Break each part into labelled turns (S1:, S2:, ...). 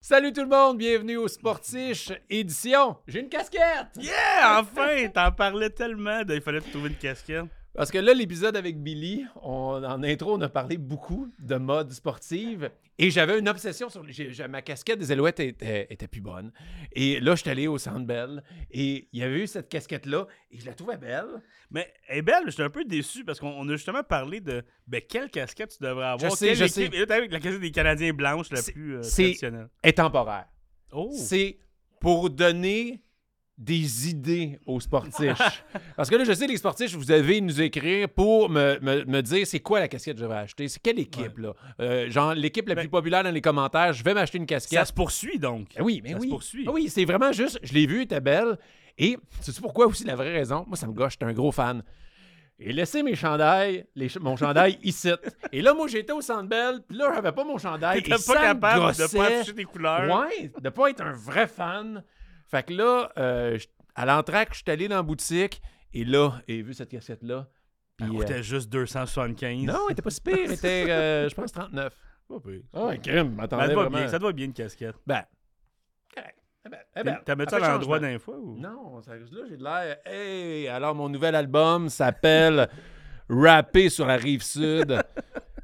S1: Salut tout le monde, bienvenue au Sportiche édition. J'ai une casquette!
S2: Yeah! Enfin! T'en parlais tellement, de- il fallait te trouver une casquette.
S1: Parce que là, l'épisode avec Billy, on- en intro, on a parlé beaucoup de mode sportive. Et j'avais une obsession sur. j'ai- j'ai- ma casquette des Alouettes était, était plus bonne. Et là, je suis allé au Centre Bell. Et il y avait eu cette casquette-là. Et je la trouvais belle.
S2: Mais elle est belle, mais j'étais un peu déçu parce qu'on on a justement parlé de ben, quelle casquette tu devrais avoir.
S1: Je sais,
S2: quelle
S1: je
S2: équipe.
S1: sais.
S2: Et là, t'as avec la casquette des Canadiens blanche la
S1: C'est-
S2: plus euh,
S1: c'est-
S2: traditionnelle.
S1: Et temporaire.
S2: Oh!
S1: C'est pour donner des idées aux sportifs. Parce que là, je sais, les sportifs, vous avez nous écrire pour me, me- me dire c'est quoi la casquette que je vais acheter. C'est quelle équipe, là? Euh, genre, l'équipe la
S2: Ben-
S1: plus populaire dans les commentaires, je vais m'acheter une
S2: Ça
S1: casquette.
S2: se poursuit donc.
S1: Ben oui, mais
S2: ça se
S1: oui.
S2: poursuit.
S1: Ah oui, c'est vraiment juste, je l'ai vu, elle était belle. Et tu sais pourquoi aussi la vraie raison? Moi, ça me gâche, j'étais un gros fan. Et laisser mes chandails, les ch- mon chandail ici. Et là, moi, j'étais au Centre Bell, puis là, j'avais pas mon chandail.
S2: T'étais
S1: et ça
S2: pas
S1: me
S2: capable de
S1: gossait.
S2: pas afficher des couleurs.
S1: Ouais, de pas être un vrai fan. Fait que là, euh, je- à l'entraque, je suis allé dans la boutique et là, j'ai vu cette cassette-là.
S2: Elle
S1: puis, euh,
S2: coûtait juste 275.
S1: non, elle était pas si pire. Elle était, euh, je pense, 39.
S2: Pas pire.
S1: Ah, oh, crime,
S2: Mais Ben, elle
S1: m'attendais
S2: te va
S1: vraiment.
S2: bien, ça te va bien une casquette.
S1: Ben, correct. Eh ben, eh ben,
S2: T'as mis ça
S1: après
S2: à l'endroit
S1: changement.
S2: d'un fois ou?
S1: Non, ça- là, j'ai de l'air. Hey, alors, mon nouvel album s'appelle Rapper sur la rive sud.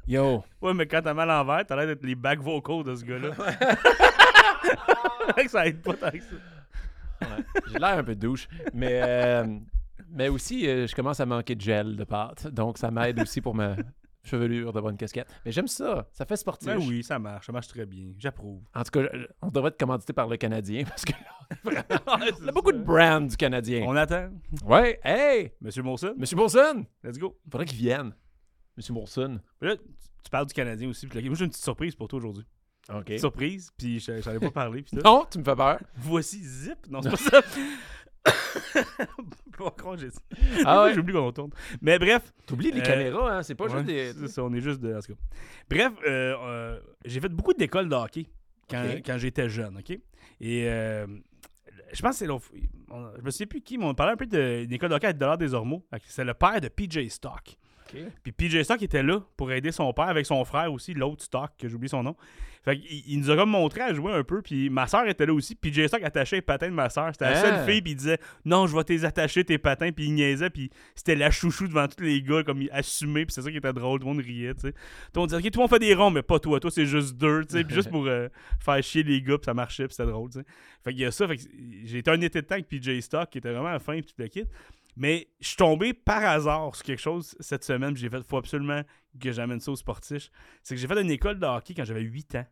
S1: Yo.
S2: Ouais, mais quand t'as mal en verre, t'as l'air d'être les back vocaux de ce gars-là. Fait que ça aide pas tant que ça.
S1: Ouais, J'ai l'air un peu douche, mais, euh, mais aussi, euh, je commence à manquer de gel de pâte, donc ça m'aide aussi pour ma chevelure de bonne casquette. Mais j'aime ça, ça fait sportif.
S2: Ben oui, ça marche, ça marche très bien. J'approuve.
S1: En tout cas, je- on devrait être commandité par le Canadien, parce que là,
S2: On
S1: on a beaucoup de brands du Canadien.
S2: On attend.
S1: Ouais, hey,
S2: Monsieur Monson,
S1: Monsieur Bourson,
S2: let's go.
S1: il faudrait qu'il vienne. Monsieur Bourson.
S2: Puis Là, tu- tu parles du Canadien aussi. puis là, moi, j'ai une petite surprise pour toi aujourd'hui.
S1: OK.
S2: Petite Surprise, puis je- j'en ai pas parlé. Puis tout.
S1: Non, tu me fais peur.
S2: Voici Zip. Non, c'est pas ça. Pas con, j'ai dit.
S1: Ah
S2: Moi,
S1: ouais,
S2: J'oublie qu'on tourne. Mais bref,
S1: t'oublies les
S2: Euh,
S1: caméras, hein, c'est pas juste
S2: Ouais,
S1: des...
S2: c'est ça, on est juste de. en tout cas. Bref, euh, euh, j'ai fait beaucoup d'écoles de hockey quand,
S1: Ok.
S2: quand j'étais jeune, OK? Et euh, je pense que c'est. l'autre- on- Je me souviens plus qui, mais on parlait un peu de- d'une école de hockey à Dollar des Ormeaux. C'est le père de PJ Stock.
S1: OK.
S2: Puis PJ Stock était là pour aider son père avec son frère aussi, l'autre Stock, que j'oublie son nom. Fait qu'il il nous a comme montré à jouer un peu. Puis ma soeur était là aussi. PJ Stock attachait les patins de ma soeur. C'était la
S1: Ah.
S2: seule fille. Puis il disait Non, je vais te les attacher tes patins. Puis il niaisait. Puis c'était la chouchou devant tous les gars, comme il assumait. Puis c'est ça qui était drôle. Tout le monde riait, tu sais. Tout le monde disait Ok, tout le monde fait des ronds, mais pas toi. Toi, c'est juste deux, tu sais. Puis juste pour euh, faire chier les gars. Puis ça marchait. Puis c'était drôle, tu sais. Fait qu'il y a ça. Fait que j'ai été un été de temps avec PJ Stock, qui était vraiment à la fin. Puis tout le kit. Mais je suis tombé par hasard sur quelque chose cette semaine. puis J'ai fait, faut absolument que j'amène ça au sportif. C'est que j'ai fait une école de hockey quand j'avais 8 ans.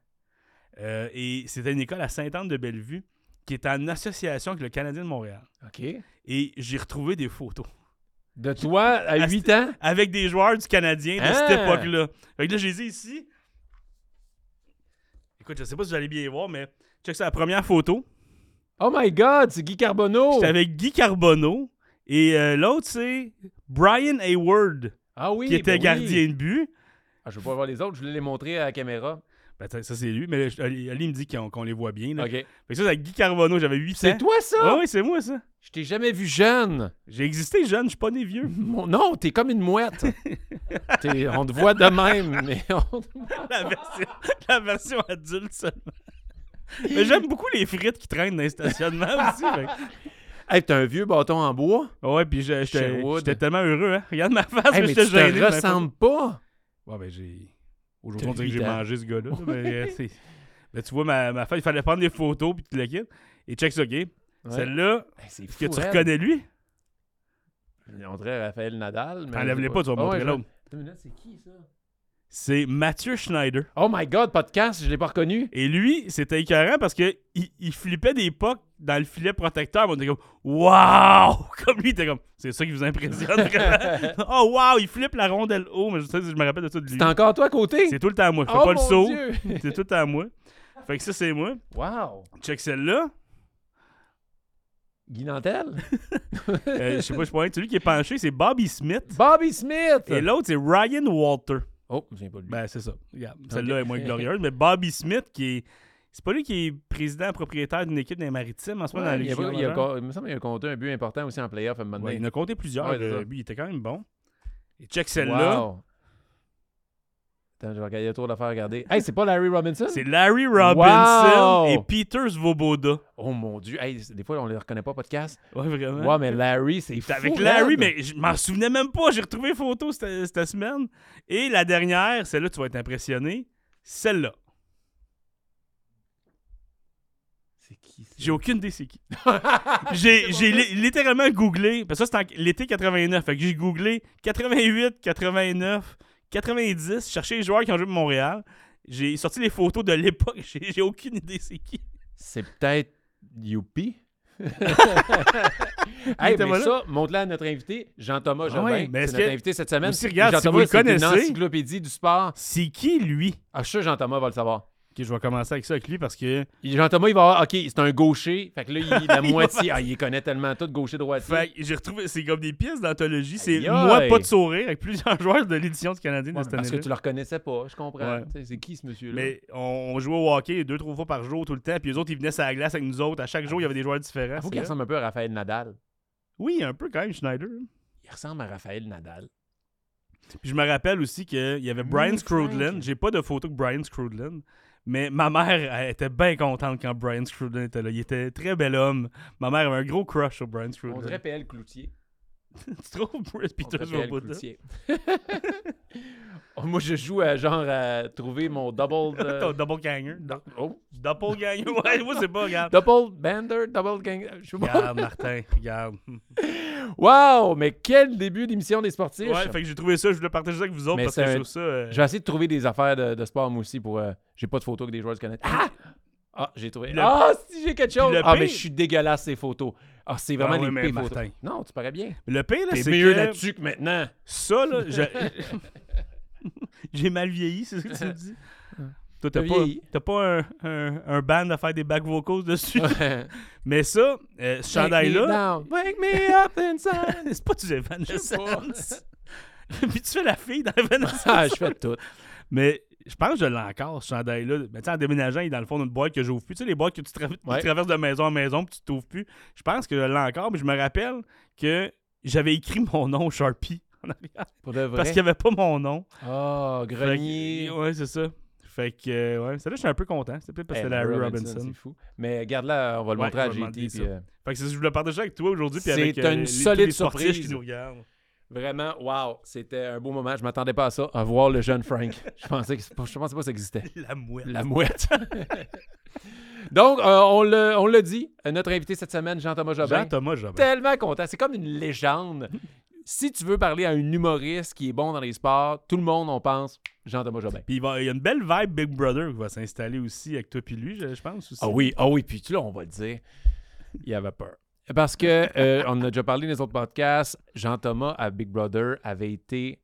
S2: Euh, et c'était une école à Sainte-Anne-de-Bellevue qui était en association avec le Canadien de Montréal.
S1: OK.
S2: Et j'ai retrouvé des photos
S1: De toi, à
S2: À
S1: 8 ans,
S2: avec des joueurs du Canadien de cette
S1: Ah!
S2: époque-là. Fait que là, je les ai ici. Écoute, je sais pas si vous allez bien les voir, mais check ça, la première photo.
S1: oh my God, c'est Guy Carbonneau.
S2: J'étais avec Guy Carbonneau. Et euh, l'autre, c'est Brian Hayward,
S1: Ah oui,
S2: qui était
S1: ben oui.
S2: gardien de but.
S1: Ah, je veux pas voir les autres, je voulais les montrer à la caméra.
S2: Ben, attends, ça, c'est lui, mais je- Ali, Ali me dit qu'on qu'on les voit bien. Là.
S1: OK.
S2: Fait que ça, c'est Guy Carbonneau, j'avais 8
S1: C'est
S2: ans.
S1: toi, ça?
S2: Ah Hein? oui, c'est moi, ça.
S1: Je t'ai jamais vu jeune.
S2: J'ai existé jeune, je suis pas né vieux.
S1: Mon- Non, t'es comme une mouette. T'es- On te voit de même, mais on...
S2: la, version, la version adulte seulement. Mais j'aime beaucoup les frites qui traînent dans les stationnements aussi. fait que-
S1: Hey, t'as un vieux bâton en bois.
S2: Ouais, puis je- j'étais
S1: Sherwood.
S2: j'étais tellement heureux. Hein. Regarde ma face,
S1: Hey,
S2: mais
S1: mais tu
S2: j'étais gêné.
S1: te
S2: dans la
S1: ressembles pas.
S2: photo. Ouais, ben j'ai... Aujourd'hui,
S1: T'as
S2: on dirait que j'ai
S1: huit ans.
S2: mangé ce gars-là. là, mais, euh, c'est- Ben, tu vois, ma, ma face, il fallait prendre des photos, puis tu le quittes. Et check ça, OK?
S1: Ouais.
S2: Celle-là,
S1: Hey, C'est
S2: que
S1: fou,
S2: tu
S1: elle.
S2: reconnais lui,
S1: On dirait Raphaël Nadal. mais-
S2: enlève-les pas, tu vas
S1: Ah ouais,
S2: montrer
S1: je-
S2: l'autre.
S1: Attends une minute, c'est qui, ça?
S2: C'est Mathieu Schneider.
S1: Oh my God, podcast, je l'ai pas reconnu.
S2: Et lui, c'était écœurant parce que il, il flippait des pocs dans le filet protecteur. On était comme Waouh! Comme lui, il était comme C'est ça qui vous impressionne vraiment. oh waouh, il flippe la rondelle haut, mais je sais je me rappelle de ça de lui.
S1: C'est encore toi à côté?
S2: C'est tout le temps à moi. Je fais
S1: Oh,
S2: pas le
S1: mon
S2: saut.
S1: Dieu.
S2: C'est tout le temps à moi. Fait que ça, c'est moi.
S1: Wow.
S2: Check celle-là.
S1: Guy Nantel?
S2: Euh, je sais pas, je sais pas. Celui qui est penché, c'est Bobby Smith.
S1: Bobby Smith!
S2: Et l'autre, c'est Ryan Walter.
S1: Oh, je viens pas de lui.
S2: Ben, c'est ça. Regarde, Celle-là
S1: Ok.
S2: est moins glorieuse. Mais Bobby Smith, qui est. C'est pas lui qui est président propriétaire d'une équipe des maritimes en ce moment
S1: Ouais,
S2: dans la
S1: il, y a
S2: Ligue
S1: pas- il, y a
S2: majeure.
S1: con- il me semble qu'il a compté un but important aussi en playoff à un moment
S2: Ouais,
S1: donné.
S2: il en a compté plusieurs.
S1: Ouais, c'est
S2: euh,
S1: ça.
S2: lui, il était quand même bon. Et check celle-là.
S1: Wow. Attends, je vais regarder autour de l'affaire, regarder. Hey, c'est pas Larry Robinson?
S2: C'est Larry Robinson
S1: Wow!
S2: et Peter Svoboda.
S1: Oh mon Dieu. Hey, c'est- des fois, on les reconnaît pas, podcast.
S2: Ouais, vraiment.
S1: Ouais, mais Larry, c'est fou.
S2: C'était avec Larry,
S1: raide.
S2: mais je m'en souvenais même pas. J'ai retrouvé les photos cette, cette semaine. Et la dernière, celle-là, tu vas être impressionné. Celle-là.
S1: C'est qui ça?
S2: J'ai aucune idée c'est qui. j'ai j'ai li- littéralement googlé. Parce que ça, c'était en- l'été 89. Fait que j'ai googlé 88, 89, 90. Cherché les joueurs qui ont joué pour Montréal. J'ai sorti les photos de l'époque. J'ai j'ai aucune idée c'est qui.
S1: C'est peut-être Youpi. hey,
S2: était
S1: mais
S2: pas là?
S1: ça, montre-la à notre invité, Jean-Thomas Jobin.
S2: ouais, mais
S1: c'est
S2: est-ce
S1: notre
S2: que-
S1: invité cette semaine.
S2: Aussi, regarde, si
S1: Jean-Thomas,
S2: vous le
S1: c'est une
S2: connaissez-
S1: encyclopédie du sport.
S2: C'est qui, lui?
S1: Ah, je suis sûr que Jean-Thomas va le savoir.
S2: Ok, je vais commencer avec ça, avec lui, parce que...
S1: Il- Jean-Thomas, il va avoir, OK, c'est un gaucher. Fait que là, il, la
S2: Il va
S1: moitié,
S2: faire
S1: ah, il connaît tellement tout, gaucher-droitier.
S2: Fait que j'ai retrouvé... C'est comme des pièces d'anthologie. C'est
S1: Aïe,
S2: moi,
S1: aïe.
S2: pas de sourire, avec plusieurs joueurs de l'édition du Canadien de cette
S1: Parce que
S2: année-là.
S1: tu le reconnaissais pas, je comprends.
S2: Ouais.
S1: Tu sais, C'est qui ce monsieur-là?
S2: Mais on, on jouait au hockey deux, trois fois par jour, tout le temps. Puis eux autres, ils venaient sur la glace avec nous autres. À
S1: Ah
S2: chaque jour, il y avait des joueurs différents.
S1: Faut
S2: c'est
S1: qu'il
S2: vrai.
S1: ressemble un peu à Raphaël Nadal.
S2: Oui, un peu quand même, Schneider.
S1: Il ressemble à Raphaël Nadal.
S2: Puis je me rappelle aussi qu'il y avait Brian
S1: Nick
S2: Scrudlin.
S1: Frank.
S2: J'ai pas de photo de Brian Scrudlin. Mais ma mère elle était bien contente quand Brian Scrudlin était là. Il était un très bel homme. Ma mère avait un gros crush sur Brian
S1: On dirait
S2: Scrudlin.
S1: PL Cloutier.
S2: Tu trouves
S1: On dirait
S2: Peter
S1: PL
S2: Svoboda?
S1: Cloutier. Moi, je joue à genre à trouver mon double... de-
S2: Ton double ganger.
S1: Oh.
S2: Double ganger. Ouais, moi, c'est pas, regarde.
S1: Double Bander, Double Gang. Je sais pas.
S2: Regarde, Martin, regarde.
S1: Wow, mais quel début d'émission des sportifs.
S2: Ouais, fait que j'ai trouvé ça, je voulais partager ça avec vous autres
S1: Mais
S2: parce
S1: c'est
S2: que je
S1: un-
S2: trouve ça. euh,
S1: Je vais essayer de trouver des affaires de, de sport, moi aussi, pour. euh, j'ai pas de photos avec des joueurs du Canada. Ah! Ah, j'ai trouvé.
S2: Le-
S1: Ah, si j'ai quelque chose.
S2: le
S1: Ah,
S2: pire-
S1: mais je suis dégueulasse, ces photos. Ah, c'est vraiment
S2: Ah ouais,
S1: les
S2: mais
S1: pires photos.
S2: Martin.
S1: Non, tu parais bien.
S2: Le pire, là,
S1: T'es
S2: c'est
S1: mieux
S2: que
S1: là-dessus que maintenant.
S2: ça, là, je- j'ai mal vieilli, c'est ce que tu me dis. Toi, t'as
S1: T'as
S2: pas,
S1: vieilli.
S2: t'as pas un, un, un band à faire des back vocals dessus. Mais ça, euh, ce chandail-là,
S1: Wake me up inside.
S2: c'est pas du Evanescence.
S1: pas.
S2: Puis tu fais la fille dans Evanescence.
S1: ah, je fais tout.
S2: Mais je pense que je l'ai encore, ce chandail-là. Mais tu sais, en déménageant, il est dans le fond d'une boîte que j'ouvre plus. Tu sais, les boîtes que tu, tra- tu
S1: Ouais.
S2: traverses de maison en maison puis tu t'ouvres plus. Je pense que je l'ai encore, mais je me rappelle que j'avais écrit mon nom au Sharpie en arrière.
S1: Pour de vrai.
S2: Parce qu'il n'y avait pas mon nom.
S1: Oh,
S2: Fait que-
S1: grenier.
S2: ouais, c'est ça. Fait que, euh, ouais, celle-là, je suis un peu content. C'est peut-être parce que
S1: Eh,
S2: c'est Larry Robinson.
S1: C'est fou. Mais regarde là, on va le
S2: Ouais,
S1: montrer à
S2: je vais
S1: JT.
S2: demander
S1: puis,
S2: ça.
S1: euh,
S2: Fait que c'est- je voulais partager avec toi aujourd'hui. puis
S1: C'est
S2: avec, euh,
S1: une
S2: les- tous les
S1: solide
S2: sportifs
S1: surprise.
S2: qui nous regardent.
S1: Vraiment, wow, c'était un beau moment. Je m'attendais pas à ça, à voir le jeune Frank. je pensais que je pensais pas que ça existait.
S2: La mouette.
S1: La mouette. Donc, euh, on le- on l'a dit, notre invité cette semaine, Jean-Thomas Jobin.
S2: Jean-Thomas Jobin.
S1: Tellement content. C'est comme une légende. si tu veux parler à un humoriste qui est bon dans les sports, tout le monde, on pense Jean-Thomas Jobin.
S2: Puis il, va- il y a une belle vibe Big Brother qui va s'installer aussi avec toi puis lui, je, je pense. Aussi.
S1: Ah oui, ah oui, puis tu là, on va le dire. Il avait peur. Parce que euh, on en a déjà parlé dans les autres podcasts, Jean-Thomas à Big Brother avait été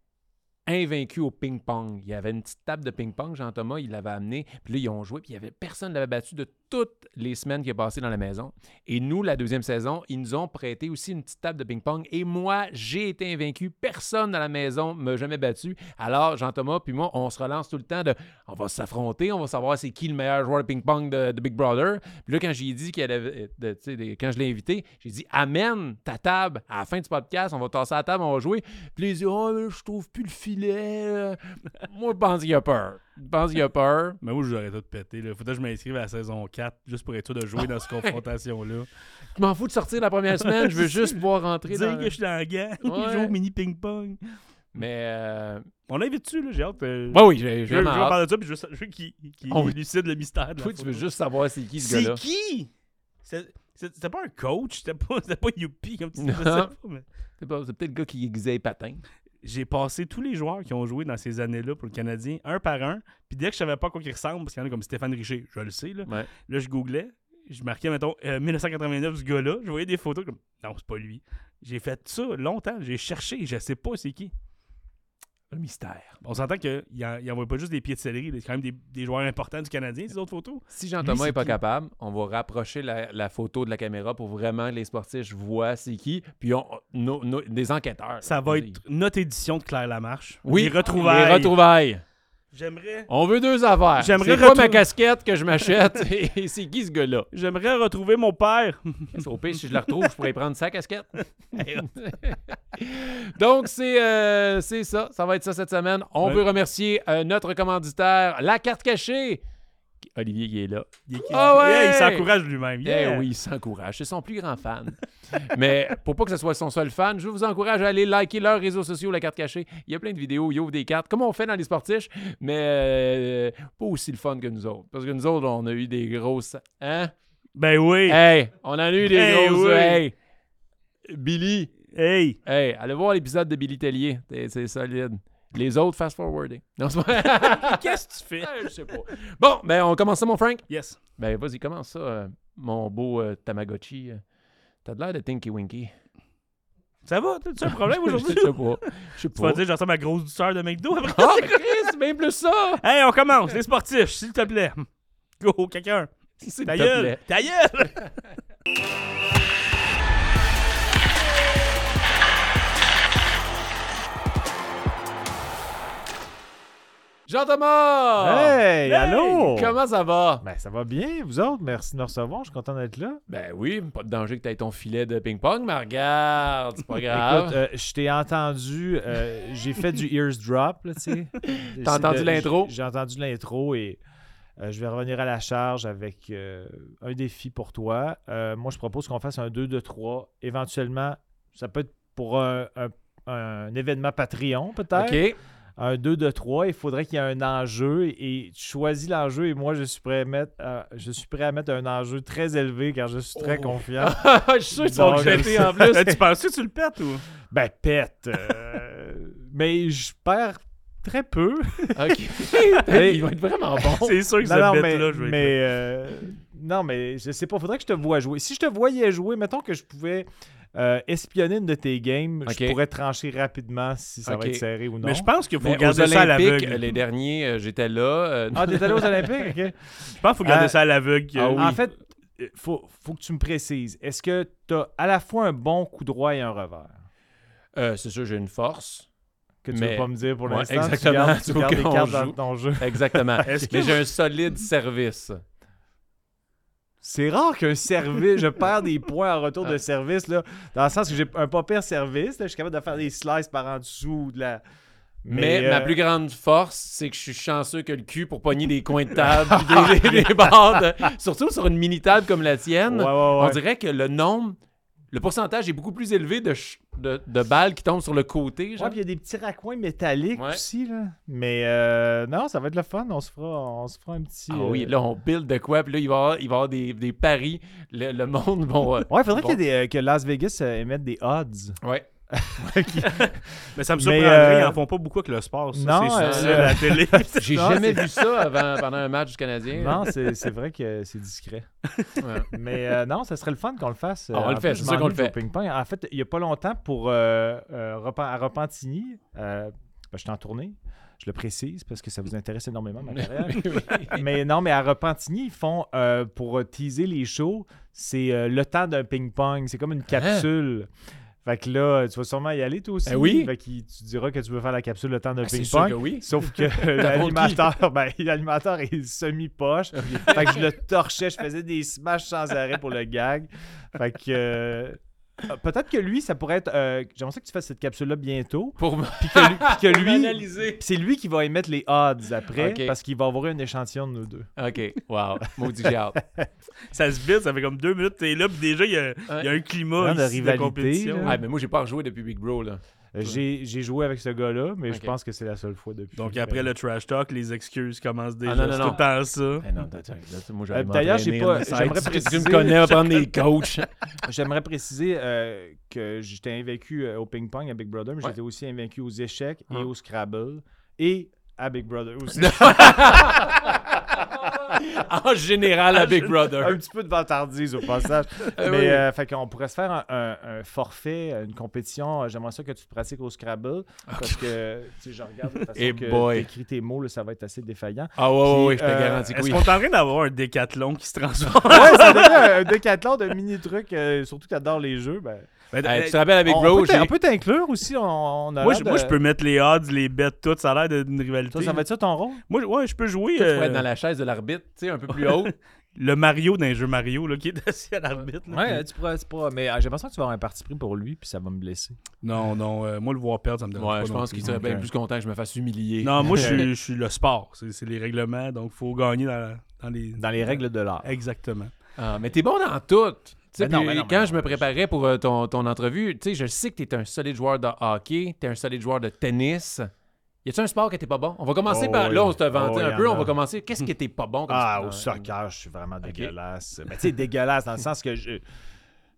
S1: invaincu au ping-pong. Il y avait une petite table de ping-pong, Jean-Thomas, il l'avait amené, puis là, ils ont joué, puis il y avait, personne ne l'avait battu de toutes les semaines qui est passé dans la maison. Et nous, la deuxième saison, ils nous ont prêté aussi une petite table de ping-pong, et moi, j'ai été invaincu, personne dans la maison ne m'a jamais battu. Alors, Jean-Thomas, puis moi, on se relance tout le temps de on va s'affronter, on va savoir c'est qui le meilleur joueur de ping-pong de, de Big Brother. Puis là, quand j'ai dit qu'elle avait, euh, de- tu sais, des- quand je l'ai invité, j'ai dit amène ta table à la fin du podcast, on va tasser la table, on va jouer. Puis là, il dit oh, là, je trouve plus le filet. euh. Moi, je pense qu'il a peur. Je pense qu'il a peur.
S2: Mais moi, j'aurais tout pété. Là. Faudrait que je m'inscrive à la saison 4 juste pour être sûr de jouer dans cette confrontation-là.
S1: Je m'en fous de sortir la première semaine, je veux juste pouvoir rentrer
S2: Dire
S1: dans.
S2: que je suis dans la gang,
S1: Ouais.
S2: jouer au mini ping-pong.
S1: Mais euh,
S2: On l'invite dessus, là, j'ai hâte. euh,
S1: bah oui, j'ai
S2: je veux je veux
S1: vraiment hâte.
S2: parler de ça, puis je veux, sa- je veux qu'il qu'il
S1: On-
S2: élucide le mystère. de la
S1: Toi, tu veux
S2: photo.
S1: juste savoir c'est qui ce
S2: C'est
S1: gars-là.
S2: qui C'est- c'est- C'était pas un coach, c'était pas, c'était pas Youpi comme tu
S1: Non.
S2: disais. ça, mais-
S1: C'est pas- c'est peut-être le gars qui aiguisait les patins.
S2: J'ai passé tous les joueurs qui ont joué dans ces années-là pour le Canadien, un par un. Puis dès que je savais pas à quoi ils ressemblent, parce qu'il y en a comme Stéphane Richer, je le sais, là,
S1: Ouais.
S2: Là, je googlais. Je marquais, mettons, euh, 1989, ce gars-là. Je voyais des photos comme, non, c'est pas lui. J'ai fait ça longtemps. J'ai cherché. Je sais pas c'est qui.
S1: Le mystère.
S2: On s'entend qu'il n'envoie pas juste des pieds de céleri. C'est quand même des, des joueurs importants du Canadien, ces autres photos.
S1: Si
S2: Lui,
S1: Jean-Thomas
S2: c'est
S1: n'est pas
S2: qui?
S1: capable, on va rapprocher la, la photo de la caméra pour vraiment que les sportifs voient c'est qui, puis on, nos- nos- des enquêteurs.
S2: Ça va être notre édition de Claire Lamarche.
S1: oui,
S2: Les retrouvailles.
S1: Les retrouvailles.
S2: J'aimerais.
S1: On veut deux affaires.
S2: J'aimerais
S1: C'est quoi
S2: retrouver-
S1: ma casquette que je m'achète et c'est qui ce gars-là?
S2: J'aimerais retrouver mon père.
S1: Parce qu'au pire, si je la retrouve, je pourrais prendre sa casquette. Donc, c'est euh, c'est ça. Ça va être ça cette semaine. On
S2: Ouais.
S1: veut remercier euh, notre commanditaire, La Carte Cachée. Olivier qui est là.
S2: Il est-
S1: Ah ouais!
S2: Yeah, il s'encourage lui-même.
S1: Eh
S2: Yeah.
S1: oui, il s'encourage. C'est son plus grand fan. Mais pour pas que ce soit son seul fan, je vous encourage à aller liker leurs réseaux sociaux, La Carte Cachée. Il y a plein de vidéos, ils ouvrent des cartes, comme on fait dans les sportiches, mais euh, pas aussi le fun que nous autres. Parce que nous autres, on a eu des grosses... Hein?
S2: Ben oui.
S1: Hey! On en a eu des
S2: Eh
S1: grosses...
S2: oui.
S1: Hey! Billy!
S2: Hey.
S1: Hey, allez voir l'épisode de Billy Tellier. C'est- C'est solide. Les autres, fast-forwarding. Non, c'est pas...
S2: Qu'est-ce que tu fais?
S1: je sais pas. Bon, ben on commence ça, mon Frank.
S2: Yes.
S1: Ben, vas-y, commence ça, euh, mon beau euh, Tamagotchi. euh. T'as de l'air de Tinky Winky.
S2: Ça va? T'as-tu un problème aujourd'hui?
S1: Je sais pas. Je sais
S2: Tu vas
S1: pas.
S2: dire, j'entends ma grosse douceur de McDo après.
S1: Ah, mais Chris, même plus ça!
S2: Hey, on commence, les sportifs, s'il te plaît. Go, quelqu'un.
S1: S'il
S2: Ta
S1: te
S2: gueule.
S1: plaît.
S2: Ta gueule.
S1: Jean-Thomas!
S3: Hey, allô?
S1: Ah. Comment ça va?
S3: Ben, ça va bien, vous autres? Merci de nous recevoir, je suis content d'être là.
S1: Ben oui, pas de danger que t'aies ton filet de ping-pong, mais regarde, c'est pas
S3: Écoute,
S1: grave.
S3: euh, je t'ai entendu, euh, j'ai fait du ears drop, là, tu sais. J'essaie
S1: entendu
S3: de-
S1: l'intro?
S3: J'ai j'ai entendu l'intro et euh, je vais revenir à la charge avec euh, un défi pour toi. Euh, moi, je propose qu'on fasse un 2-2-3. Éventuellement, ça peut être pour un, un- un événement Patreon,
S2: euh,
S3: peut-être.
S1: OK.
S3: un 2 de 3, il faudrait qu'il y ait un enjeu et tu choisis l'enjeu et moi je suis prêt à mettre euh, je suis prêt à mettre un enjeu très élevé car je suis très
S1: Oh.
S3: confiant.
S1: Je suis sûr que tu vas
S3: Non,
S1: le Euh,
S3: je
S1: péter
S3: sais.
S1: en plus.
S2: tu penses que tu le pètes ou?
S3: Ben pète. euh, mais je perds très peu.
S1: OK.
S3: Hey.
S1: Il va être vraiment bon.
S2: C'est sûr que
S3: Non,
S2: ça
S3: non,
S2: bête
S3: mais,
S2: là, je vais
S3: mais, euh, non, mais je sais pas, faudrait que je te vois jouer. Si je te voyais jouer, mettons que je pouvais euh, espionner une de tes games,
S1: Ok.
S3: je pourrais trancher rapidement si ça
S1: Ok.
S3: va être serré ou non.
S2: mais je pense qu'il faut
S1: Mais aux
S2: garder ça à
S1: Olympiques,
S2: l'aveugle.
S1: les derniers, euh, j'étais là. euh,
S3: Ah, t'es allé aux Olympiques, ok.
S2: Je pense qu'il faut garder
S3: Euh,
S2: ça à l'aveugle.
S1: ah
S2: euh,
S1: oui.
S3: En fait, il faut, faut que tu me précises. Est-ce que tu as à la fois un bon coup droit et un revers?
S1: euh, c'est sûr, j'ai une force.
S3: Que tu
S1: Mais-
S3: veux pas me dire pour
S1: Ouais,
S3: l'instant.
S1: exactement.
S3: Tu
S1: Faut
S3: gardes, tu gardes les
S1: qu'on
S3: cartes
S1: joue.
S3: dans ton jeu.
S1: Exactement.
S2: Est-ce que
S1: Mais j'ai un solide service.
S3: C'est rare qu'un service, je perds des points en retour de service, là, dans le sens que j'ai un pas pire service. Là, je suis capable de faire des slices par en dessous ou de la.
S1: Mais,
S3: euh,
S1: ma plus grande force, c'est que je suis chanceux que le cul pour pogner des coins de table puis des, des- des barres. de- Surtout sur une mini-table comme la tienne.
S3: Ouais, ouais, ouais.
S1: On dirait que le nombre, le pourcentage est beaucoup plus élevé de, ch- de, de balles qui tombent sur le côté.
S3: Ouais,
S1: genre.
S3: puis il y a des petits raccoins métalliques
S1: Ouais.
S3: aussi. Là. Mais euh, non, ça va être le fun. On se fera, on se fera un petit.
S1: Ah oui,
S3: euh,
S1: là, on build de quoi, puis là, il va y avoir, il va y avoir des, des paris. Le, le monde, bon... euh,
S3: Ouais, faudrait
S1: Bon.
S3: qu'il y ait des- euh, que Las Vegas euh, émette des odds.
S1: ouais.
S2: mais ça me
S3: mais,
S2: surprendrait, ils
S3: euh,
S2: en font pas beaucoup avec le sport. Ça.
S3: non,
S2: c'est
S3: euh,
S2: ça, la télé.
S1: J'ai
S3: Non,
S1: jamais vu ça avant, pendant un match du Canadien.
S3: Non, c'est c'est vrai que c'est discret.
S1: Hein? Ouais.
S3: Mais euh, non, ça serait le fun qu'on le fasse.
S1: Ah, on
S3: Euh,
S1: le
S3: en
S1: fait,
S3: plus,
S1: c'est
S3: je
S1: sûr qu'on le
S3: m'ennuie de
S1: fait.
S3: jouer au ping-pong. En fait, il n'y a pas longtemps pour euh, euh, Repen- à Repentigny, euh, ben, je suis en tournée, je le précise parce que ça vous intéresse énormément, ma carrière. mais non, mais à Repentigny, ils font, euh, pour teaser les shows, c'est euh, le temps d'un ping-pong. C'est comme une
S1: Ah.
S3: capsule. Fait que là, tu vas sûrement y aller toi aussi.
S1: Eh oui.
S3: Fait que tu diras que tu veux faire la capsule le temps d'un
S1: Ah, c'est sûr
S3: ping-pong.
S1: que oui.
S3: Sauf que
S1: contre qui?
S3: l'animateur, ben, l'animateur est semi-poche. Fait que je le torchais, je faisais des smashs sans arrêt pour le gag. Fait que. euh, Peut-être que lui, ça pourrait être. euh, J'aimerais ça que tu fasses cette capsule-là bientôt.
S1: Pour me
S3: Puis que lui. puis que lui-
S1: analyser.
S3: puis c'est lui qui va émettre les odds après,
S1: Ok.
S3: parce qu'il va avoir un échantillon de nous deux.
S1: OK, wow. Maudit j'ai hâte.
S2: ça se vide, ça fait comme deux minutes, t'es là, puis déjà, il y a, il y a un climat
S3: Ouais, de
S2: ici de,
S3: rivalité,
S2: compétition.
S3: là.
S1: Ah, mais moi, j'ai pas rejoué depuis Big Bro, là.
S3: Euh, J'ai j'ai joué avec ce gars-là, mais
S1: Ok.
S3: je pense que c'est la seule fois depuis. Euh,
S2: Donc après le trash talk, les excuses commencent déjà.
S1: Ah, non, non,
S2: c'est
S1: non.
S2: tout le temps ça.
S1: Eh non, t'as- t'as- t'as- moi, j'allais
S3: Euh, d'ailleurs,
S1: m'entraîner,
S3: j'ai pas-
S1: là, ça
S3: j'aimerais
S1: aide. Tu- Tu
S3: préciser-
S1: me connais à prendre des coachs.
S3: J'aimerais préciser euh, que j'étais invaincu euh, au ping-pong à Big Brother, mais
S1: Ouais.
S3: j'étais aussi invaincu aux échecs et
S1: Hum.
S3: au Scrabble et à Big Brother aussi.
S1: en général, à Big
S3: un
S1: Brother.
S3: petit peu de vantardise au passage.
S1: Euh,
S2: Ah
S3: mais
S1: Ah oui.
S3: euh, fait qu'on pourrait se faire un, un- un forfait, une compétition. Euh, J'aimerais ça que tu te pratiques au Scrabble parce que tu sais, je regarde de toute façon
S1: Eh
S3: que
S1: boy.
S3: t'écris tes mots, là, ça va être assez défaillant.
S1: Ah, ouais, ouais,
S3: Puis,
S1: ouais, je te
S3: euh,
S1: garantis que
S2: Est-ce
S1: oui.
S2: qu'on est en train d'avoir un décathlon qui se transforme?
S3: Ouais, ça devient un, un décathlon de mini trucs, surtout que euh, t'adores les jeux. Ben,
S2: Ben,
S1: Hey,
S2: euh,
S1: tu te rappelles avec
S3: on,
S1: Bro,
S3: peut t'a-
S1: j'ai-
S3: on peut t'inclure aussi. On, on a
S2: moi,
S3: l'air
S2: je,
S3: de-
S2: moi, je peux mettre les odds, les bets, tout. Ça a l'air d'une rivalité.
S3: Toi, ça va être ça ton rôle?
S2: Moi, je- ouais, je peux jouer
S1: Toi, tu
S2: euh,
S1: pourrais être dans la chaise de l'arbitre, tu sais, un peu plus haut.
S2: le Mario d'un jeu Mario là, qui est assis à l'arbitre. là.
S3: Ouais, tu pourrais, tu pourrais. Mais euh, j'ai l'impression que tu vas avoir un parti pris pour lui, puis ça va me blesser.
S2: Non, non, euh, moi, le voir perdre, ça me dérange
S1: ouais,
S2: pas
S1: je
S2: non
S1: pense
S2: plus.
S1: qu'il serait bien
S3: ok.
S1: plus content que je me fasse humilier.
S2: Non, moi, je suis, je suis le sport. C'est c'est les règlements, donc il faut gagner dans, dans les...
S3: Dans les règles de l'art.
S2: Exactement.
S1: Ah, mais t'es bon dans tout. Tu sais,
S3: Ben non,
S1: puis
S3: ben non, ben
S1: quand
S3: non,
S1: je me préparais pour euh, ton, ton entrevue, tu sais, je sais que t'es un solide joueur de hockey, t'es un solide joueur de tennis. Y a-tu un sport que t'es pas bon? On va commencer
S3: Oh
S1: par.
S3: oui.
S1: Là, on se vantait
S3: Oh, y
S1: un
S3: en
S1: peu. On
S3: a.
S1: va commencer. Qu'est-ce que t'es pas bon comme
S3: Ah,
S1: sport?
S3: au soccer, je suis vraiment dégueulasse. Mais tu sais, dégueulasse dans le sens que je.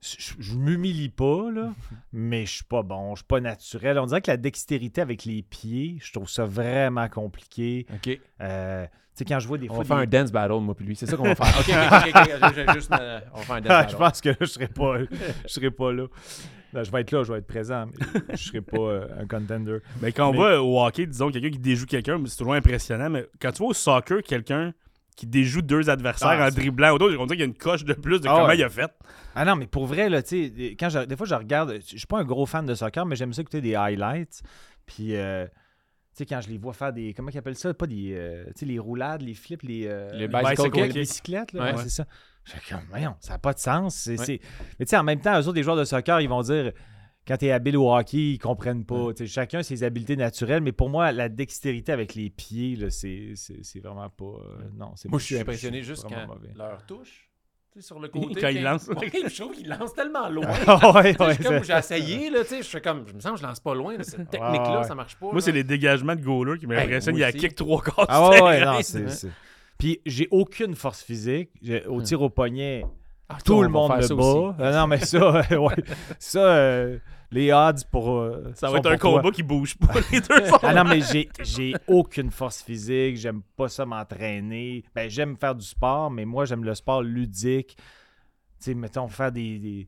S3: Je, je m'humilie pas, là, mais je suis pas bon, je suis pas naturel. On dirait que la dextérité avec les pieds, je trouve ça vraiment compliqué.
S1: Ok.
S3: Euh, tu sais, quand je vois des
S1: On
S3: fois.
S1: va faire
S3: des-
S1: un dance battle, moi, puis lui. C'est ça qu'on va faire. Ok, ok, ok. ok, ok, je- je- juste, euh, on va faire un
S3: Ah,
S1: dance
S3: je
S1: battle.
S3: pense que je serais pas, je serais pas là. Non, je vais être là, je vais être présent, mais je serais pas euh, un contender.
S2: Mais quand on
S3: Mais-
S2: voit au hockey, disons, quelqu'un qui déjoue quelqu'un, mais c'est toujours impressionnant. Mais quand tu vois au soccer, quelqu'un qui déjoue deux adversaires en
S3: Ah, c'est-
S2: dribblant, autour, on dirait qu'il y a une coche de plus de
S3: Ah
S2: comment
S3: ouais.
S2: il a fait.
S3: Ah non, mais pour vrai, là, tu sais, quand je- des fois, je regarde, je suis pas un gros fan de soccer, mais j'aime ça écouter des highlights. Puis, euh, tu sais, quand je les vois faire des, comment ils appellent ça, pas des, euh, tu sais, les roulades, les flips, les, euh,
S1: Les bicycle
S3: bicycle-
S1: kicks.
S3: les bicyclettes, là,
S1: Ouais.
S3: ouais, c'est ça. Je fais comme, voyons, ça n'a pas de sens. C'est-
S1: Ouais.
S3: c'est- Mais tu sais, en même temps, eux autres, les joueurs de soccer, ils vont dire, quand tu es habile au hockey, ils comprennent pas. Tu sais, Chacun ses habiletés naturelles, mais pour moi, la dextérité avec les pieds, là, c'est c'est- c'est vraiment pas. euh, non, c'est
S1: Moi, je suis impressionné
S3: je
S1: juste
S3: vraiment
S1: quand
S3: mauvais.
S1: leur touche. tu sais, Sur le côté.
S2: Quand ils lancent.
S1: Ouais, je trouve qu'ils lancent tellement loin.
S3: ouais,
S1: Tu sais,
S3: ouais,
S1: je suis comme,
S3: c'est-
S1: j'ai essayé, là, tu sais, je suis comme, je me sens que je lance pas loin, là, cette technique-là,
S3: ouais.
S1: ça marche pas.
S2: Moi, c'est
S1: là.
S2: les dégagements de goaler qui m'impressionnent.
S1: moi
S2: il a
S1: aussi.
S2: kick trois quarts
S3: Ah
S2: du
S3: ouais, ouais,
S2: terrain.
S3: non, c'est. c'est- Puis j'ai aucune force physique. J'ai- Au
S1: Hmm.
S3: tir au poignet,
S1: Ah, ça,
S3: tout
S1: on
S3: le
S1: va
S3: monde
S1: faire
S3: me
S1: ça
S3: bat. Ah non, mais ça, euh, ouais. Ça, euh, les odds pour. euh,
S2: Ça
S3: sont
S2: va être un
S3: pour toi.
S2: combat qui bouge pas les deux sont
S3: Ah non, mais j'ai- j'ai aucune force physique. J'aime pas ça m'entraîner. Ben, j'aime faire du sport, mais moi, j'aime le sport ludique. Tu sais, mettons, faire des, des,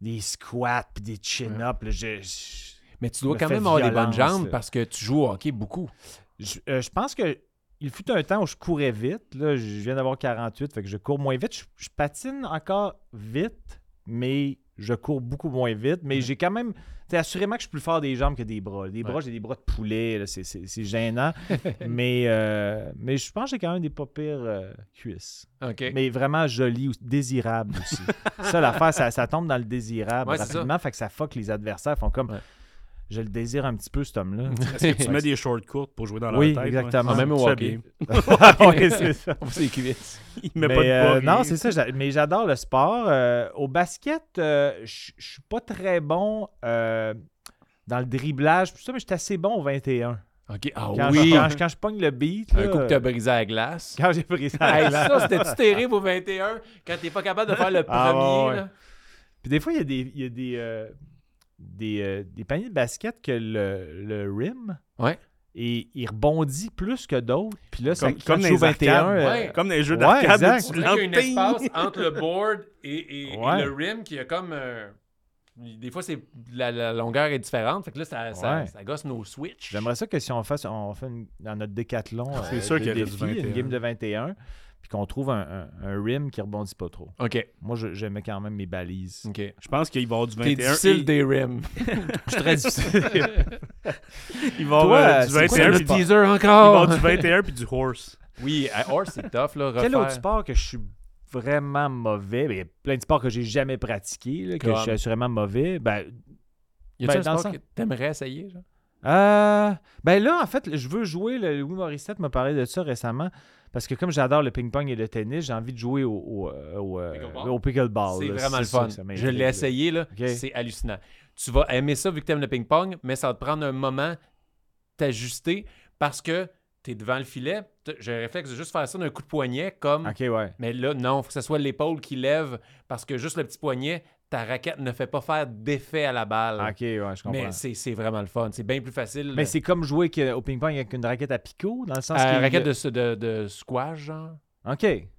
S3: des squats puis des chin-ups. là, Je, je-
S1: Mais tu dois
S3: me
S1: quand
S3: fait
S1: même avoir des bonnes
S3: violence,
S1: jambes
S3: là.
S1: parce que tu joues au hockey beaucoup.
S3: Je, euh, je pense que il fut un temps où je courais vite. Là, je viens d'avoir 48, fait que je cours moins vite. Je, je patine encore vite, mais je cours beaucoup moins vite. Mais j'ai quand même. t'sais, assurément que je suis plus fort des jambes que des bras. Des bras,
S1: Mhm. Ouais.
S3: j'ai des bras de poulet. là, c'est- C'est c'est gênant. mais, euh, mais je pense que j'ai quand même des pas pires euh, cuisses.
S1: OK.
S3: Mais vraiment jolies ou désirables aussi. ça, l'affaire, ça, ça tombe dans le désirable
S1: Ouais, c'est ça.
S3: rapidement. Fait que ça fuck les adversaires. Font comme.
S1: Ouais.
S3: Je le désire un petit peu, cet homme-là.
S2: Tu mets des shorts courtes pour jouer dans
S3: Oui,
S2: la tête. ouais.
S3: exactement.
S1: Ah, même au
S2: Tu fais
S1: hockey.
S2: bien.
S3: Ah, Ouais, c'est ça.
S1: On s'est cuisses.
S2: Il met
S3: Mais,
S2: pas de bas,
S3: euh, non,
S2: rien.
S3: c'est ça. j'a- Mais j'adore le sport. Euh, au basket, euh, je je suis pas très bon euh, dans le dribblage, tout ça, mais je suis assez bon au 21.
S1: OK. Ah
S3: Quand,
S1: oui!
S3: je, quand, je- quand je pogne le beat,
S1: Un
S3: là,
S1: coup que t'as brisé à la glace.
S3: quand j'ai pris ça.
S1: Hey, ça, c'était-tu terrible au 21 quand t'es pas capable de faire le premier?
S3: Ah, ouais, ouais.
S1: là?
S3: Puis des fois, il y a des, il y a des, euh, des, euh, des paniers de basket que le, le rim,
S1: Ouais.
S3: et il rebondit plus que d'autres. Puis là,
S2: Comme-
S3: ça,
S2: comme
S3: quand
S2: dans
S3: tu joues au
S2: les
S3: 21,
S2: arcades,
S3: euh,
S1: ouais.
S2: Comme dans les jeux
S3: Ouais,
S2: d'arcade, là,
S3: exact.
S2: tu
S1: On dirait qu'il y a un
S2: l'entends.
S1: espace entre le board et, et- et
S3: Ouais.
S1: le rim qui a comme. euh, des fois, c'est la, la longueur est différente. Fait que là, ça, ça,
S3: Ouais.
S1: ça gosse nos switches.
S3: J'aimerais ça que si on fasse, on fait une- dans notre décathlon,
S1: Ah,
S2: C'est sûr
S3: de
S2: qu'il y aurait du
S3: défis, une
S2: 21.
S3: game de 21, puis qu'on trouve un, un- un rim qui rebondit pas trop.
S1: OK.
S3: Moi, je- j'aimais quand même mes balises.
S1: OK.
S2: Je pense qu'il va y avoir du 21.
S1: T'es difficile
S2: et-
S1: des rims.
S3: Je suis très difficile.
S2: Il va y
S3: Toi,
S2: avoir euh, du
S3: c'est quoi
S2: 21
S3: le
S2: puis du- il
S1: teaser
S2: va y avoir
S1: encore.
S2: du 21 puis du horse.
S1: Oui, à Horse, c'est tough. Là,
S3: Quel
S1: refaire.
S3: autre sport que je suis vraiment mauvais? Ben, Il y a plein de sports que j'ai jamais pratiqués, là, que
S1: Comme.
S3: je suis assurément mauvais. Ben,
S1: Y a-tu
S3: Ben,
S1: un
S3: dans le
S1: sport
S3: sens-
S1: que t'aimerais essayer? Genre?
S3: euh, ben là, en fait, je veux jouer. Le Louis Morissette m'a parlé de ça récemment. Parce que comme j'adore le ping-pong et le tennis, j'ai envie de jouer au, au, euh, au, euh,
S1: Pickleball.
S3: au pickleball.
S1: C'est
S3: là.
S1: vraiment le
S3: ça
S1: fun.
S3: que ça
S1: Je
S3: m'intrigue,
S1: l'ai
S3: là.
S1: essayé, là.
S3: Ok.
S1: C'est hallucinant. Tu vas aimer ça vu que t'aimes le ping-pong, mais ça va te prendre un moment t'ajuster parce que t'es devant le filet. T- J'ai un réflexe de juste faire ça d'un coup de poignet comme.
S3: Ok, ouais.
S1: Mais là, non, faut que ce soit l'épaule qui lève parce que juste le petit poignet, ta raquette ne fait pas faire d'effet à la balle.
S3: Ah, Ok, ouais, je comprends.
S1: mais c'est c'est vraiment le fun. C'est bien plus facile.
S3: Mais Ben, c'est comme jouer que- au ping-pong avec une raquette à picot, dans le sens
S1: Euh,
S3: qu'il-
S1: raquette de, de, de squash, genre.
S3: OK.
S1: Fait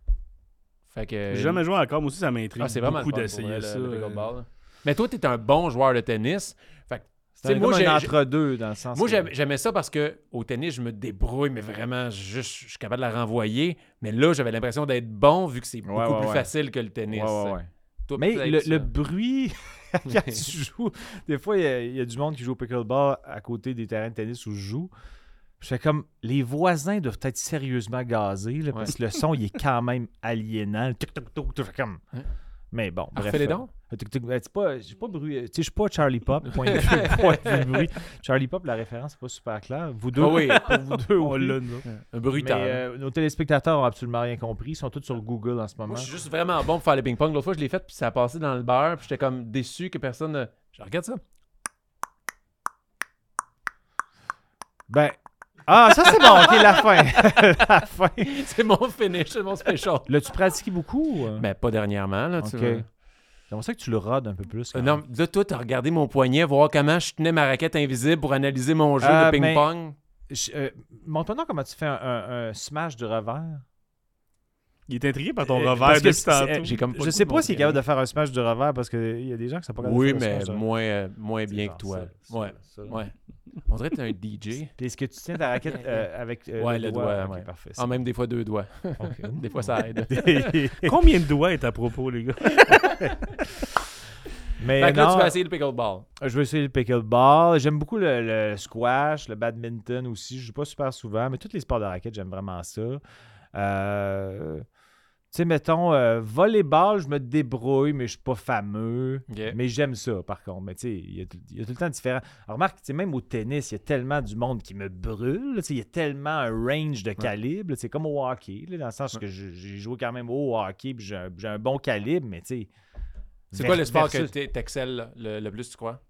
S1: que. euh,
S2: J'ai jamais joué encore, moi aussi ça m'intrigue
S1: Ah, c'est vraiment le
S2: beaucoup
S1: fun pour
S2: d'essayer
S1: vrai, le-
S2: ça.
S1: le
S2: euh.
S1: pickleball, là. Mais toi, t'es un bon joueur de tennis. Fait que,
S3: C'est
S1: t'sais,
S3: un-
S1: moi,
S3: comme
S1: j'ai-
S3: un entre-deux, dans le sens
S1: moi,
S3: que-
S1: j'aimais j'aimais ça parce que au tennis, je me débrouille, mais vraiment, juste, je suis capable de la renvoyer. Mais là, j'avais l'impression d'être bon vu que c'est
S3: Ouais,
S1: beaucoup
S3: ouais,
S1: plus
S3: ouais.
S1: facile que le tennis.
S3: Ouais, ouais, ouais.
S1: Toi,
S3: Mais
S1: peut-être,
S3: le,
S1: ça.
S3: le bruit... quand tu joues. Des fois, il y a- il y, a du monde qui joue au pickleball à côté des terrains de tennis où je joue. Je fais comme les voisins doivent être sérieusement gazés là, parce que le son il est quand même aliénant. Le tic, tic, tic, tic, je fais comme.
S1: Ouais. Ah,
S3: Mais bon, bref.
S1: Refais les
S3: euh,
S1: dons.
S3: le tic, tic, euh, c'est pas, j'ai pas bruit, euh, tu sais, je suis pas Charlie Pop. Point de vue, point de vue bruit. Charlie Pop, la référence, c'est pas super clair. Vous deux,
S1: Ah oui.
S3: pour vous deux,
S2: On
S3: oui.
S2: l'a, nous autres.
S1: Un
S3: Mais,
S1: brutal.
S3: euh, nos téléspectateurs ont absolument rien compris. Ils sont tous sur Google en ce moment.
S1: Moi, je suis juste vraiment bon pour faire les ping-pong. L'autre fois, je l'ai fait, puis ça a passé dans le beurre, puis j'étais comme déçu que personne. euh, Je regarde ça.
S3: Ben. Ah, ça c'est bon, ok, la fin. la fin.
S1: C'est mon finish, c'est mon special.
S3: L'as-tu pratiqué beaucoup? euh?
S1: Mais pas dernièrement, là, tu
S3: Ok.
S1: vois.
S3: C'est pour ça que tu le rodes un peu plus. quand
S1: Euh, Non,
S3: même.
S1: là, toi, t'as regardé mon poignet, voir comment je tenais ma raquette invisible pour analyser mon jeu
S3: Ah,
S1: de ping-pong.
S3: Je- euh, Montre-nous comment tu fais un, un- un smash de revers.
S2: Il est intrigué par ton
S3: Euh,
S2: revers
S3: parce que
S2: depuis
S3: c'est-
S2: tantôt.
S3: euh,
S1: J'ai comme pas
S3: je
S1: le
S3: sais
S1: goût
S3: pas s'il est
S1: montrer.
S3: capable de faire un smash de revers parce qu'il y a des gens qui sont pas capables
S1: Oui,
S3: de faire un
S1: mais
S3: smash de revers.
S1: moins, euh, moins
S3: C'est
S1: bien
S3: genre
S1: que toi.
S3: ça, ça,
S1: ouais,
S3: ça.
S1: ouais. On dirait que t'es un DJ.
S3: Puis est-ce que tu tiens ta raquette euh, avec euh,
S1: Ouais, le doigt,
S3: Ok,
S1: ouais.
S3: parfait.
S1: Ah, même des fois deux doigts. Des fois, ça aide.
S2: Combien de doigts est à propos, les gars?
S3: mais
S1: Fait que là,
S3: non,
S1: tu vas essayer le pickleball.
S3: je veux essayer le pickleball. J'aime beaucoup le, le squash, le badminton aussi. Je joue pas super souvent, mais tous les sports de raquette, j'aime vraiment ça. Euh, tu sais, mettons, euh, volleyball, je me débrouille, mais je suis pas fameux.
S1: OK.
S3: Mais j'aime ça, par contre. Mais tu sais, il y, a tout- il y a tout le temps différent. Alors, remarque, tu sais, même au tennis, il y a tellement du monde qui me brûle. là, tu sais, Il y a tellement un range de calibre. C'est comme au hockey, là, dans le sens que je- j'ai joué quand même au hockey, puis j'ai un, j'ai un bon calibre, mais tu sais.
S1: C'est
S3: ver-
S1: quoi le sport que
S3: versus-
S1: t'es- t'excelles le, le plus, tu crois?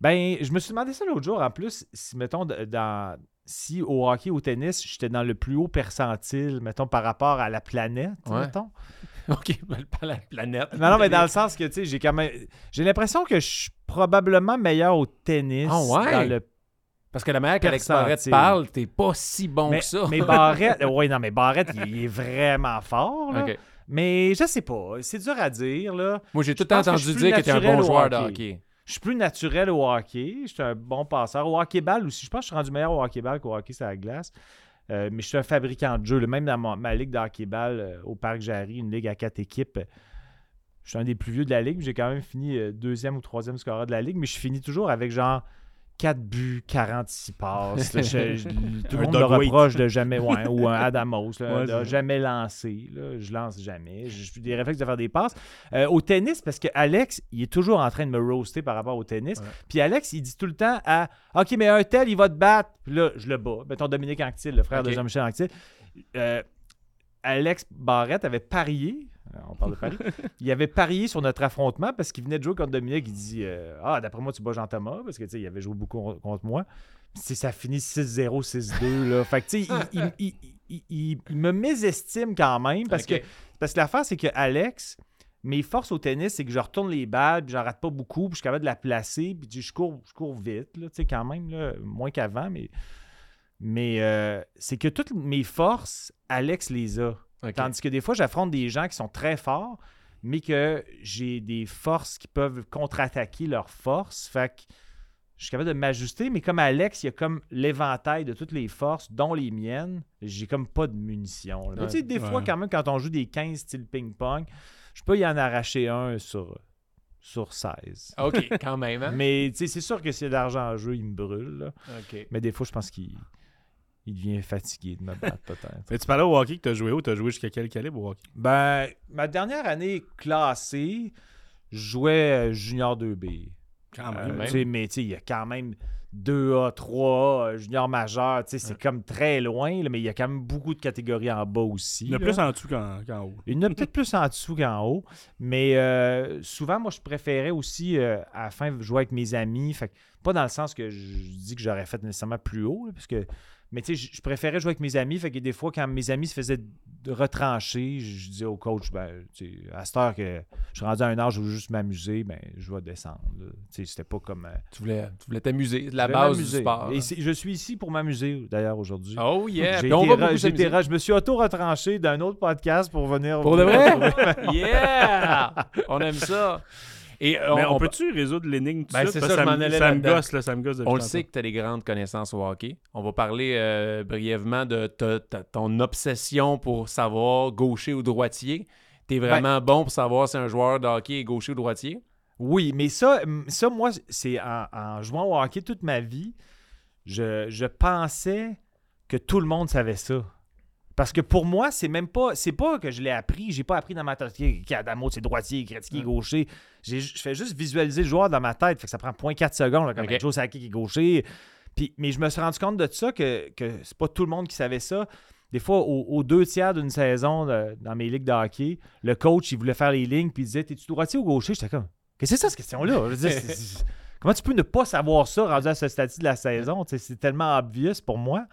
S3: Ben, je me suis demandé ça l'autre jour. En plus, si, mettons, de- dans. Si au hockey, au tennis, j'étais dans le plus haut percentile, mettons, par rapport à la planète,
S1: Ouais.
S3: mettons.
S1: OK, ben, pas la planète.
S3: Non, non, mais dans le sens que, tu sais, j'ai quand même. J'ai l'impression que je suis probablement meilleur au tennis.
S1: Ah ouais?
S3: Dans le
S1: Parce que la manière qu'Alex
S3: Personne,
S1: Barrette
S3: t'sais.
S1: parle, t'es pas si bon
S3: mais,
S1: que ça.
S3: mais Barrette, oui, non, mais Barrette, il, il est vraiment fort. là.
S1: OK.
S3: Mais je sais pas, c'est dur à dire. Là.
S1: Moi, j'ai tout le temps
S3: pense que je
S1: entendu
S3: suis
S1: dire que t'es un
S3: naturel
S1: bon
S3: au
S1: joueur de
S3: hockey.
S1: hockey.
S3: Je suis plus naturel au hockey, je suis un bon passeur. Au hockey-ball aussi, je pense que je suis rendu meilleur au hockey-ball qu'au hockey sur la glace. Euh, mais je suis un fabricant de jeu. là. Même dans ma, ma ligue de hockey-ball euh, au Parc Jarry, une ligue à quatre équipes, euh, je suis un des plus vieux de la ligue. mais J'ai quand même fini euh, deuxième ou troisième scoreur de la ligue, mais je finis toujours avec genre 4 buts, 46 passes. là. Je- je- tout
S2: Un
S3: le monde me
S2: Doug Weight.
S3: reproche de jamais, ouais, ou un Adamos, là,
S2: Ouais,
S3: de
S2: c'est vrai.
S3: jamais lancer. là. Je lance jamais. Je- J'ai des réflexes de faire des passes. Euh, au tennis, parce que Alex, il est toujours en train de me roaster par rapport au tennis.
S1: Ouais.
S3: Puis Alex, il dit tout le temps à OK, mais un tel, il va te battre. Puis là, je le bats. Mettons Dominique Anctil, le frère
S1: Ok.
S3: de Jean-Michel Anctil. Euh, Alex Barrette avait parié. euh, On parle de Paris. il avait parié sur notre affrontement parce qu'il venait de jouer contre Dominique. Il dit euh, Ah, d'après moi, tu bats Jean-Thomas parce que tu sais, il avait joué beaucoup con- contre moi. Puis, tu sais, ça finit 6-0, 6-2. là. Fait que tu sais, il, il- il- il- il- il me mésestime quand même parce
S1: OK.
S3: que parce que l'affaire, c'est que Alex, mes forces au tennis, c'est que je retourne les balles, puis j'en rate pas beaucoup, puis je suis capable de la placer, puis du- je cours, je cours vite, là, tu sais, quand même, là, moins qu'avant, mais, mais euh, c'est que toutes mes forces, Alex les a.
S1: OK.
S3: Tandis que des fois, j'affronte des gens qui sont très forts, mais que j'ai des forces qui peuvent contre-attaquer leurs forces. Fait que je suis capable de m'ajuster, mais comme Alex, il y a comme l'éventail de toutes les forces, dont les miennes, j'ai comme pas de munitions. là. Mais
S1: Ouais.
S3: tu sais, des fois,
S2: Ouais.
S3: quand même, quand on joue des 15 style ping-pong, je peux y en arracher un sur, sur 16.
S1: OK, quand même.
S2: Ah
S1: hein?
S3: Mais tu sais, c'est sûr que s'il y a de l'argent en jeu, il me brûle. là.
S1: OK.
S3: Mais des fois, je pense qu'il il devient fatigué de me battre, peut-être.
S2: Mais tu parlais au hockey que t'as joué où? T'as joué jusqu'à quel calibre au hockey?
S3: Ben, ma dernière année classée, je jouais euh, junior 2B.
S2: Quand
S3: Euh,
S1: même.
S3: tu sais, mais tu sais, il y a quand même 2A, 3A, euh, junior majeur. tu sais, C'est comme très loin, là, mais il y a quand même beaucoup de catégories en bas aussi.
S2: Il y en a
S3: là.
S2: plus en dessous qu'en qu'en haut.
S3: Il y en a peut-être plus en dessous qu'en haut, mais euh, souvent, moi, je préférais aussi, euh, à la fin, jouer avec mes amis. Fait que pas dans le sens que je dis que j'aurais fait nécessairement plus haut, là, parce que, mais tu sais, je- je préférais jouer avec mes amis. Fait que des fois, quand mes amis se faisaient retrancher, je je disais au coach, ben, tu sais, à cette heure que je suis rendu à un âge où je veux juste m'amuser, ben, je vais descendre. là. Tu sais, c'était pas comme. euh,
S1: Tu voulais tu voulais t'amuser. La
S3: je vais
S1: base du
S3: m'amuser.
S1: sport.
S3: Et c'est- je suis ici pour m'amuser, d'ailleurs, aujourd'hui.
S1: Oh yeah!
S3: J'ai
S1: Puis on
S3: été
S1: va
S3: re-
S1: beaucoup
S3: j'ai été
S1: s'amuser.
S3: re- je me suis auto-retranché d'un autre podcast pour venir.
S1: Pour de
S3: vous
S1: vrai?
S3: retrouver.
S1: Yeah! On aime ça. Et on,
S2: Mais on,
S1: on-
S2: peut-tu résoudre l'énigme tout
S1: Ben,
S2: de
S1: c'est
S2: suite?
S1: ça,
S2: Parce
S1: je
S2: que
S1: m'en
S2: ça, me-
S1: allais
S2: ça me
S1: là-dedans.
S2: gosse, là, ça me gosse depuis
S1: on le
S2: tantôt.
S1: sait que tu as des grandes connaissances au hockey. On va parler euh, brièvement de ta- ta- ton obsession pour savoir gaucher ou droitier. Tu es vraiment bon pour savoir si un joueur de hockey est gaucher ou droitier.
S3: Oui, mais ça, m- ça moi, c'est en, en jouant au hockey toute ma vie, je, je pensais que tout le monde savait ça. Parce que pour moi, c'est même pas. C'est pas que je l'ai appris. J'ai pas appris dans ma tête qu'Adamo, c'est droitier, Gretzky, est gaucher. J'ai- Je fais juste visualiser le joueur dans ma tête. Fait que ça prend 0.4 secondes, là, comme
S1: Ok.
S3: Joe Sakic est gaucher. Puis, mais je me suis rendu compte de ça que, que c'est pas tout le monde qui savait ça. Des fois, au- aux deux tiers d'une saison euh, dans mes ligues de hockey, le coach, il voulait faire les lignes, puis il disait T'es-tu droitier ou gaucher J'étais comme Qu'est-ce que c'est ça, cette question-là Je veux dire, c'est- c'est- Comment tu peux ne pas savoir ça rendu à ce statut de la saison Tu sais, C'est tellement obvious pour moi.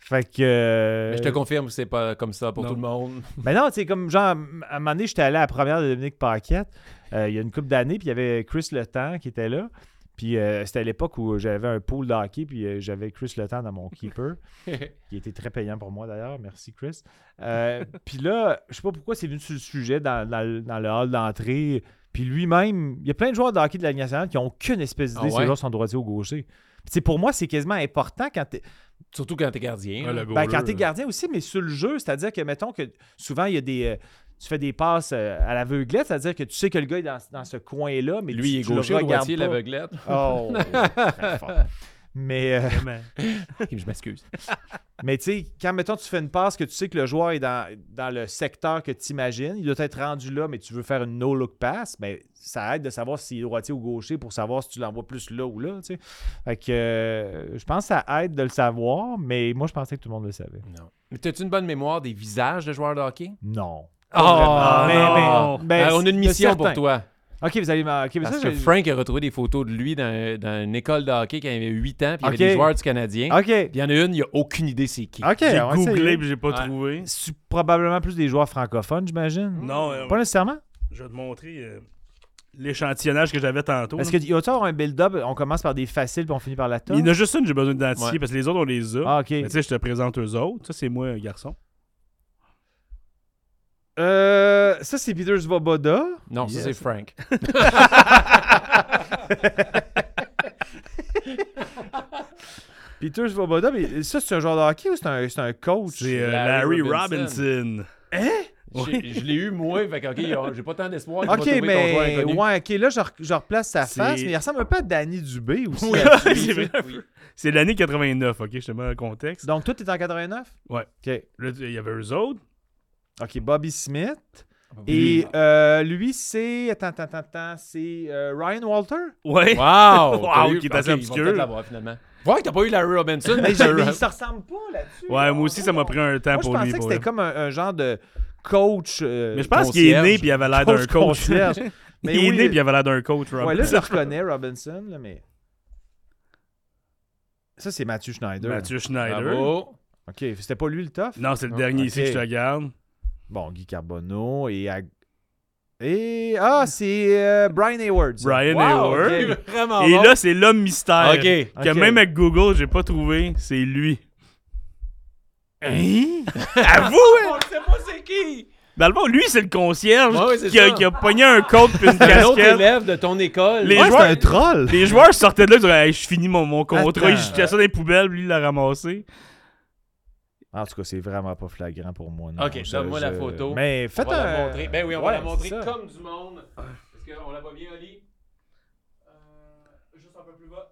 S3: Fait que. euh,
S1: Mais je te confirme que c'est pas comme ça pour
S2: Non.
S1: tout le monde.
S3: ben non, tu sais, comme genre, à un moment donné, j'étais allé à la première de Dominique Paquette, euh, il y a une couple d'années, puis il y avait Chris Le Temps qui était là. Puis euh, c'était à l'époque où j'avais un pool de hockey, puis euh, j'avais Chris Le Temps dans mon keeper, qui était très payant pour moi d'ailleurs. Merci, Chris. Euh, puis là, je sais pas pourquoi c'est venu sur le sujet dans, dans le- dans le hall d'entrée. Puis lui-même, il y a plein de joueurs de hockey de la Ligue nationale qui n'ont aucune espèce d'idée
S1: Ah
S3: si
S1: ouais?
S3: les joueurs sont droitiers ou gauchers. Puis tu sais, pour moi, c'est quasiment important quand t'es-
S1: Surtout quand t'es gardien. hein. là.
S3: ben, quand t'es gardien aussi, mais sur le jeu, c'est-à-dire que, mettons que souvent, il y a des. euh, tu fais des passes euh, à l'aveuglette, c'est-à-dire que tu sais que le gars est dans, dans ce coin-là, mais
S1: Lui,
S3: tu,
S1: il est
S3: tu le
S1: gaucher,
S3: regardes
S1: droitier,
S3: pas.
S1: l'aveuglette.
S3: Oh, très fort. Mais, euh,
S2: Vraiment.
S1: Ok, je m'excuse.
S3: mais tu sais, quand, mettons, tu fais une passe que tu sais que le joueur est dans, dans le secteur que tu imagines, il doit être rendu là, mais tu veux faire une no-look pass, mais ça aide de savoir s'il est droitier ou gaucher pour savoir si tu l'envoies plus là ou là, tu sais. Fait que euh, je pense que ça aide de le savoir, mais moi, je pensais que tout le monde le savait.
S1: Non. Mais t'as-tu une bonne mémoire des visages de joueurs de hockey?
S3: Non.
S1: Ah,
S2: vraiment.
S1: non.
S3: Mais- mais-
S1: Ah, on a une
S3: mais
S1: mission pour
S3: certain.
S1: toi.
S3: OK, vous allez m'en- OK, mais
S1: Parce
S3: ça,
S1: que
S3: je-
S1: Frank a retrouvé des photos de lui dans, dans une école de hockey quand il avait 8 ans, puis il y avait
S3: Ok.
S1: des joueurs du Canadien.
S3: OK.
S1: Puis il y en a une, il a aucune idée c'est qui.
S3: OK,
S2: J'ai
S3: on va
S2: googlé
S3: essayer.
S2: puis j'ai pas
S1: Ouais.
S2: trouvé.
S3: C'est probablement plus des joueurs francophones, j'imagine.
S2: Non, euh,
S3: Pas nécessairement.
S2: je vais te montrer euh, l'échantillonnage que j'avais tantôt.
S3: Est-ce
S2: là.
S3: qu'il y a avoir un build-up, on commence par des faciles puis on finit par la
S2: Il y en
S3: top?
S2: a juste une que j'ai besoin d'identifier
S1: Ouais.
S2: parce que les autres, on les a.
S3: Ah, OK.
S2: Mais tu sais, je te présente eux autres. Ça, c'est moi, un garçon.
S3: Euh, ça, c'est Peter Svoboda.
S1: Non,
S3: Yes.
S1: ça c'est Frank.
S3: Peter Svoboda, mais ça, c'est un joueur de hockey ou c'est un, c'est un coach?
S2: C'est euh,
S1: Larry
S2: Larry,
S1: Robinson.
S2: Robinson.
S1: J'ai- Je l'ai eu moi, fait que, ok, j'ai pas tant d'espoir. qu'il va
S3: OK,
S1: trouver ton joueur
S3: mais...
S1: inconnu.
S3: Ouais, OK, là, je, re- je replace sa
S2: C'est-
S3: face, mais il ressemble un peu à Danny Dubé aussi.
S1: Oui,
S2: c'est
S1: oui,
S2: vrai.
S1: oui.
S2: C'est l'année 89, ok? Je te mets un contexte.
S3: Donc, tout est en 89?
S2: Ouais.
S3: OK.
S2: Là, il y avait eux autres.
S3: OK, Bobby Smith. Et euh, lui, c'est. Attends, attends, attends, attends. C'est euh, Ryan Walter.
S2: Ouais.
S1: Wow!
S2: Wow,
S1: T'as eu-
S2: qui est
S1: ok,
S2: assez
S1: ils vont
S2: obscur.
S1: peut-être l'avoir, finalement. Ouais, t'as pas eu Larry Robinson.
S3: Mais,
S1: mais
S3: j'ai-
S1: t'as
S3: mais
S1: eu-
S3: il se ressemble pas là-dessus.
S2: Ouais, moi aussi, ça m'a pris un temps
S3: Moi, je
S2: pour
S3: pensais
S2: lui.
S3: que
S2: pour
S3: c'était
S2: vrai.
S3: comme un, un genre de coach. euh,
S2: Mais je pense qu'il est
S1: concierge.
S2: né puis il avait l'air d'un coach.
S3: concierge. Mais
S2: il est
S3: oui.
S2: né puis il avait l'air d'un coach, Robinson.
S3: Ouais, là, je le reconnais, Robinson, là, mais. Ça, c'est Mathieu Schneider.
S2: Mathieu Schneider.
S1: Bravo.
S3: OK, c'était pas lui le tough?
S2: Non, c'est le
S1: Ah,
S2: dernier ici
S3: ok.
S2: que je te garde.
S3: Bon, Guy Carbonneau et. Ag- Et. Ah, c'est euh, Brian Hayward. ça.
S2: Brian
S1: Wow,
S2: Hayward.
S1: ok, vraiment
S2: Et
S1: Ah, bon.
S2: là, c'est l'homme mystère.
S1: Ok.
S2: Que
S3: Ok.
S2: même avec Google, j'ai pas trouvé. C'est lui.
S3: Hein?
S2: Avoue! hein!
S1: On sait pas c'est qui.
S2: Dans le fond, lui, c'est le concierge
S1: Ouais, ouais, c'est
S2: qui, a,
S1: ça.
S2: qui a pogné un code puis une
S1: Un autre
S2: casquette.
S1: élève de ton école.
S2: Les
S3: Ouais, c'est
S2: joueurs-
S3: un troll!
S2: Les joueurs sortaient de là, ils disaient Hey, Je finis mon, mon contrat,
S3: Attends.
S2: il jetait ça dans les poubelles, lui, il l'a ramassé.
S3: En tout cas, c'est vraiment pas flagrant pour moi. non.
S1: Ok,
S3: Je-
S1: donne-moi la
S3: je-
S1: photo.
S3: Mais
S1: On
S3: faites
S1: va la
S3: un-
S1: montrer. Ben oui, on
S3: Ouais,
S1: va la montrer
S3: c'est ça.
S1: comme du monde. Est-ce qu'on la voit bien, Oli? Euh, juste un peu plus bas.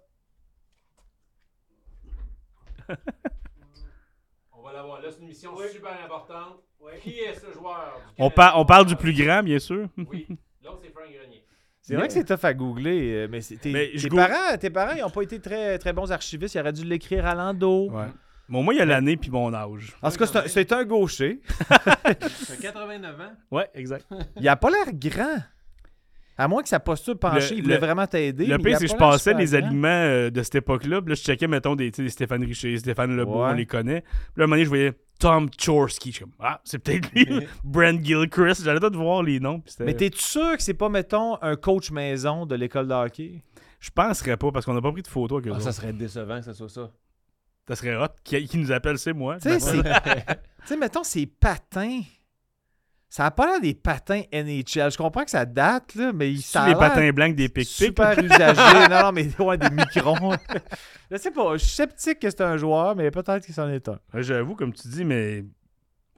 S1: on va la voir. Là, c'est une mission super importante. Qui est ce joueur? du
S2: On,
S1: Canadien?
S2: par- on parle du plus grand, bien sûr.
S1: Oui, l'autre, c'est Frank Grenier.
S3: C'est vrai que c'est tough à googler, euh, mais, c'est- tes-
S2: Mais
S3: tes,
S2: je goog-
S3: parents, tes parents, ils n'ont pas été très, très bons archivistes. Ils auraient dû l'écrire à l'ando.
S2: Ouais. Bon, moi, il y a l'année puis mon âge.
S3: En tout cas, c'est un- c'est un, gaucher.
S1: Tu 89 ans.
S2: Ouais, exact.
S3: Il a pas l'air grand. À moins que sa posture penchée,
S2: Le-
S3: il voulait
S2: le-
S3: vraiment t'aider.
S2: Le
S3: mais
S2: pire,
S3: il a
S2: c'est que je
S3: pas l'air
S2: passais
S3: super
S2: les
S3: grand.
S2: aliments euh, de cette époque-là. Puis là, je checkais, mettons, des, tu sais, des Stéphane Richer, Stéphane Lebeau,
S3: Ouais.
S2: on les connaît. Puis là, à un moment donné, je voyais Tom Chorsky. Je suis comme, ah, c'est peut-être lui. Brent Gilchrist. J'allais tout voir les noms. puis c'était-
S1: euh.
S3: Mais t'es sûr que c'est pas, mettons, un coach maison de l'école de hockey?
S2: Je penserais pas parce qu'on n'a pas pris de photo avec eux. autres.
S1: Ah, ça
S2: ça,
S1: serait décevant que ce soit ça.
S2: serait hot. Qui, qui nous appelle, c'est moi.
S3: Tu sais, c'est- tu sais, mettons, ces patins. Ça n'a pas l'air des patins NHL. Je comprends que ça date, là, mais ils
S2: C'est les patins blancs des pic-pic.
S3: Super usagé. non, non, mais ouais, des microns. je sais pas. Je suis sceptique que c'est un joueur, mais peut-être qu'il s'en est un.
S2: Ouais, J'avoue, comme tu dis, mais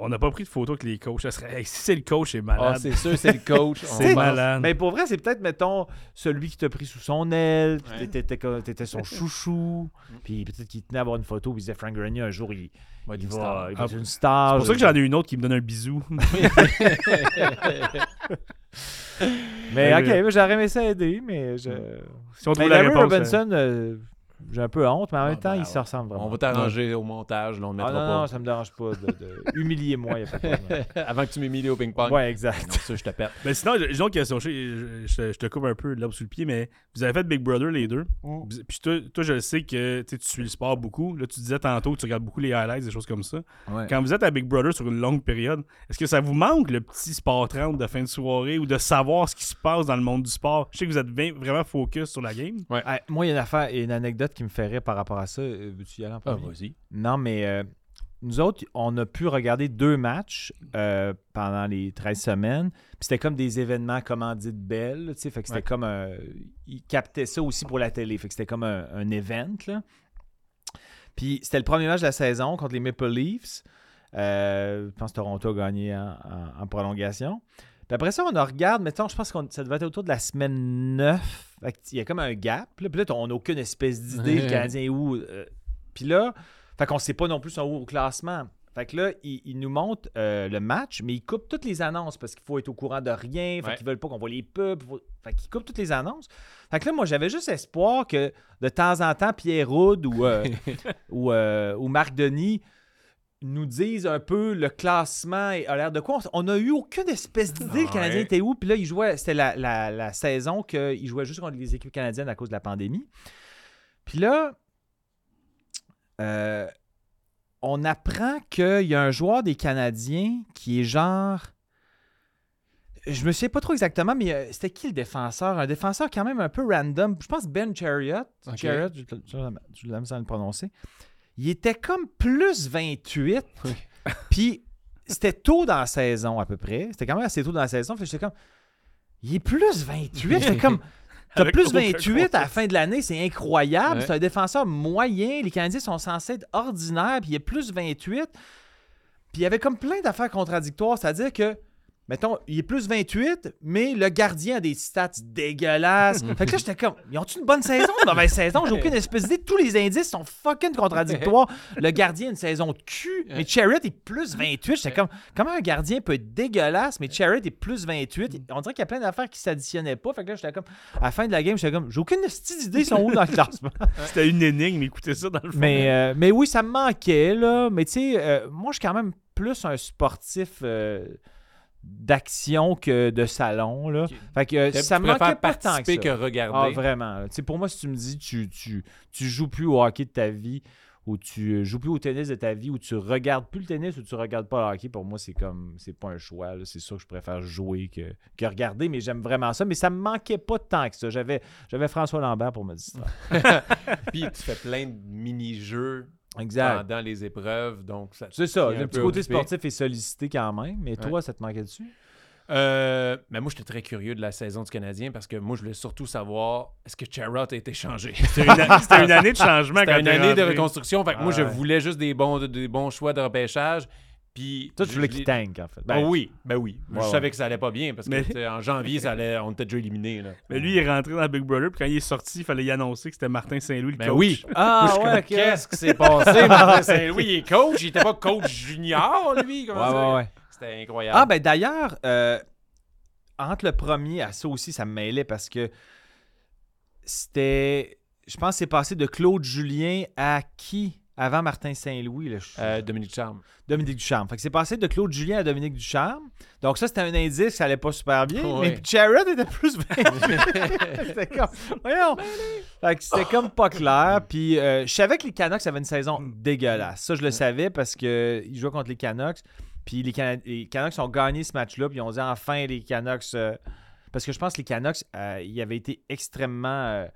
S2: On n'a pas pris de photo avec les coachs. Ça serait- hey, si c'est le coach, c'est malade.
S1: Ah, c'est sûr, c'est le coach. On
S2: c'est
S1: pense-
S2: malade.
S3: Mais pour vrai, c'est peut-être, mettons, celui qui t'a pris sous son aile, puis
S1: Ouais.
S3: t'étais- t'étais comme- t'étais son chouchou,
S2: Mm.
S3: puis peut-être qu'il tenait à avoir une photo, puis il disait Frank Grenier, un jour, il,
S1: Moi,
S3: il
S1: d'une
S3: va,
S1: star.
S3: il va
S2: Ah,
S3: être une star.
S2: C'est pour ça que j'en ai une autre qui me donne un bisou.
S3: Mais
S2: Mais
S3: ok,
S2: Ben oui. Mm.
S3: mais j'aurais aimé ça aider, mais je.
S2: si on
S3: Mais
S2: trouve la
S3: Larry
S2: réponse. euh,
S3: Robinson, euh, j'ai un peu honte, mais en
S1: Ah,
S3: même temps,
S1: ben,
S3: il
S1: ouais.
S3: se ressemble vraiment.
S1: On va t'arranger au montage, là, on ne
S3: Ah
S1: mettra
S3: non, non,
S1: pas.
S3: ça me dérange pas de, de- humilier-moi, il n'y a pas de problème.
S1: Avant que tu m'humilies au ping-pong.
S3: Ouais,
S1: Ah
S3: exact.
S1: Non, ça, je te pète.
S2: Mais sinon, j'ai une autre question. Je, je- je- je te coupe un peu là sous le pied, mais vous avez fait Big Brother les deux. Vous- Puis toi, toi, je le sais que tu sais, tu suis le sport beaucoup. Là, tu disais tantôt que tu regardes beaucoup les highlights, des choses comme ça.
S1: Ouais.
S2: Quand vous êtes à Big Brother sur une longue période, est-ce que ça vous manque le petit sport 30 de fin de soirée ou de savoir ce qui se passe dans le monde du sport? Je sais que vous êtes bien- vraiment focus sur la game.
S3: Ah, moi, il y a une affaire, il y a une anecdote qui me ferait par rapport à ça. Euh, Veux-tu y aller en
S1: Ah,
S3: premier?
S1: vas-y.
S3: Non, mais euh, nous autres, on a pu regarder deux matchs euh, pendant les 13 semaines. Puis c'était comme des événements commandites belles. Tu sais, fait que c'était
S1: Ouais.
S3: comme. un- ils captaient ça aussi pour la télé. Fait que c'était comme un, un event. là. Puis c'était le premier match de la saison contre les Maple Leafs. Euh, je pense que Toronto a gagné en, en- en prolongation. Puis après ça, on en regarde, mettons, je pense que ça devait être autour de la semaine 9. Fait que Il y a comme un gap. Là. Puis là, on n'a aucune espèce d'idée, le Canadien est où. euh, puis là, fait qu'on sait pas non plus son haut au classement. Fait que là, ils ils nous montrent euh, le match, mais ils coupent toutes les annonces parce qu'il faut être au courant de rien. Fait
S1: Ouais.
S3: qu'ils veulent pas qu'on voit les pubs. faut- Fait qu'ils coupent toutes les annonces. Fait que là, moi, j'avais juste espoir que de temps en temps, Pierre Roud ou, euh, ou, euh, ou Marc Denis nous disent un peu le classement et à l'air de quoi. On on a eu aucune espèce d'idée. Le
S1: Ouais.
S3: Canadien était où? Puis là, il jouait, c'était la, la, la saison qu'il jouait juste contre les équipes canadiennes à cause de la pandémie. Puis là, euh, on apprend qu'il y a un joueur des Canadiens qui est genre. Je me souviens pas trop exactement, mais euh, c'était qui le défenseur? Un défenseur quand même un peu random. Je pense Ben Chariot.
S1: Ok.
S3: Chariot, j'ai de la- j'ai de la misère à le prononcer. Il était comme plus 28.
S1: Oui.
S3: Puis c'était tôt dans la saison à peu près. C'était quand même assez tôt dans la saison. Fait que j'étais comme. Il est plus 28. J'étais comme. T'as
S2: Avec
S3: plus
S2: aucun
S3: 28 à la fin de l'année, c'est incroyable.
S1: Ouais.
S3: C'est un défenseur moyen. Les Canadiens sont censés être ordinaires, puis il est plus 28. Puis il y avait comme plein d'affaires contradictoires, c'est-à-dire que, mettons, il est plus 28, mais le gardien a des stats dégueulasses. fait que là, j'étais comme, ils ont-tu une bonne saison, une mauvaise saison? J'ai aucune espèce d'idée. Tous les indices sont fucking contradictoires. Le gardien a une saison de cul, mais Chariot est plus 28. J'étais comme, comment un gardien peut être dégueulasse, mais Chariot est plus 28? On dirait qu'il y a plein d'affaires qui s'additionnaient pas. Fait que là, j'étais comme, à la fin de la game, j'étais comme, j'ai aucune petite idée, ils sont où dans le classement.
S2: C'était une énigme, écoutez ça dans le fond.
S3: Mais, euh, mais oui, ça me manquait, là. Mais tu sais, euh, moi, je suis quand même plus un sportif euh, d'action que de salon, là.
S1: Ok.
S3: Fait que euh,
S1: Tu
S3: ça me manquait
S1: préfères
S3: pas tant que
S1: participer que
S3: ça. Ah,
S1: regarder.
S3: vraiment. Tu sais, pour moi, si tu me dis tu, tu, tu joues plus au hockey de ta vie ou tu euh, joues plus au tennis de ta vie ou tu regardes plus le tennis ou tu regardes pas le hockey, pour moi, c'est comme... C'est pas un choix, là. C'est sûr que je préfère jouer que, que regarder, mais j'aime vraiment ça. Mais ça me manquait pas tant que ça. J'avais j'avais François Lambert pour me distraire.
S1: Puis tu fais plein de mini-jeux
S3: Exact.
S1: pendant les épreuves. Donc ça,
S3: C'est ça,
S1: T'es Ah, un
S3: le petit
S1: peu
S3: côté
S1: occupé.
S3: sportif est sollicité quand même, mais
S1: Ouais.
S3: toi, ça te manquait dessus?
S1: Euh, mais moi, j'étais très curieux de la saison du Canadien parce que moi, je voulais surtout savoir est-ce que Charrot a été changé.
S2: C'était une, a- c'était une année de changement quand
S1: C'était une
S2: t'es
S1: année de
S2: rentré.
S1: reconstruction. Fait que moi,
S3: Ah
S1: je
S3: ouais.
S1: voulais juste des bons, des bons choix de repêchage. Puis.
S3: Toi, tu
S1: je-
S3: voulais
S1: je l'ai-
S3: qu'il tank, en fait.
S1: Ah oui, ben oui.
S3: Ouais,
S1: je
S3: ouais.
S1: savais que ça allait pas bien parce que
S2: Mais-
S1: tu sais, en janvier, ça allait, on était déjà éliminés. Là.
S2: Mais lui, il est rentré dans Big Brother, puis quand il est sorti, il fallait y annoncer que c'était Martin Saint-Louis, le
S1: Ben
S2: coach.
S1: oui.
S3: Ah,
S1: Moi, je suis
S3: ouais,
S1: comme,
S3: ok.
S1: Qu'est-ce qui s'est passé? Martin Saint-Louis, il est coach. Il était pas coach junior, lui.
S3: Ouais,
S1: comment ça?
S3: ouais, ouais.
S1: C'était incroyable.
S3: Ah, ben d'ailleurs, euh, entre le premier, à ça aussi, ça me mêlait parce que c'était. Je pense que c'est passé de Claude Julien à qui avant Martin Saint-Louis? là, je-
S1: Euh, Dominique Charme.
S3: Dominique Ducharme. Fait que c'est passé de Claude Julien à Dominique Ducharme. Donc ça, c'était un indice, ça allait pas super bien.
S1: Ouais.
S3: Mais Jared était plus 28. c'était comme, voyons. Fait que c'était comme pas clair. Puis euh, je savais que les Canucks avaient une saison dégueulasse. Ça, je le savais parce qu'ils jouaient contre les Canucks. Puis les, Cana- les Canucks ont gagné ce match-là. Puis on dit enfin les Canucks. euh, parce que je pense que les Canucks, euh, ils avaient été extrêmement euh,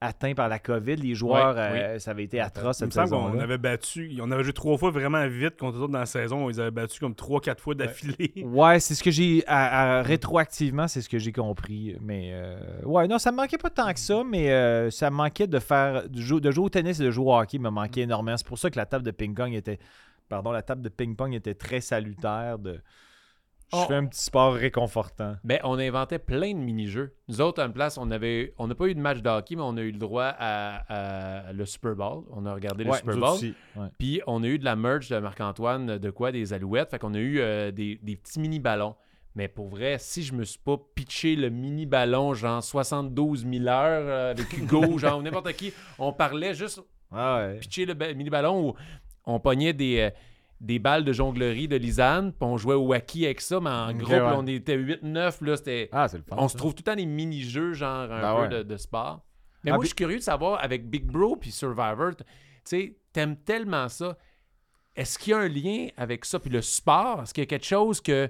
S3: atteints par la COVID. Les joueurs,
S1: Ouais, oui.
S3: euh, ça avait été atroce
S2: Il me
S3: cette
S2: semble qu'on
S3: saison-là.
S2: avait battu, on avait joué trois fois vraiment vite contre eux autres dans la saison. Ils avaient battu comme trois, quatre fois d'affilée.
S3: Ouais, c'est ce que j'ai. à- à- rétroactivement, c'est ce que j'ai compris. Mais euh, ouais, non, ça me manquait pas tant que ça, mais euh, ça me manquait de faire. De jouer, de jouer au tennis et de jouer au hockey me manquait énormément. C'est pour ça que la table de ping-pong était pardon, la table de ping-pong était très salutaire. De... Je
S1: Oh.
S3: fais un petit sport réconfortant.
S1: Mais Ben, on inventait plein de mini-jeux. Nous autres, en place, on avait, on n'a pas eu de match de hockey, mais on a eu le droit à, à le Super Bowl. On a regardé le
S3: Ouais,
S1: Super
S3: nous
S1: Bowl.
S3: autres aussi, ouais.
S1: Puis on a eu de la merch de Marc-Antoine de quoi Des alouettes. Fait qu'on a eu euh, des, des petits mini-ballons. Mais pour vrai, si je me suis pas pitché le mini-ballon, genre 72 000 heures euh, avec Hugo, genre ou n'importe qui, on parlait juste
S3: Ah ouais.
S1: pitcher le ba- mini-ballon où on pognait des, euh, des balles de jonglerie de Lisanne, puis on jouait au wacky avec ça, mais en
S3: Ok,
S1: groupe, là,
S3: ouais.
S1: on était 8-9, là, c'était...
S3: Ah, c'est le fun.
S1: On se
S3: ça.
S1: trouve tout le temps des mini-jeux, genre un
S3: Ben
S1: peu de,
S3: ouais.
S1: de sport. Mais
S3: Ah,
S1: moi,
S3: puis-
S1: je suis curieux de savoir, avec Big Bro puis Survivor, t- tu sais, t'aimes tellement ça. Est-ce qu'il y a un lien avec ça? Puis le sport, est-ce qu'il y a quelque chose que.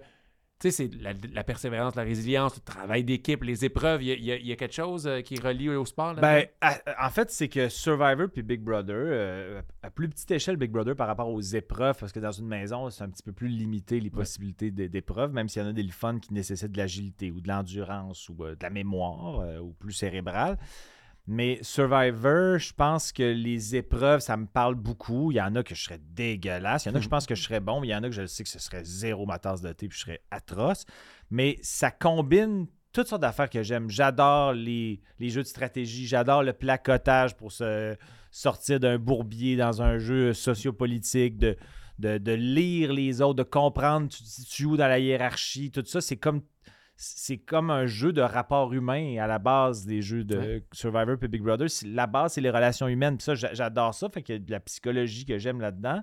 S1: Tu sais, c'est la, la persévérance, la résilience, le travail d'équipe, les épreuves. Il y a, il y a- il y a quelque chose euh, qui relie au sport? là-dedans?
S3: Ben, à- en fait, c'est que Survivor puis Big Brother, euh, à plus petite échelle, Big Brother par rapport aux épreuves, parce que dans une maison, c'est un petit peu plus limité les possibilités d'é- d'épreuves, même s'il y en a des le fun qui nécessitent de l'agilité ou de l'endurance ou euh, de la mémoire euh, ou plus cérébrale. Mais Survivor, je pense que les épreuves, ça me parle beaucoup. Il y en a que je serais dégueulasse. Il y en a que je pense que je serais bon. mais Il y en a que je sais que ce serait zéro ma tasse de thé puis je serais atroce. Mais ça combine toutes sortes d'affaires que j'aime. J'adore les, les jeux de stratégie. J'adore le placotage pour se sortir d'un bourbier dans un jeu sociopolitique, de, de, de lire les autres, de comprendre tu, tu es où dans la hiérarchie. Tout ça, c'est comme c'est comme un jeu de rapport humain à la base des jeux de Survivor et Big Brother. C'est- La base, c'est les relations humaines. Puis ça, j'a- j'adore ça. Fait qu'il y a de la psychologie que j'aime là-dedans,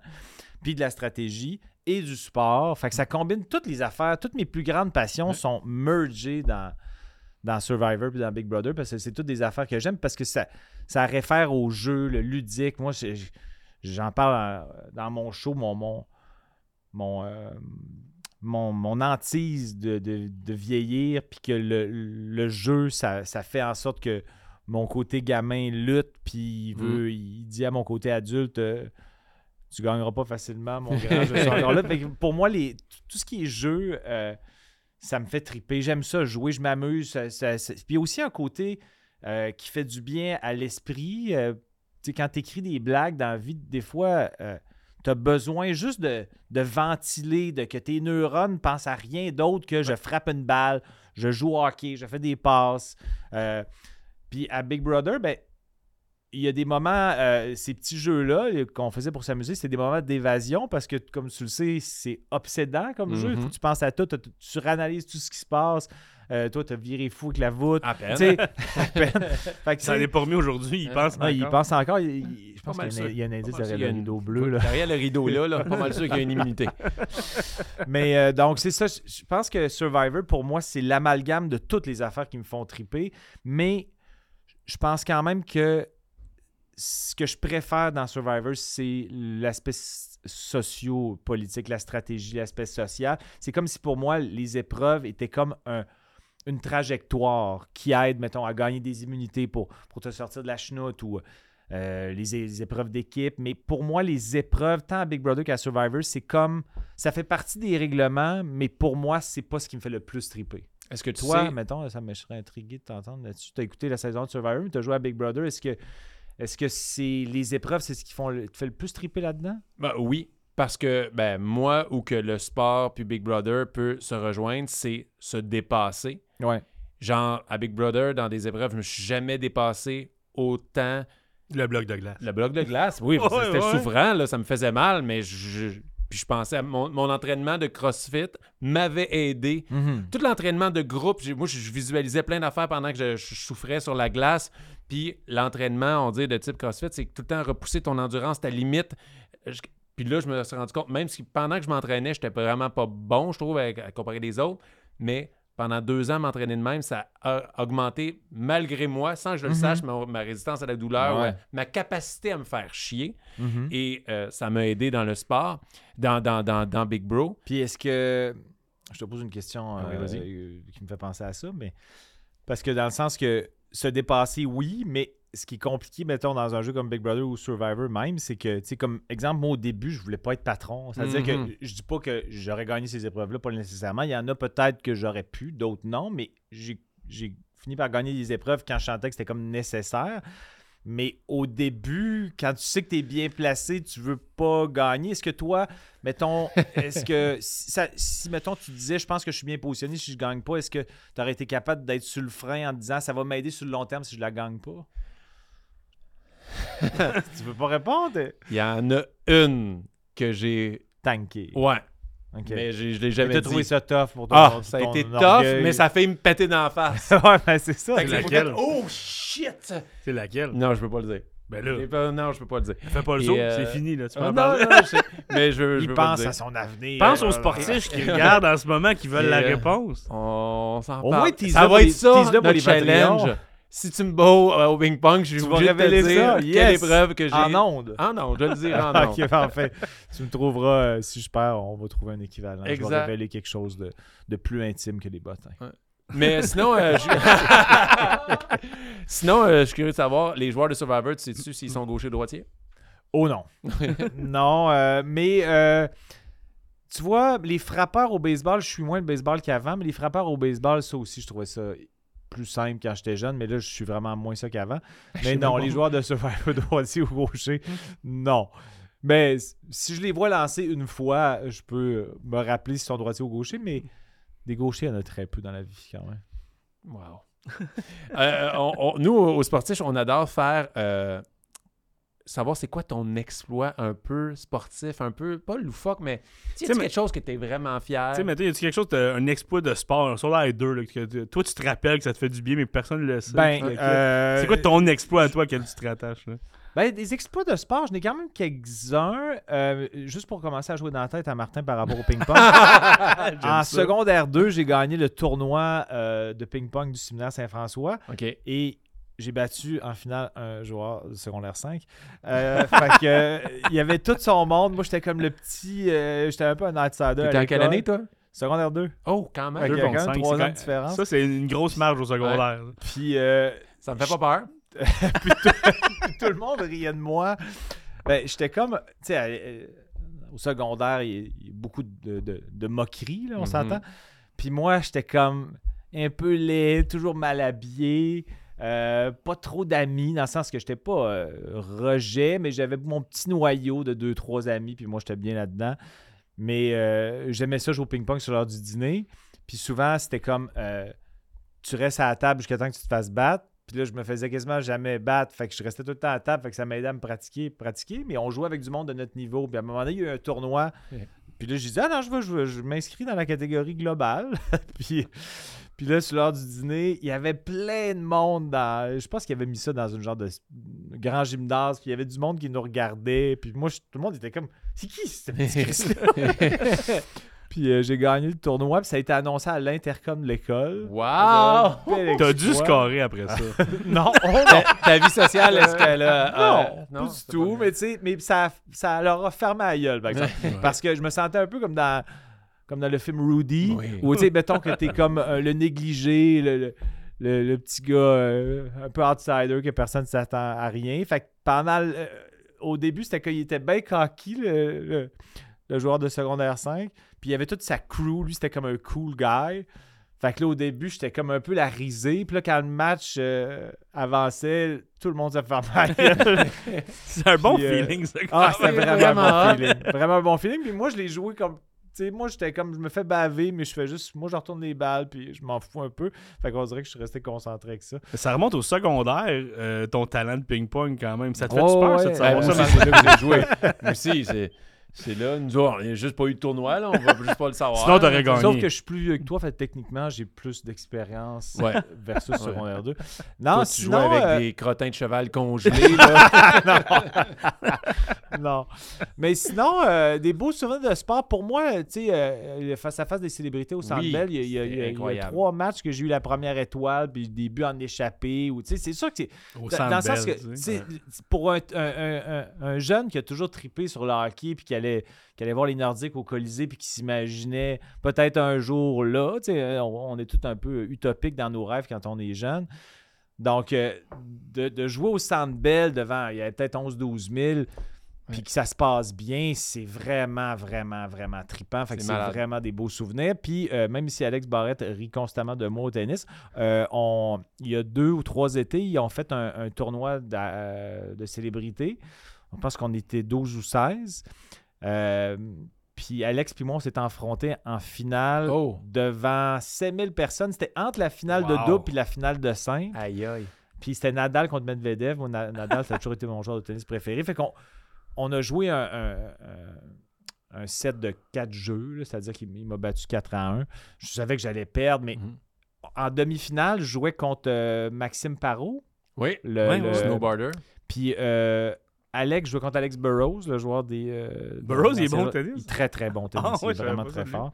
S3: puis de la stratégie et du sport. Fait que ça combine toutes les affaires. Toutes mes plus grandes passions
S1: Ouais.
S3: sont mergées dans, dans Survivor puis dans Big Brother parce que c'est toutes des affaires que j'aime parce que ça, ça réfère au jeu, le ludique. Moi, j'ai- j'en parle euh, dans mon show, mon... mon mon, euh, mon, mon hantise de, de- de vieillir, puis que le, le jeu, ça, ça fait en sorte que mon côté gamin lutte, puis il, veut, il dit à mon côté adulte, euh, tu gagneras pas facilement, mon grand, je suis encore là. Fait que pour moi, les, tout ce qui est jeu, euh, ça me fait triper. J'aime ça, jouer, je m'amuse. ça- ça- ça- Puis il y a aussi un côté euh, qui fait du bien à l'esprit. euh, tu sais, quand tu écris des blagues dans la vie, des fois, tu as besoin juste de, de ventiler, de que tes neurones pensent à rien d'autre que je frappe une balle, je joue au hockey, je fais des passes. Euh, Puis à Big Brother, ben, il y a des moments, euh, ces petits jeux-là euh, qu'on faisait pour s'amuser, c'était des moments d'évasion parce que, comme tu le sais, c'est obsédant comme jeu.
S1: Mhm.
S3: Faut que tu penses à tout, t'as- tu suranalyses tout ce qui se passe. Euh, toi, t'as viré fou avec la voûte.
S1: à peine.
S3: Tu sais, à peine. Fait que,
S2: Ça
S3: tu
S2: n'est
S3: sais,
S2: pas remis aujourd'hui, il
S1: Ouais.
S2: pense.
S3: non, Ah, il
S2: encore.
S3: pense encore. il- il- je
S1: Pas
S3: pense
S1: mal
S3: qu'il y a un-
S1: sûr.
S3: il y a un indice
S1: mal sûr,
S3: derrière
S1: il y a
S3: le
S1: une-
S3: rideau bleu. Là.
S1: Derrière le rideau, là, là, pas mal sûr qu'il y a une immunité.
S3: Mais euh, donc, c'est ça. Je je pense que Survivor, pour moi, c'est l'amalgame de toutes les affaires qui me font triper. Mais je pense quand même que ce que je préfère dans Survivor, c'est l'aspect s- socio-politique, la stratégie, l'aspect social. C'est comme si pour moi, les épreuves étaient comme un- une trajectoire qui aide, mettons, à gagner des immunités pour, pour te sortir de la chenoute ou euh, les, é- les épreuves d'équipe. Mais pour moi, les épreuves, tant à Big Brother qu'à Survivor, c'est comme. Ça fait partie des règlements, mais pour moi, c'est pas ce qui me fait le plus triper.
S1: Est-ce que tu
S3: Toi,
S1: sais...
S3: mettons, ça me serait intrigué de t'entendre là-dessus. Tu as écouté la saison de Survivor, mais tu as joué à Big Brother. Est-ce que est-ce que c'est les épreuves, c'est ce qui font le- te fait le plus triper là-dedans?
S1: Ben oui, parce que ben, moi ou que le sport puis Big Brother peut se rejoindre, c'est se dépasser.
S3: Ouais.
S1: Genre, à Big Brother, dans des épreuves, je me suis jamais dépassé autant.
S2: Le bloc de glace.
S1: Le bloc de glace, oui, parce que
S2: Ouais,
S1: c'était
S2: ouais.
S1: souffrant, là, ça me faisait mal, mais je, je- puis je pensais à mon, mon entraînement de CrossFit m'avait aidé.
S3: Mhm.
S1: Tout l'entraînement de groupe, j'ai- moi, je, je visualisais plein d'affaires pendant que je, je souffrais sur la glace. Puis l'entraînement, on dit, de type CrossFit, c'est tout le temps repousser ton endurance, ta limite. Je- puis là, je me suis rendu compte, même si pendant que je m'entraînais, j'étais vraiment pas bon, je trouve, à, à comparer des autres, mais pendant deux ans, m'entraîner de même, ça a augmenté, malgré moi, sans que je le
S3: Mhm.
S1: sache, ma, ma résistance à la douleur,
S3: Ouais.
S1: ouais, ma capacité à me faire chier. Et euh, ça m'a aidé dans le sport, dans, dans, dans, dans Big Bro.
S3: Puis est-ce que. Je te pose une question
S1: Ah oui,
S3: euh,
S1: vas-y.
S3: euh, qui me fait penser à ça, mais. Parce que dans le sens que se dépasser, oui, mais ce qui est compliqué, mettons, dans un jeu comme Big Brother ou Survivor même, c'est que, tu sais, comme exemple, moi au début, je voulais pas être patron. C'est-à-dire
S1: Mhm.
S3: que je dis pas que j'aurais gagné ces épreuves-là, pas nécessairement. Il y en a peut-être que j'aurais pu, d'autres non, mais j'ai j'ai fini par gagner des épreuves quand je chantais que c'était comme nécessaire. Mais au début, quand tu sais que tu es bien placé, tu veux pas gagner. Est-ce que toi, mettons, est-ce que si, ça- si, mettons, tu disais, je pense que je suis bien positionné si je gagne pas, est-ce que tu aurais été capable d'être sur le frein en te disant, ça va m'aider sur le long terme si je la gagne pas? tu veux pas répondre?
S1: Il y en a une que j'ai.
S3: Tanké.
S1: Ouais.
S3: Ok.
S1: Mais j'ai- je l'ai
S3: Mais
S1: jamais
S3: t'as
S1: dit.
S3: trouvé ça tough pour ton
S1: Ah, ça a
S3: ton
S1: été tough,
S3: orgueil.
S1: mais ça a fait me péter dans la face.
S3: ouais, ben c'est ça.
S1: Fait que
S3: c'est-
S1: j'ai
S2: laquelle?
S1: fait, oh shit!
S2: C'est laquelle?
S1: Non, je peux pas le dire.
S2: Ben
S1: J'ai
S2: là,
S1: pas- Non, je peux pas le dire.
S2: fais pas le
S1: Et,
S2: saut,
S1: euh,
S2: c'est fini, là. Tu
S1: Ah,
S2: m'en
S1: non,
S2: parles.
S1: non, je sais. Mais je, je
S3: Il
S1: veux pas
S3: pense
S1: le
S3: à
S1: dire.
S3: son avenir.
S2: Pense
S3: Euh,
S2: aux sportifs qui regardent en ce moment qui veulent la
S1: Et, euh,
S2: réponse.
S1: On s'en
S3: Au
S1: parle.
S3: moins, tease-le
S1: ça
S3: pour
S1: va
S3: les-
S1: être ça,
S3: tease-le pour
S1: notre
S3: les
S1: challenge.
S3: Patreons.
S1: Si tu me bats au- au ping pong, je suis
S3: Tu vas
S1: obligé de te
S3: révéler
S1: dire
S3: ça,
S1: quelle
S3: yes.
S1: épreuve que j'ai.
S3: En ondes.
S1: Ah non, je vais le dire en ondes.
S3: ok, parfait. Tu me trouveras, euh, si je perds, on va trouver un équivalent. Je vais
S1: Exact.
S3: révéler quelque chose de, de plus intime que les hein. bottins.
S1: Mais sinon, euh, je... sinon euh, je suis curieux de savoir, les joueurs de Survivor, tu sais-tu s'ils sont gauchers ou droitiers?
S3: Oh non. non, euh, mais euh, tu vois, les frappeurs au baseball, je suis moins le baseball qu'avant, mais les frappeurs au baseball, ça aussi, je trouvais ça plus simple quand j'étais jeune, mais là, je suis vraiment moins ça qu'avant. Mais non, les joueurs de Survivor droitier ou gaucher, non. Mais s- si je les vois lancer une fois, je peux me rappeler s'ils sont droitiers ou gauchers, mais des gauchers, il y en a très peu dans la vie quand même.
S1: Wow. Euh, on- on- nous, aux sportifs, on adore faire euh, savoir c'est quoi ton exploit un peu sportif, un peu, pas loufoque, mais tu sais,
S2: Tu sais,
S1: quelque
S2: mais-
S1: chose que tu es vraiment fier.
S2: Tu sais, maintenant, y a-tu quelque chose, t'as un exploit de sport, sur l'air 2, là, que tu- toi, tu te rappelles que ça te fait du bien, mais personne ne le sait.
S3: Ben,
S2: Tu sais,
S3: euh,
S2: C'est quoi ton exploit à toi auquel tu te rattaches? Là?
S3: Ben, des exploits de sport, j'en ai quand même quelques-uns. Euh, juste pour commencer à jouer dans la tête à Martin par rapport au ping-pong. en secondaire 2, j'ai gagné le tournoi euh, de ping-pong du séminaire Saint-François
S1: OK.
S3: et j'ai battu en finale un joueur de secondaire 5. Euh, fait que, euh, il y avait tout son monde. Moi, j'étais comme le petit. euh, j'étais un peu un outsider. à
S1: T'es en quelle
S3: l'école.
S1: année, toi?
S3: Secondaire 2.
S1: Oh, quand même.
S3: Fait
S2: Deux
S3: qu'il y a
S2: contre
S3: quand même
S2: cinq,
S3: trois
S2: c'est
S3: ans
S2: quand-
S3: de différence.
S2: Ça, c'est une grosse marge au secondaire. là.
S3: Puis. euh,
S1: Ça me fait pas peur.
S3: tout le monde riait de moi. Ben, j'étais comme, tu sais, à- euh, au secondaire, il y a- il y a beaucoup de, de, de moqueries, là, on
S1: Mhm.
S3: s'entend. Puis moi, j'étais comme un peu laid, toujours mal habillé, euh, pas trop d'amis, dans le sens que j'étais pas euh, rejet, mais j'avais mon petit noyau de deux, trois amis, puis moi, j'étais bien là-dedans. Mais euh, j'aimais ça jouer au ping-pong sur l'heure du dîner. Puis souvent, c'était comme euh, tu restes à la table jusqu'à temps que tu te fasses battre. Puis là, je me faisais quasiment jamais battre. Fait que je restais tout le temps à la table. Fait que ça m'aidait à me pratiquer, pratiquer. Mais on jouait avec du monde de notre niveau. Puis à un moment donné, il y a eu un tournoi.
S1: Ouais.
S3: Puis là, je disais, ah non, je veux, je, veux- je m'inscris dans la catégorie globale. puis, puis là, sur l'heure du dîner, il y avait plein de monde. Dans, je pense qu'il avait mis ça dans une genre de s- grand gymnase. Puis il y avait du monde qui nous regardait. Puis moi, je- tout le monde était comme, c'est qui ce petit Chris-là? Puis euh, j'ai gagné le tournoi, puis ça a été annoncé à l'intercom de l'école.
S1: wow!
S3: Bel
S2: T'as dû
S3: exploit.
S2: scorer après ça.
S3: Non, oh
S1: Ta,
S3: non.
S1: ta vie sociale, est-ce qu'elle a. euh,
S3: Non, pas du
S1: c'est
S3: tout,
S1: pas-
S3: mais tu sais, mais ça, ça leur a fermé la gueule, par exemple. Parce que je me sentais un peu comme dans, comme dans le film Rudy,
S1: Oui.
S3: où tu sais, mettons que t'es comme euh, le négligé, le, le- le- le petit gars euh, un peu outsider que personne ne s'attend à rien. Fait que pendant. le- euh, au début, c'était qu'il était bien cocky, le, le- le joueur de secondaire 5. Puis il y avait toute sa crew. Lui, c'était comme un cool guy. Fait que là, au début, j'étais comme un peu la risée. Puis là, quand le match euh, avançait, tout le monde se fermait la gueule.
S2: c'est un bon
S3: Puis, euh,
S2: feeling, ça. quand
S3: Ah, c'était
S1: oui,
S3: vraiment,
S1: vraiment
S3: un bon feeling. Vraiment un bon feeling. Puis moi, je l'ai joué comme. Tu sais, moi, j'étais comme. Je me fais baver, mais je fais juste. Moi, je retourne les balles, puis je m'en fous un peu. Fait qu'on dirait que je suis resté concentré avec ça.
S2: Ça remonte au secondaire, euh, ton talent de ping-pong quand même. Ça te fait
S3: Ouais,
S2: super,
S3: ouais.
S2: ça, de
S1: Ouais,
S2: savoir
S1: Ben, moi
S2: ça.
S1: aussi, c'est là que j'ai joué. Moi aussi, c'est. C'est là, nous autres, on n'a juste pas eu de tournoi, là, on va juste pas le savoir.
S2: Sinon, t'aurais gagné.
S3: Sauf que je suis plus vieux que toi, fait que techniquement, j'ai plus d'expérience
S1: Ouais.
S3: versus secondaire 2. Non,
S1: Toi, tu jouais
S3: sinon,
S1: avec
S3: euh,
S1: des crottins de cheval congelés, là.
S3: non. Mais sinon, euh, des beaux souvenirs de sport. Pour moi, tu sais, euh, le face-à-face des célébrités au Centre
S1: Oui,
S3: Bell, il y a- il y a-
S1: c'est
S3: il y a- il y a
S1: incroyable.
S3: trois matchs que j'ai eu la première étoile, puis des buts en échappé. Ou, tu sais, c'est sûr que c'est
S2: Au
S3: Dans-
S2: Centre
S3: dans le sens que
S2: Bell,
S3: tu
S2: tu sais.
S3: sais, pour un, un- un- un- un jeune qui a toujours tripé sur le hockey puis qui allait, qui allait voir les Nordiques au Colisée puis qui s'imaginait peut-être un jour là, tu sais, on, on est tout un peu utopique dans nos rêves quand on est jeune. Donc, euh, de, de jouer au Centre Bell devant, il y avait peut-être 11-12 000, puis que ça se passe bien, c'est vraiment, vraiment, vraiment trippant. Fait que
S1: C'est
S3: c'est
S1: malade.
S3: vraiment des beaux souvenirs. Puis euh, même si Alex Barrette rit constamment de moi au tennis, euh, on, il y a deux ou trois étés, ils ont fait un, un tournoi d'a- euh, de célébrités. On pense qu'on était 12 ou 16. Euh, puis Alex puis moi, on s'est affrontés en finale
S1: Oh.
S3: devant 7000 personnes. C'était entre la finale
S1: Wow.
S3: de double et la finale de 5.
S1: Aïe, aïe.
S3: Puis c'était Nadal contre Medvedev. Moi, Na- Nadal, ça a toujours été mon joueur de tennis préféré. Fait qu'on on a joué un, un- un- un set de quatre jeux, là. c'est-à-dire qu'il il m'a battu 4 à 1. Je savais que j'allais perdre, mais
S1: Mhm.
S3: en demi-finale, je jouais contre euh, Maxime Parot,
S1: Oui.
S3: le,
S2: Ouais,
S3: le-
S2: ouais.
S1: Snowboarder.
S3: Puis euh, Alex, je jouais contre Alex Burroughs, le joueur des. euh,
S2: Burroughs,
S3: des-
S2: il est bon au
S3: il est
S2: tennis?
S3: Très, très bon au tennis.
S2: Ah
S3: il
S2: ouais,
S3: est
S2: j'avais
S3: vraiment
S2: pas
S3: très
S2: ça de lui.
S3: fort.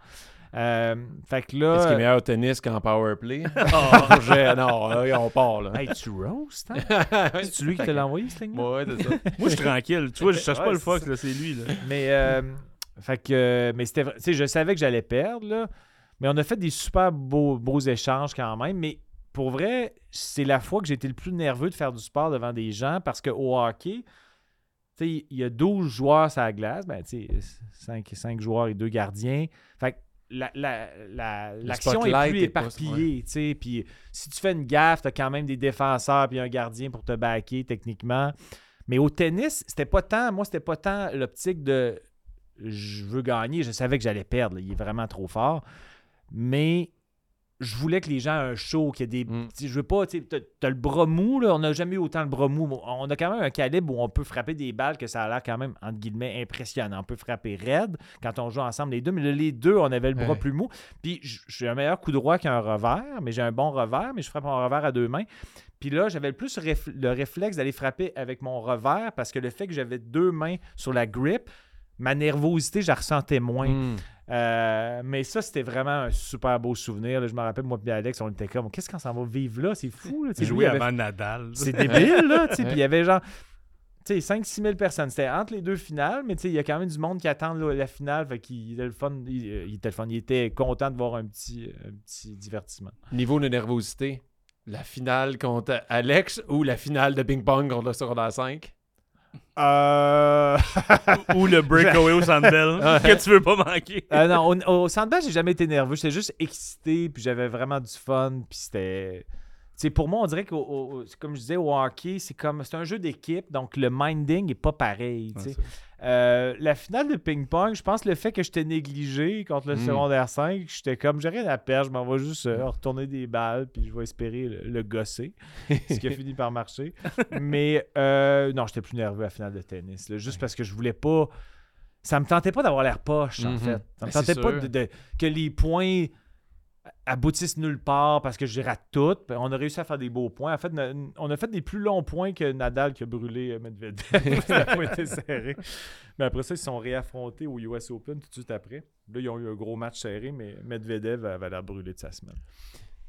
S3: Euh, fait que là.
S1: Est-ce qu'il est meilleur au tennis qu'en powerplay?
S2: Ah,
S1: non, là, on part, là.
S3: Hey, tu roast, hein?
S1: Ouais,
S3: C'est lui qui te l'a envoyé, ce ligne
S1: c'est ça.
S2: moi, je suis tranquille. Tu vois, je cherche
S3: Ouais,
S2: pas le
S3: c'est
S2: Fox,
S3: ça.
S2: là, c'est lui. Là.
S3: Mais, euh, fait que, euh, mais c'était, vra- tu sais, je savais que j'allais perdre, là, mais on a fait des super beaux, beaux échanges quand même. Mais pour vrai, c'est la fois que j'ai été le plus nerveux de faire du sport devant des gens parce qu'au hockey, tu sais, il y a 12 joueurs sur la glace, ben, 5, joueurs et 2 gardiens. Fait que la- la- la- l'action est
S1: spotlight
S3: plus
S1: est pas-
S3: éparpillée, tu sais. Puis si tu fais une gaffe, tu as quand même des défenseurs puis un gardien pour te backer techniquement. Mais au tennis, c'était pas tant, moi, c'était pas tant l'optique de je veux gagner, je savais que j'allais perdre, là, il est vraiment trop fort. Mais je voulais que les gens aient un show, qu'il y ait des.
S1: Mm.
S3: tu sais, Je veux pas, tu sais, t'as- t'as le bras mou, là, on n'a jamais eu autant le bras mou. On a quand même un calibre où on peut frapper des balles que ça a l'air quand même, entre guillemets, impressionnant. On peut frapper raide quand on joue ensemble les deux, mais là, les deux, on avait le bras
S1: Ouais.
S3: plus mou. Puis j- j'ai un meilleur coup droit qu'un revers, mais j'ai un bon revers, mais je frappe un revers à deux mains. Puis là, j'avais le plus réf- le réflexe d'aller frapper avec mon revers parce que le fait que j'avais deux mains sur la grip, ma nervosité, je la ressentais moins.
S1: Mm.
S3: Euh, mais ça, c'était vraiment un super beau souvenir. là. Je me rappelle, moi et Alex, on était comme, qu'est-ce qu'on s'en va vivre là? C'est fou. Là. Tu sais, lui,
S2: Jouer
S3: il avait-
S2: avant Nadal.
S3: C'est débile, là. tu sais.
S1: Ouais.
S3: Puis il y avait genre, tu sais, 5-6 000 personnes. C'était entre les deux finales, mais tu sais, il y a quand même du monde qui attend là, la finale. Fait qu'il était le fun. Il, euh, il était le fun. Il était content de voir un petit, euh, un petit divertissement.
S1: Niveau de nervosité, la finale contre Alex ou la finale de ping-pong contre le secondaire 5?
S3: Euh...
S2: Ou le breakaway au Sandbell que tu veux pas manquer.
S3: Euh, non, au, au centre Bell, j'ai jamais été nerveux. J'étais juste excité, puis j'avais vraiment du fun, puis c'était... Tu sais, pour moi, on dirait que, comme je disais, au hockey, c'est comme c'est un jeu d'équipe, donc le minding est pas pareil. tu sais. Euh, la finale de ping-pong, je pense le fait que j'étais négligé contre le
S1: Mm.
S3: secondaire 5, j'étais comme, j'ai rien à perdre, je m'en vais juste euh, retourner des balles, puis je vais espérer le, le gosser, ce qui a fini par marcher. Mais euh, non, j'étais plus nerveux à la finale de tennis, là, juste parce que je voulais pas. Ça me tentait pas d'avoir l'air poche, en
S1: Mhm.
S3: fait. Ça
S1: Mais
S3: me
S1: c'est
S3: tentait pas
S1: sûr.
S3: de, de- que les points aboutissent nulle part parce que je rate tout. On a réussi à faire des beaux points. En fait, no- on a fait des plus longs points que Nadal qui a brûlé euh, Medvedev. ça a pas été serré. Mais après ça, ils se sont réaffrontés au US Open tout de suite après. Là, ils ont eu un gros match serré, mais Medvedev avait l'air brûlé de sa semaine.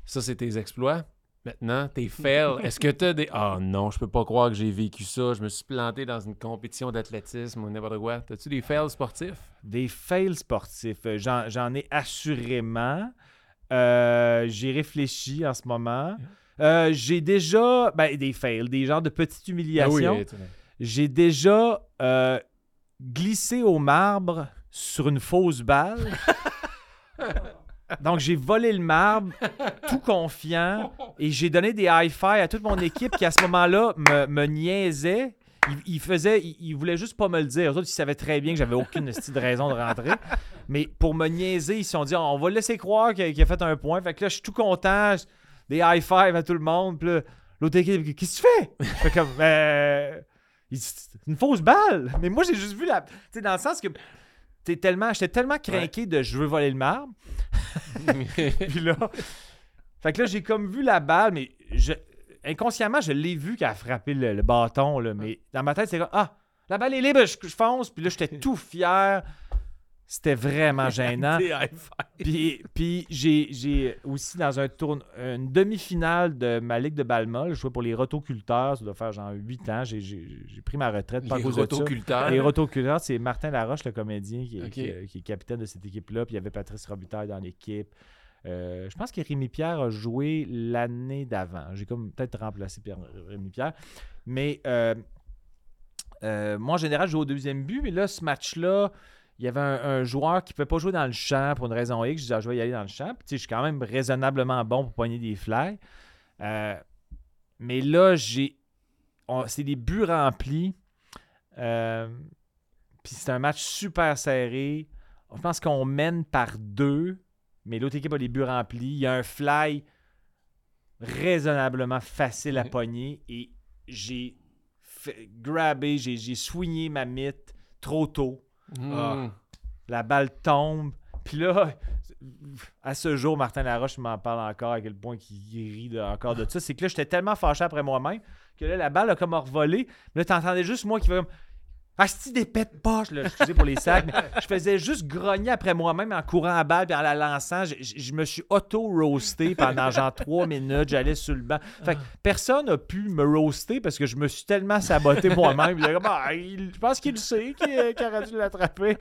S1: Ça, c'est tes exploits. Maintenant, tes fails. Est-ce que t'as des. Ah non, je peux pas croire que j'ai vécu ça. Je me suis planté dans une compétition d'athlétisme ou n'importe quoi. T'as-tu des fails sportifs?
S3: Des fails sportifs, euh, j'en j'en ai assurément. Euh, J'y réfléchis en ce moment. Euh, J'ai déjà ben, des fails, des genres de petites humiliations.
S1: Ah
S3: J'ai déjà euh, glissé au marbre sur une fausse balle. Donc, j'ai volé le marbre, tout confiant, et j'ai donné des hi-fi à toute mon équipe qui, à ce moment-là, me, me niaisait. Ils, ils faisaient, ils, ils voulaient juste pas me le dire. Eux autres, ils savaient très bien que j'avais aucune hostie de raison de rentrer. Mais pour me niaiser, ils se sont dit on va le laisser croire qu'il a, qu'il a fait un point. Fait que là, je suis tout content. je- Des high-five à tout le monde. Puis là, l'autre équipe, qu'est-ce que tu fais Fait comme, Euh, il dit, c'est une fausse balle. Mais moi, j'ai juste vu la. Tu sais, dans le sens que. T'es tellement, j'étais tellement craqué de je veux voler le marbre. Puis là, fait que là, j'ai comme vu la balle, mais je, inconsciemment, je l'ai vu qu'elle a frappé le, le bâton. Là, mais dans ma tête, c'est comme Ah, la balle est libre, je, je fonce. Puis là, j'étais tout fier. C'était vraiment gênant.
S2: Des high five.
S3: Puis, puis j'ai, j'ai aussi dans un tourne, une demi-finale de ma ligue de balle molle, je jouais pour les rotoculteurs, ça doit faire genre 8 ans. J'ai, j'ai- j'ai pris ma retraite par
S1: Les
S3: cause de ça.
S1: rotoculteurs.
S3: Les rotoculteurs, c'est Martin Laroche, le comédien, qui est,
S1: Ok.
S3: qui est- qui est capitaine de cette équipe-là. Puis il y avait Patrice Robitaille dans l'équipe. Euh, je pense que Rémi Pierre a joué l'année d'avant. J'ai comme peut-être remplacé Pierre- Rémi Pierre. Mais euh, Euh, moi, en général, je joue au deuxième but, mais là, ce match-là, il y avait un, un joueur qui ne pouvait pas jouer dans le champ pour une raison X. Je disais, ah, je vais y aller dans le champ. Puis, tu sais, je suis quand même raisonnablement bon pour poigner des fly. Euh, mais là, j'ai. on- C'est des buts remplis. Euh, puis c'est un match super serré. Je pense qu'on mène par deux, mais l'autre équipe a les buts remplis. Il y a un fly raisonnablement facile à
S1: Mhm.
S3: pogner et j'ai fait- grabé, j'ai j'ai swingé ma mythe trop tôt.
S1: Hmm.
S3: Ah. La balle tombe. Puis là, à ce jour, Martin Laroche m'en parle encore à quel point il rit de- encore de ça. C'est que là, j'étais tellement fâché après moi-même que là, la balle a comme revolé. Mais là, t'entendais juste moi qui va comme. Asti des pets de poche, là, excusez pour les sacs, mais je faisais juste grogner après moi-même en courant à balle et en la lançant. Je, je- je me suis auto-roasté pendant genre trois minutes, j'allais sur le banc. Fait que personne n'a pu me roaster parce que je me suis tellement saboté moi-même. J'étais comme, Ah, il- Je pense qu'il le sait qu'il qu'il aurait dû l'attraper.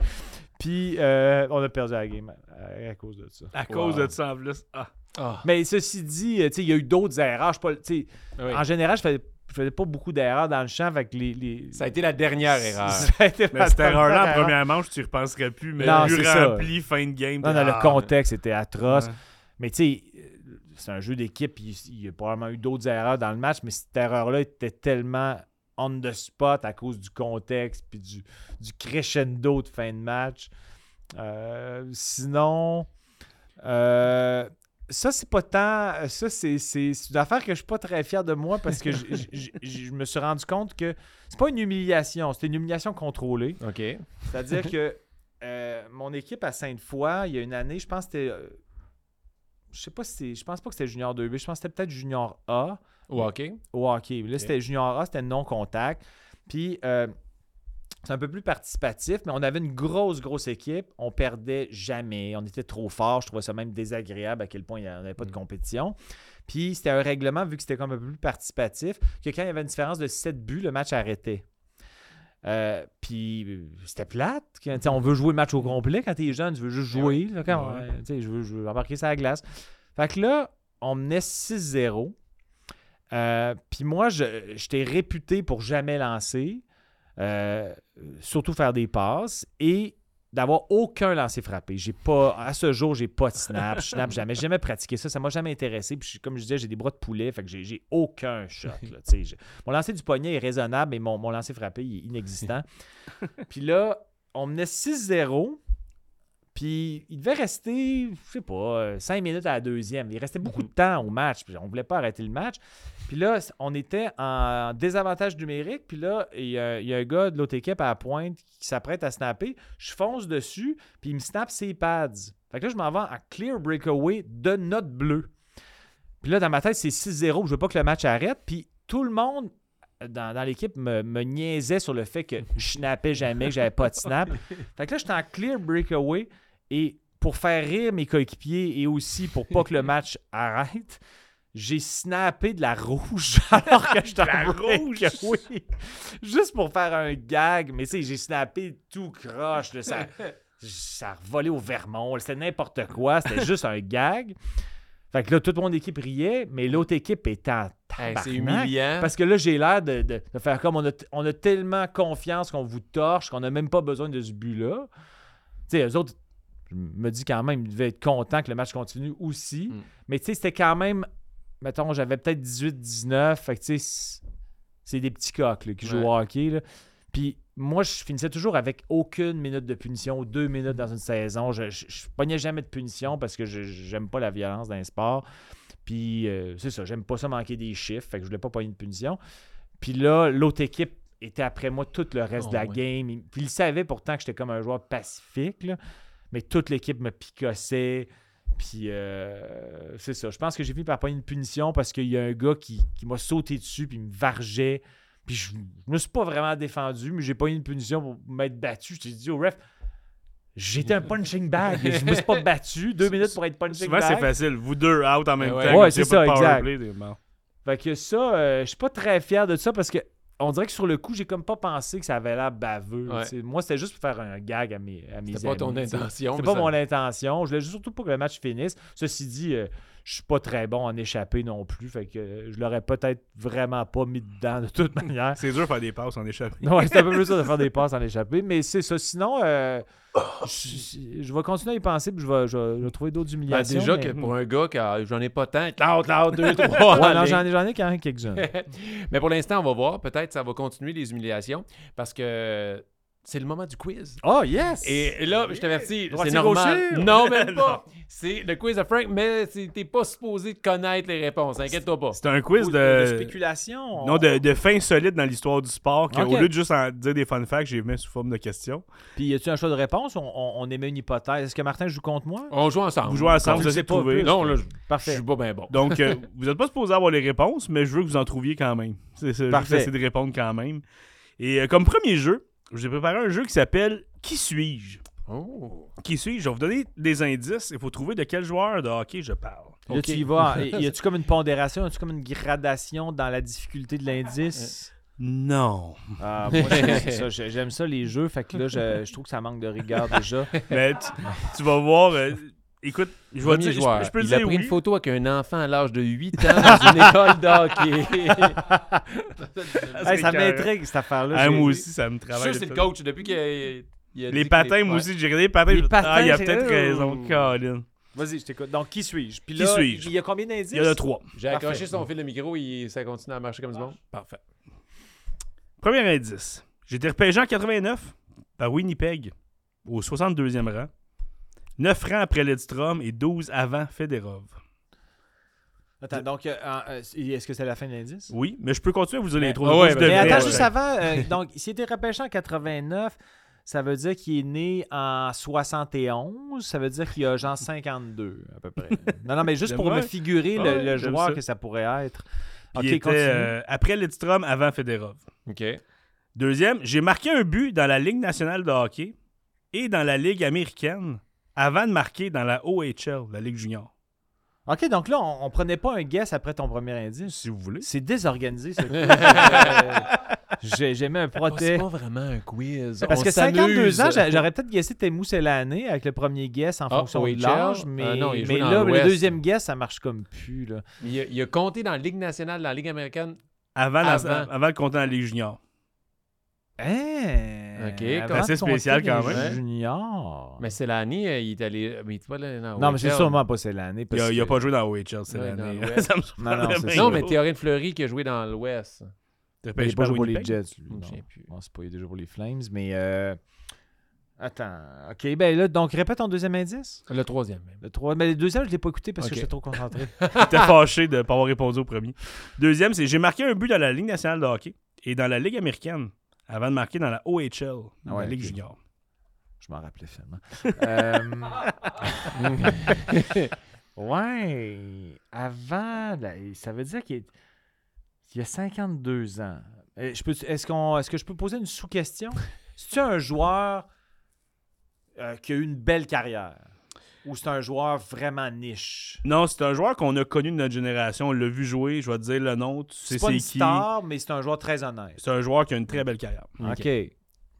S3: Puis euh, on a perdu la game euh, à- à cause de ça.
S2: À cause
S1: Wow.
S2: de ça, en plus. Ah.
S1: Ah.
S3: Mais ceci dit, euh, tu sais, il y a eu d'autres erreurs. Je suis pas le- tu sais,
S1: Oui.
S3: En général, je faisais, je faisais pas beaucoup d'erreurs dans le champ avec les. les...
S1: Ça a été la dernière erreur.
S3: Ça a été ma
S2: Mais cette
S3: première
S2: erreur-là, en
S3: erreur.
S2: première manche, tu y repenserais plus. Mais
S3: Non,
S2: plus
S3: c'est ça.
S2: rempli, fin de game.
S3: Non,
S2: t'es-
S3: non,
S2: Ah,
S3: le contexte était
S2: mais-
S3: atroce.
S2: Ouais.
S3: Mais tu sais, euh, c'est un jeu d'équipe. puis Il, il y a probablement eu d'autres erreurs dans le match, mais cette erreur-là était tellement on the spot à cause du contexte puis du, du crescendo de fin de match. Euh, sinon, euh, ça, c'est pas tant. Ça, c'est c'est- c'est une affaire que je suis pas très fier de moi parce que j- j- j- je me suis rendu compte que c'est pas une humiliation, c'est une humiliation contrôlée.
S1: OK.
S3: C'est-à-dire que euh, mon équipe à Sainte-Foy, il y a une année, je pense que c'était. euh, je sais pas si c'est- Je pense pas que c'était Junior 2B. Je pense que c'était peut-être Junior A
S1: Ou hockey.
S3: au hockey. Là, c'était Junior A, c'était non-contact. Puis. euh, c'est un peu plus participatif, mais on avait une grosse, grosse équipe. On perdait jamais. On était trop fort. Je trouvais ça même désagréable à quel point il n'y avait pas de
S1: Mm.
S3: compétition. Puis c'était un règlement, vu que c'était comme un peu plus participatif, que quand il y avait une différence de 7 buts, le match arrêtait. Euh, puis euh, c'était plate. que, tu sais, on veut jouer le match au complet quand t'es jeune, tu veux juste jouer. là, quand-
S2: Ouais.
S3: tu sais, je, veux, je veux embarquer sur la glace. Fait que là, on menait 6-0. Euh, puis moi, je- j'étais réputé pour jamais lancer, euh, surtout faire des passes et d'avoir aucun lancer frappé. J'ai pas, à ce jour, j'ai pas de snap, je snap jamais, j'ai jamais pratiqué ça, ça m'a jamais intéressé. Puis je- comme je disais, j'ai des bras de poulet, fait que j'ai- j'ai aucun shot. là, tu sais, je- mon lancer du poignet est raisonnable, mais mon, mon lancer frappé il est inexistant. puis là, on menait 6-0. Puis il devait rester, je sais pas, 5 minutes à la deuxième. Il restait beaucoup de temps au match. Puis on voulait pas arrêter le match. Puis là, c- on était en désavantage numérique. Puis là, il y, a- il y a un gars de l'autre équipe à la pointe qui s'apprête à snapper. Je fonce dessus, puis il me snappe ses pads. Fait que là, je m'en vais en clear breakaway de notre bleu. Puis là, dans ma tête, c'est 6-0. Je veux pas que le match arrête. Puis tout le monde dans, dans l'équipe me, me niaisait sur le fait que je snappais jamais, que j'avais pas de snap. Fait que là, j'étais en clear breakaway. Et pour faire rire mes coéquipiers et aussi pour pas que le match arrête, j'ai snappé de la rouge alors que je t'en
S2: La rouge?
S3: Oui. Juste pour faire un gag, mais tu sais, j'ai snappé tout croche. là, ça, ça a volé au Vermont. là, C'était n'importe quoi. C'était juste un gag. Fait que là, toute mon équipe riait, mais l'autre équipe était en
S1: Hey,
S3: tabarnak.
S1: c'est humiliant.
S3: Parce que là, j'ai l'air de, de- de faire comme on a, t- on a tellement confiance qu'on vous torche qu'on n'a même pas besoin de ce but-là. Tu sais, eux autres, je me dis quand même, ils devaient être contents que le match continue aussi.
S1: Mm.
S3: Mais tu sais, c'était quand même, mettons, j'avais peut-être 18-19. Fait que tu sais, c'est- c'est des petits coqs là, qui jouent au hockey. là. Puis moi, je finissais toujours avec aucune minute de punition, deux minutes dans une saison. Je, je, je pognais jamais de punition parce que je j'aime pas la violence dans les sports. Puis euh, c'est ça, j'aime pas ça manquer des chiffres, fait que je voulais pas pogner de punition. Puis là, l'autre équipe était après moi tout le reste
S1: Oh,
S3: de la
S1: ouais.
S3: game. Il- Puis ils savaient pourtant que j'étais comme un joueur pacifique, là. mais toute l'équipe me picossait. Puis euh, c'est ça, je pense que j'ai fini par pogner une punition parce qu'il y a un gars qui, qui m'a sauté dessus puis il me vargeait. Puis je, je me suis pas vraiment défendu, mais j'ai pas eu une punition pour m'être battu. Je t'ai dit au ref, j'étais un punching bag. Je me suis pas battu. Deux minutes pour être punching
S2: Souvent, c'est
S3: bag.
S2: facile. Vous deux out en même
S1: Ouais.
S2: temps.
S3: Ouais,
S2: comme
S3: c'est
S2: s'il y a pas de
S3: ça,
S2: power play, t'es mort.
S3: Fait que ça, euh, je suis pas très fier de ça parce que on dirait que sur le coup, j'ai comme pas pensé que ça avait l'air baveux.
S1: Ouais.
S3: tu sais. Moi, c'était juste pour faire un gag à mes, à mes
S1: C'était pas
S3: amis,
S1: ton
S3: tu sais.
S1: intention.
S3: C'était
S1: mais
S3: pas
S1: ça-
S3: mon intention. Je voulais surtout pas que le match finisse. Ceci dit, euh, je suis pas très bon en échappé non plus. Fait que euh, je l'aurais peut-être vraiment pas mis dedans de toute manière.
S2: C'est dur de faire des passes en échappé.
S3: Ouais, c'est un peu plus ça de faire des passes en échappée. Mais c'est ça. Sinon, euh, je, je vais continuer à y penser puis je vais, je vais- je vais trouver d'autres
S1: Ben,
S3: humiliations.
S1: déjà
S3: mais- hmm.
S1: que pour un gars qui a- j'en ai pas tant, cloud, cloud, deux, trois.
S3: Ouais, non,
S1: allez.
S3: j'en ai, j'en ai quand même quelques-unes.
S1: Mais pour l'instant, on va voir. Peut-être ça va continuer les humiliations parce que c'est le moment du quiz.
S3: Oh, yes!
S1: Et là, je t'avertis, c'est
S3: Droitier
S1: normal.
S3: gaucher?
S1: Non, même pas. C'est le quiz de Frank, mais c'est- t'es pas supposé de connaître les réponses. Inquiète-toi pas.
S2: C'est un quiz
S3: Ou
S2: de.
S3: spéculation.
S2: Non, de, de fin solide dans l'histoire du sport. que
S3: Ok.
S2: Au lieu de juste en dire des fun facts, j'ai mis sous forme de questions.
S3: Puis, y a-tu un choix de réponse? On, on, on émet une hypothèse. Est-ce que Martin joue contre moi?
S1: On joue ensemble.
S2: Vous jouez ensemble,
S3: tu
S2: vous
S3: le
S2: allez
S3: sais pas
S2: trouver.
S3: plus.
S1: Non, là, je- je
S3: Parfait.
S1: suis pas bien bon.
S2: Donc, euh, vous n'êtes pas supposé avoir les réponses, mais je veux que vous en trouviez quand même. C'est ça, je
S3: Parfait.
S2: vais essayer de répondre quand même. Et euh, comme premier jeu, j'ai préparé un jeu qui s'appelle Qui suis-je
S1: Oh.
S2: Qui suis-je Je vais vous donner des indices. Il faut trouver de quel joueur de hockey je parle.
S3: Là, tu y
S1: Ok.
S3: vas. Y y a-tu comme une pondération? Y a-tu comme une gradation dans la difficulté de l'indice?
S2: Non.
S3: Ah, moi, c'est c'est ça. J'ai- J'aime ça, les jeux. Fait que là, je, je trouve que ça manque de rigueur déjà.
S2: Mais tu, tu vas voir. euh, écoute, je vais
S1: Premier
S2: dire. je-
S1: joueur.
S2: Je, peux
S1: Il
S2: dire
S1: a pris
S2: oui.
S1: une photo avec un enfant à l'âge de 8 ans dans une école de hockey.
S2: Ah,
S3: Hey, ça
S2: c'est carré.
S3: m'intrigue, cette affaire-là.
S2: Ah,
S3: J'ai-
S2: moi aussi, ça me
S1: Je suis
S2: travaille.
S1: sûr que c'est le
S2: ça.
S1: coach depuis qu'il a- il a dit
S2: Les
S1: que
S2: patins,
S1: les-
S2: moi
S1: ouais.
S2: aussi, j'ai regardé les patins.
S3: Les
S2: je- ah,
S3: patins,
S2: il a
S3: c'est-
S2: peut-être
S3: Oh.
S2: raison, Colin.
S3: Vas-y, je t'écoute. Donc, qui suis-je? Puis
S2: Qui
S3: là,
S2: suis-je?
S3: Il y a combien d'indices?
S2: Il y en a trois.
S1: J'ai
S3: Parfait.
S1: accroché son fil de micro et ça continue à marcher comme du monde. Parfait.
S2: Premier indice. J'ai été repêché en 89 par Winnipeg au 62e rang. 9 rangs après Lidstrom et 12 avant Federov.
S3: Attends, donc, euh, en- euh, est-ce que c'est la fin de l'indice?
S2: Oui, mais je peux continuer à vous donner les trois.
S1: Ah
S2: Vous
S1: ouais,
S2: devez-
S3: Mais
S1: vrai,
S3: attends,
S1: ouais.
S3: juste avant, euh, donc, s'il était repêché en 89, ça veut dire qu'il est né en 71, ça veut dire qu'il a genre 52 à peu près. Non, non, mais juste pour
S2: J'aime
S3: me
S2: bien.
S3: figurer le,
S2: Ouais,
S3: le
S2: j'aime
S3: joueur
S2: ça.
S3: que ça pourrait être.
S2: Puis il
S3: Ok,
S2: était,
S3: continue.
S2: euh, après Lidstrom, avant Federov.
S1: OK.
S2: Deuxième, j'ai marqué un but dans la Ligue nationale de hockey et dans la Ligue américaine avant de marquer dans la OHL, la Ligue junior.
S3: Ok, donc là, on, on prenait pas un guess après ton premier indice.
S2: Si vous voulez.
S3: C'est désorganisé, ce quiz. Euh, j'ai- J'aimais un proté.
S1: vraiment un quiz.
S3: Parce que 52 ans, j'a- j'aurais peut-être guessé Temu l'année avec le premier guess en
S1: Ah,
S3: fonction
S1: OHL.
S3: de l'âge, mais,
S2: Ah
S1: Euh, non, il joue
S3: mais
S1: dans
S3: là, le
S1: l'Ouest.
S3: deuxième guess, ça marche comme pu. Là.
S1: il, a, il a compté dans la Ligue nationale, dans la Ligue américaine.
S2: Avant, la-
S1: Avant.
S2: avant de compter dans la Ligue junior.
S3: Hein?
S1: Ok,
S3: Avant
S1: comme-
S3: de
S2: assez
S3: compter
S2: spécial
S3: les
S2: quand
S1: même.
S3: Junior.
S1: Mais c'est l'année, euh, il est allé. Mais tu vois, là, dans
S3: non, mais c'est
S1: OHL.
S3: sûrement pas cette année.
S2: Il
S3: parce
S2: a, il a
S3: que-
S2: pas joué dans OHL cette
S1: Ouais, dans
S2: année.
S1: l'Ouest.
S2: Ça me
S3: Non, non, c'est
S2: surprendrait
S3: ça.
S2: bien
S1: Non, mais
S2: gros.
S1: Théorine Fleury qui a joué dans l'Ouest.
S3: mais Il
S2: Repêché
S3: a pas
S2: par
S3: joué pour les
S2: Winnipeg.
S3: Jets, lui.
S1: Je
S3: Non,
S1: me souviens plus.
S3: Non, c'est pas, il a déjà pour les Flames, mais. euh, Attends. Ok, ben là, donc répète ton deuxième indice.
S1: Le troisième, même.
S3: Le 3. Mais le deuxième, je l'ai pas écouté parce
S1: Ok.
S3: que j'étais trop concentré.
S2: J'étais fâché de ne pas avoir répondu au premier. Deuxième, c'est j'ai marqué un but dans la Ligue nationale de hockey et dans la Ligue américaine avant de marquer dans la OHL, dans
S3: Ah Ouais,
S2: la Ligue
S3: ok.
S2: junior.
S3: Je m'en rappelais finalement. Euh, Ouais. Avant, là, ça veut dire qu'il est- il y a 52 ans. Euh, Je peux, est-ce, qu'on, est-ce que je peux poser une sous-question? C'est-tu un joueur euh, qui a eu une belle carrière? Ou c'est un joueur vraiment niche?
S2: Non, c'est un joueur qu'on a connu de notre génération. On l'a vu jouer. Je vais te dire le nom. Tu sais
S3: C'est, pas
S2: c'est
S3: une
S2: qui.
S3: star, mais c'est un joueur très honnête.
S2: C'est un joueur qui a une très belle carrière.
S1: OK.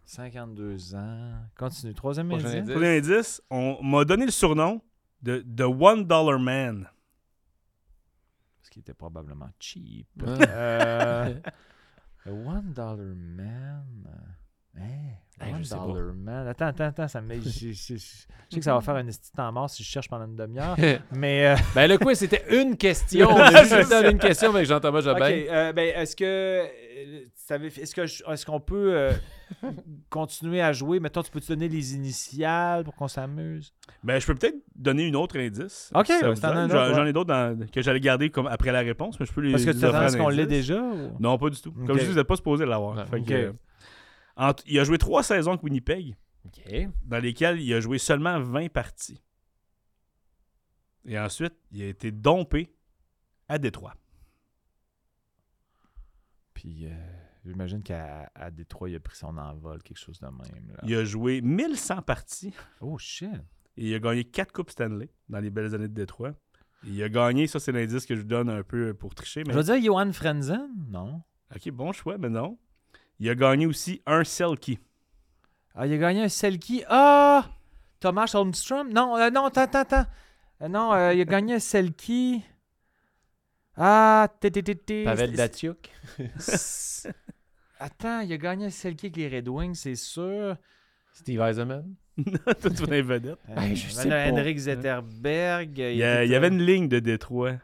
S3: 52 ans. Continue. Troisième
S1: Prochain
S3: indice.
S1: indice.
S2: Premier indice, on m'a donné le surnom de The One Dollar Man.
S3: Parce qu'il était probablement cheap.
S1: Ah.
S3: Euh, The One Dollar Man. Hein?
S1: Hey, je
S3: One
S1: sais pas.
S3: Dollar Man. Attends, attends, attends. Ça me... met- je, je- je- je sais que ça va faire un esti de temps mort si je cherche pendant une demi-heure. Mais. euh,
S1: ben, le quiz, c'était une question. On a juste donné une question avec Jean-Thomas
S3: OK.
S1: Jobin.
S3: euh, ben, est-ce que. euh, ça veut- Est-ce, que je- est-ce qu'on peut euh, continuer à jouer? Mettons, tu peux-tu donner les initiales pour qu'on s'amuse?
S2: Ben, je peux peut-être donner une autre indice.
S3: Ok,
S2: si ça
S3: ouais,
S2: vous
S3: c'est un
S2: donne.
S3: autre,
S2: J'en
S3: ouais.
S2: j'en ai d'autres dans- que j'allais garder comme après la réponse, mais je peux les
S3: Parce que tu
S2: les offrir
S3: t'attends à ce
S2: un
S3: qu'on l'ait
S2: indice.
S3: déjà? ou-
S2: Non, pas du tout. Comme
S3: Ok.
S2: je dis, vous n'êtes pas supposé l'avoir.
S1: Ouais,
S2: Fait que, euh,
S3: ok.
S2: en t- il a joué trois saisons avec Winnipeg,
S1: OK.
S2: dans lesquelles il a joué seulement 20 parties. Et ensuite, il a été dompé à Détroit.
S3: Puis. euh, J'imagine qu'à à Détroit, il a pris son envol, quelque chose de même. là.
S2: Il a joué 1100 parties
S3: Oh shit!
S2: et il a gagné 4 Coupes Stanley dans les belles années de Détroit. Et il a gagné, ça c'est l'indice que je vous donne un peu pour tricher. Mais...
S3: Je vais dire Johan Frenzen? Non.
S2: Ok, bon choix, mais non. Il a gagné aussi un Selkie.
S3: Ah, il a gagné un Selkie. Ah! Thomas Holmstrom? Non, euh, non, attends, attends, attends. Euh, non, euh, il a gagné un Selkie. Ah, TTTT.
S1: Pavel Datsyuk.
S3: C'est- Attends, il a gagné un Selkie avec les Red Wings, c'est sûr.
S1: Steve Eisenman.
S2: Tout pour les vedettes.
S1: Ben, je sais
S3: Il y a
S1: pas.
S3: Euh, Henrik Zetterberg.
S2: Il y, a- il y
S1: euh,
S2: avait une ligne de Détroit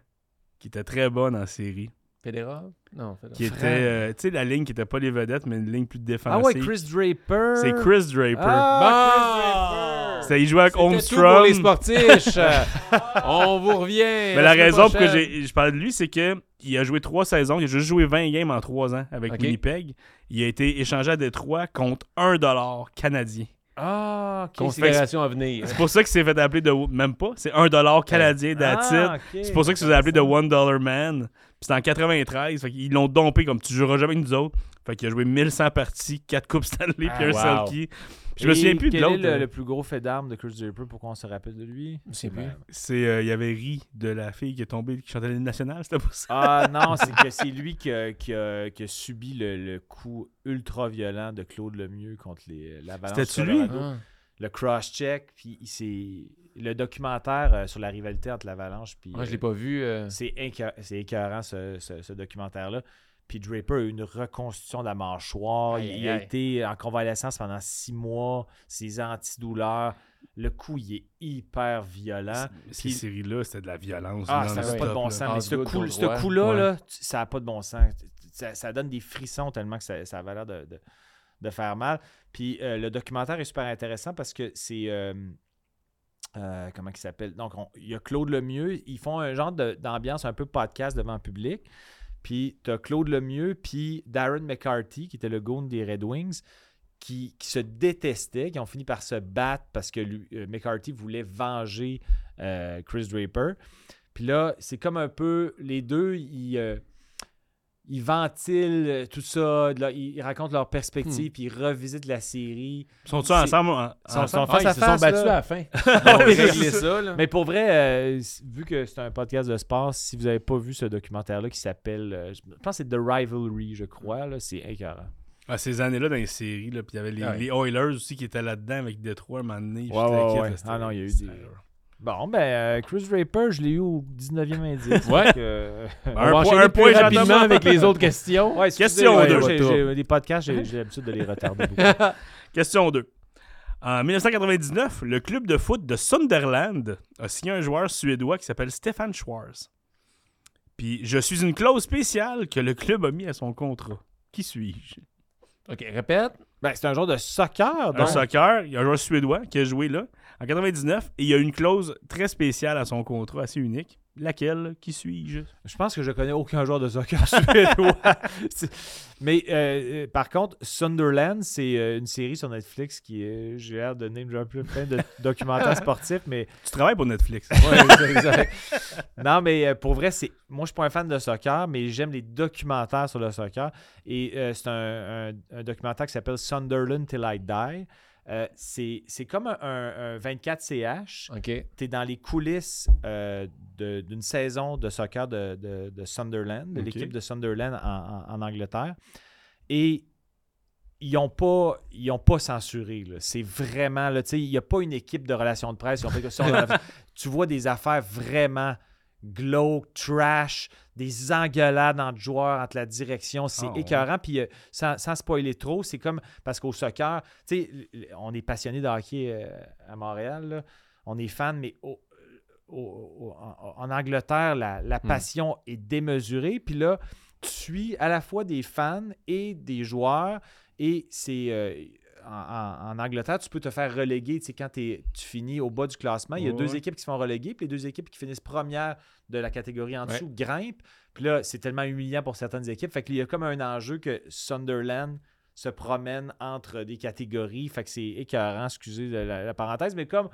S2: qui était très bonne en série.
S1: Federer? Non, Federer.
S2: Qui était, euh, tu sais, la ligne qui était pas les vedettes, mais une ligne plus
S3: Ah
S2: défensive.
S3: ouais, Chris Draper.
S2: C'est Chris Draper.
S3: Ah, Chris Draper.
S2: Ça, il jouait avec
S1: C'était tout
S2: Holmstrom.
S1: pour les sportiches. On vous revient.
S2: Mais la
S1: semaine
S2: raison pour que
S1: prochaine.
S2: j'ai- je parle de lui, c'est que il a joué trois saisons, il a juste joué 20 games en trois ans avec
S1: Ok.
S2: Winnipeg. Il a été échangé à Détroit contre 1$ canadien.
S3: Ah, ok.
S1: Considération à venir.
S2: C'est pour ça qu'il s'est fait appeler de même pas, c'est 1$ canadien that's
S1: Ah,
S2: it.
S3: Ah,
S2: C'est pour ça que vous avez appelé The One Dollar Man. Puis c'est en 93. Fait qu'ils l'ont dompé comme tu joueras jamais avec nous autres. Fait qu'il a joué 1100 parties, 4 Coupes Stanley, puis
S3: Ah,
S2: un
S3: wow.
S2: Selkie. Puis je me souviens plus de
S3: quel est
S2: l'autre.
S3: le,
S2: euh,
S3: le plus gros fait d'armes de Chris Draper pour qu'on se rappelle de lui
S1: Je sais plus.
S3: Ben,
S2: C'est, euh, il y avait ri de la fille qui est tombée, qui chantait l'hymne national, c'était pour ça.
S3: Ah non, c'est que c'est lui qui a, qui a- qui a subi le, le coup ultra violent de Claude Lemieux contre les euh, l'Avalanche.
S2: C'était-tu
S3: du
S2: lui?
S1: Ah.
S3: Colorado. Le cross-check, puis il s'est- le documentaire euh, sur la rivalité entre l'Avalanche puis
S1: Moi, je
S3: euh,
S1: l'ai pas vu. euh.
S3: C'est inca- c'est écœurant, ce, ce- ce documentaire-là. Puis Draper a eu une reconstruction de la mâchoire.
S1: Aïe,
S3: il,
S1: aïe,
S3: il a
S1: aïe.
S3: été en convalescence pendant six mois. Ses antidouleurs. Le coup, il est hyper violent.
S2: Ces
S3: Puis-
S2: séries-là, c'était de la violence.
S3: Ah,
S2: non,
S3: ça n'a
S1: non,
S3: pas de
S2: stop,
S3: bon
S2: là.
S3: sens. Mais
S1: Ah,
S3: ce
S1: good,
S3: coup-
S1: good
S3: ce
S1: droit.
S3: coup-là,
S1: Ouais.
S3: là, tu- ça n'a pas de bon sens. Ça, ça donne des frissons tellement que ça, ça avait l'air de, de- de faire mal. Puis euh, le documentaire est super intéressant parce que c'est. euh, euh, comment il s'appelle Donc, on- il y a Claude Lemieux. Ils font un genre de- d'ambiance un peu podcast devant le public. Puis tu as Claude Lemieux, puis Darren McCarthy, qui était le goon des Red Wings qui, qui se détestaient, qui ont fini par se battre parce que lui- euh, McCarthy voulait venger euh, Chris Draper. Puis là, c'est comme un peu les deux, ils, euh, ils ventilent euh, tout ça, de leur- ils, ils racontent leurs perspectives, puis ils revisitent la série.
S2: Sont-ils
S3: C'est-
S2: ensemble? en-
S3: Sont-
S2: ensemble?
S3: sont-
S1: Ah,
S3: face à
S1: ils se sont
S3: face,
S1: battus
S3: là.
S1: à la fin. Ils ont
S2: Ouais,
S1: réglé
S3: c'est
S1: ça, là.
S3: Mais pour vrai, euh, s- vu que c'est un podcast de sport, si vous n'avez pas vu ce documentaire-là qui s'appelle, euh, je pense que c'est The Rivalry, je crois, là, c'est écœurant.
S2: Ah, ces années-là, dans les séries, là, puis il y avait les,
S1: Ouais.
S2: les Oilers aussi qui étaient là-dedans avec Détroit, un moment donné.
S3: Ouais,
S2: j'étais
S3: ouais,
S2: inquiet,
S3: ouais.
S2: là, c'était-
S3: Ah non, il y a eu
S2: c'était-
S3: des- Bon, ben, euh, Chris Draper, je l'ai eu au 19e indice.
S1: Ouais.
S3: donc, euh,
S1: On va
S2: Un point,
S1: enchaîner
S2: un
S1: plus
S2: point,
S1: rapidement
S2: Jean-Thomas.
S1: avec les autres questions. Hein?
S3: Ouais,
S2: Question
S3: excusez,
S2: deux.
S3: ouais, j'ai-
S1: Retour.
S3: j'ai- Des podcasts, j'ai j'ai l'habitude de les retarder beaucoup.
S2: Question 2. En 1999, le club de foot de Sunderland a signé un joueur suédois qui s'appelle Stefan Schwarz. Puis je suis une clause spéciale que le club a mis à son contrat. Qui suis-je?
S1: OK, répète.
S3: Ben, c'est un genre de soccer,
S2: Un
S3: donc.
S2: soccer, il y a un joueur suédois qui a joué là en 99 et il y a une clause très spéciale à son contrat, assez unique. Laquelle? Qui suis-je?
S3: Je pense que je connais aucun joueur de soccer suédois. C'est- Mais euh, euh, par contre, Sunderland, c'est euh, une série sur Netflix qui est. J'ai l'air de name dropper plein de documentaires sportifs, mais
S2: Tu travailles pour Netflix.
S1: Ouais, c'est exact.
S3: Non, mais euh, pour vrai, c'est. Moi, je suis pas un fan de soccer, mais j'aime les documentaires sur le soccer. Et euh, c'est un, un- un documentaire qui s'appelle Sunderland Till I Die. Euh, c'est c'est comme un, un- un 24CH.
S1: OK.
S3: Tu es dans les coulisses euh, de- d'une saison de soccer de, de- de Sunderland, de
S2: Ok.
S3: l'équipe de Sunderland en, en- en Angleterre. Et ils n'ont pas, ils ont pas censuré. là. C'est vraiment. là, tu sais, Il n'y a pas une équipe de relations de presse. Ils ont fait que ça, on a- tu vois des affaires vraiment glauques, trash, des engueulades entre joueurs, entre la direction. C'est
S2: Ah ouais.
S3: écœurant. Puis euh, sans, sans spoiler trop, c'est comme. Parce qu'au soccer, tu sais, l- l- on est passionné de hockey euh, à Montréal. là. On est fan, mais au- au- au- en, en Angleterre, la, la
S1: Hmm.
S3: passion est démesurée. Puis là, tu suis à la fois des fans et des joueurs. Et c'est. euh, en, en- en Angleterre, tu peux te faire reléguer. Tu sais, quand t'es- tu finis au bas du classement, il y a
S2: Ouais,
S3: deux
S2: ouais.
S3: équipes qui se font reléguer, puis les deux équipes qui finissent première de la catégorie en
S1: Ouais.
S3: dessous grimpent. Puis là, c'est tellement humiliant pour certaines équipes. Fait qu'il y a comme un enjeu que Sunderland se promène entre des catégories. Fait que c'est écœurant, excusez la, la- la parenthèse, mais comme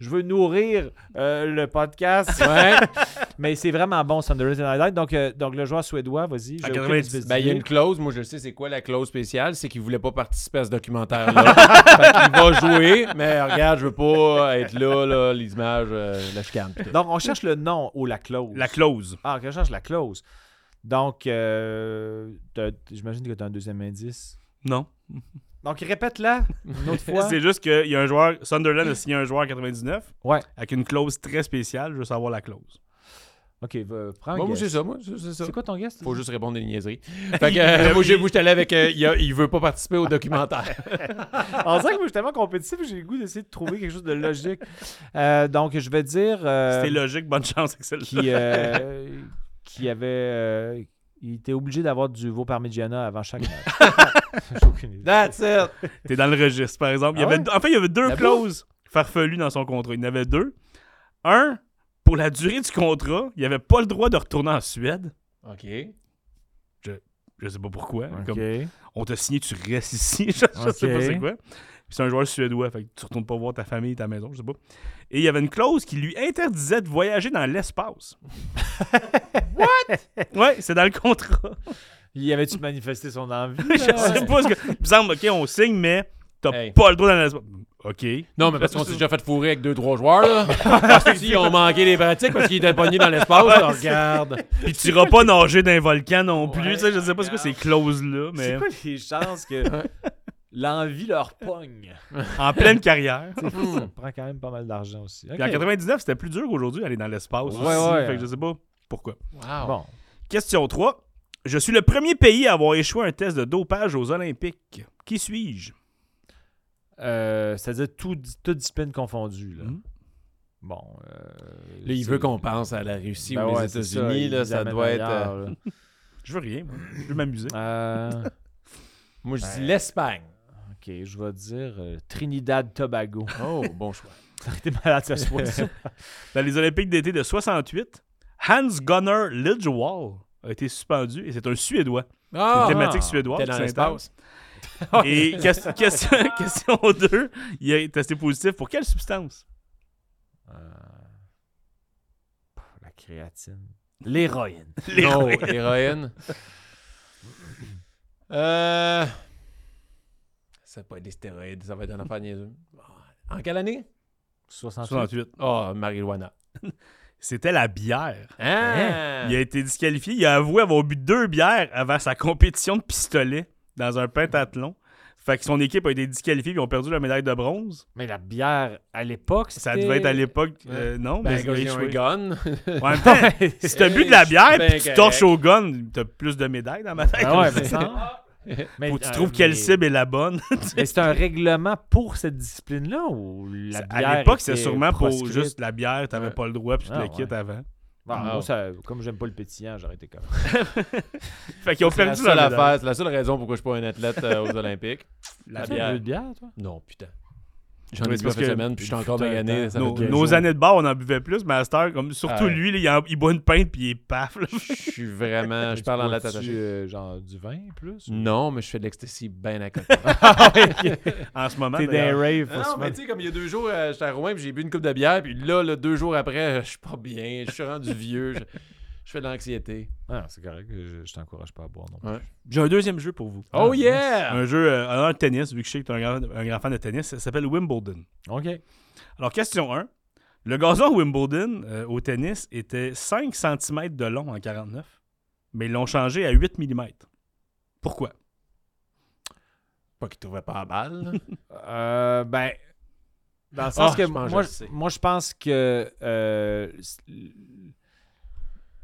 S3: je veux nourrir euh, le podcast,
S1: Ouais.
S3: mais c'est vraiment bon, Sunderland Till I Die. Donc, euh, donc le joueur suédois, vas-y. j'ai
S2: À
S3: aucune
S2: 90,
S3: espèce
S1: Ben, il y a
S3: d'idée.
S1: une clause, moi je sais c'est quoi la clause spéciale, c'est qu'il voulait pas participer à ce documentaire-là. fait qu'il va jouer, mais regarde, je veux pas euh, être là, là, les images, euh, la chicane. pis tout.
S3: Donc, on cherche le nom ou la clause.
S2: La clause.
S3: Ah, que je cherche la clause. Donc, euh, t'as- j'imagine que tu as un deuxième indice.
S2: Non.
S3: Donc, répète-la une autre fois.
S2: C'est juste qu'il y a un joueur, Sunderland a signé un joueur en 99
S3: Ouais.
S2: avec une clause très spéciale, je veux savoir la clause.
S3: OK, va- prends un
S1: Moi, moi,
S3: guess.
S1: c'est ça, moi, c'est Ah, c'est ça.
S3: C'est quoi ton guest?
S1: Faut juste répondre des niaiseries. Fait que, euh, moi, j'ai- moi, j'étais allé avec. euh, il, a- il veut pas participer au documentaire.
S3: On dirait que moi, je suis tellement compétitif, j'ai le goût d'essayer de trouver quelque chose de logique. Euh, donc, je vais dire... euh,
S2: C'était logique, bonne chance avec celle-là.
S3: qui, euh, qui avait. euh, il était obligé d'avoir du veau parmigiana avant chaque match. J'ai aucune idée.
S1: That's it.
S2: T'es dans le registre, par exemple. Il y
S3: Ah
S2: avait,
S3: ouais?
S2: deux- En fait, il y avait deux
S1: La
S2: clauses farfelues dans son contrat. Il y en avait deux. Un, pour la durée du contrat, il n'avait pas le droit de retourner en Suède.
S1: OK.
S2: Je sais pas pourquoi.
S3: Ok.
S2: Comme, on t'a signé, tu restes ici. je, je sais pas
S3: Ok.
S2: c'est quoi. Puis c'est un joueur suédois, fait que tu retournes pas voir ta famille, ta maison, je sais pas. Et il y avait une clause qui lui interdisait de voyager dans l'espace. What? Ouais, c'est dans le contrat.
S3: Il avait-tu manifesté son envie?
S2: je sais pas ce que. Il me semble, ok, on signe, mais t'as
S1: Hey.
S2: pas le droit dans l'espace. Ok.
S1: Non, mais parce qu'on s'est déjà fait fourrer avec deux, trois joueurs, là. parce qu'ils ont manqué les pratiques parce qu'ils étaient pognés dans l'espace. là, regarde.
S2: Puis tu iras pas nager dans un volcan non plus.
S1: Ouais,
S2: tu sais, je sais pas ce que ces clauses-là, mais
S3: C'est quoi les chances que l'envie leur pogne?
S2: en pleine carrière.
S3: ça prend quand même pas mal d'argent aussi.
S2: Puis en
S3: Ok.
S2: 99, c'était plus dur qu'aujourd'hui d'aller dans l'espace.
S3: Ouais,
S2: aussi,
S3: ouais.
S2: Fait que je sais pas pourquoi.
S1: Wow.
S3: Bon.
S2: Question 3. Je suis le premier pays à avoir échoué un test de dopage aux Olympiques. Qui suis-je?
S3: Euh, C'est-à-dire tout, di- toute discipline confondue. Là.
S2: Mhm.
S3: Bon. euh,
S1: Là, il
S3: c'est-
S1: veut qu'on pense à la Russie
S3: Ben
S1: ou les
S3: ouais, c'est ça,
S1: États-Unis.
S3: il
S1: là,
S3: nous
S1: ça
S3: amène
S1: doit être. euh,
S3: ailleurs, là.
S2: Je veux rien. moi. Je veux m'amuser.
S3: Euh,
S1: Moi, je dis
S3: Ouais.
S1: l'Espagne.
S3: ok, je vais dire euh, Trinidad-Tobago.
S1: Oh, bon choix.
S3: T'es malade ce soir.
S2: Dans les Olympiques d'été de 68, Hans Gunnar Lidgewall a été suspendu et c'est un Suédois. C'est
S1: Ah,
S2: une thématique
S3: ah.
S2: suédoise.
S1: t'es
S2: qui
S1: dans
S2: s'intéresse.
S1: l'espace.
S2: Et ques- question, question 2, il a testé positif pour quelle substance?
S3: Euh, La créatine. L'héroïne.
S1: Non, héroïne. Euh. Ça peut être des stéroïdes, ça va être un affaire niaiseux. En quelle année?
S3: 68.
S2: 68.
S1: Oh, marijuana.
S2: C'était la bière.
S1: Hein?
S2: Il a été disqualifié. Il a avoué avoir bu deux bières avant sa compétition de pistolet dans un pentathlon. Fait que son équipe a été disqualifiée et ont perdu la médaille de bronze.
S3: Mais la bière, à l'époque, c'était...
S2: Ça devait être à l'époque. euh, non,
S1: Ben,
S2: mais il a
S1: gars, j'ai un
S2: échoué.
S1: gun.
S2: En même temps, si t'as bu de la bière
S1: Ben
S2: puis tu
S1: correct.
S2: torches au gun, t'as plus de médailles dans ma tête.
S3: Ah ouais,
S2: Comme
S3: mais
S2: ça.
S3: ça... mais,
S2: Faut que tu
S3: euh,
S2: trouves quelle
S3: mais-
S2: cible est la bonne.
S3: Mais c'est un règlement pour cette discipline-là ou la bière
S2: à l'époque, c'est
S3: était
S2: sûrement pour
S3: proscrite?
S2: juste la bière, t'avais
S1: Ouais.
S2: pas le droit, puis tu
S3: Ah,
S2: le quittes
S3: ouais.
S2: avant.
S3: Ah, moi,
S1: Ah.
S3: ça- comme j'aime pas le pétillant, j'aurais été comme...
S2: Fait qu'ils ont
S1: C'est la
S2: perdu
S1: seule
S2: la médaille.
S1: affaire, c'est la seule raison pourquoi je suis pas un athlète euh, aux Olympiques.
S2: La
S3: Tu as
S1: bière.
S3: bu de bière, toi?
S1: Non, putain. J'en ai
S2: Mais c'est
S1: bu
S2: parce
S1: cette
S2: que-
S1: semaine, puis je suis encore
S3: Putain,
S1: magané. ça fait
S2: Nos,
S1: deux
S2: nos
S1: jours.
S2: années de bar, on en buvait plus, mais à cette heure, comme, surtout
S1: Ah ouais.
S2: lui, là, il, en- il boit une pinte puis il est paf. là.
S1: Je suis vraiment. Euh, Je parle en
S3: la
S1: lettres attachées.
S2: euh,
S3: genre du vin, plus?
S1: Non, mais je fais de l'ecstasy bien à côté.
S2: En ce moment,
S3: T'es
S2: d'ailleurs.
S3: dans les raves,
S1: non, mais tu sais, comme il y a deux jours, euh, j'étais à Rouen, puis j'ai bu une coupe de bière, puis là, là, deux jours après, euh, je suis pas bien, je suis rendu vieux, je, je fais de l'anxiété.
S3: Ah, c'est correct, je, je t'encourage pas à boire non plus.
S2: J'ai un deuxième jeu pour vous.
S1: Oh yeah!
S2: Un jeu euh, en tennis, vu que je sais que tu es un grand, un grand fan de tennis, ça s'appelle Wimbledon.
S3: OK.
S2: Alors, question 1. Le gazon à Wimbledon euh, au tennis était 5 cm de long en 49, mais ils l'ont changé à 8 mm. Pourquoi?
S1: Pas qu'il trouvait pas la balle. là.
S3: Euh, ben, dans le sens
S1: Ah,
S3: que
S1: je pense que
S3: moi,
S1: je le sais.
S3: moi, je pense que euh, s- l-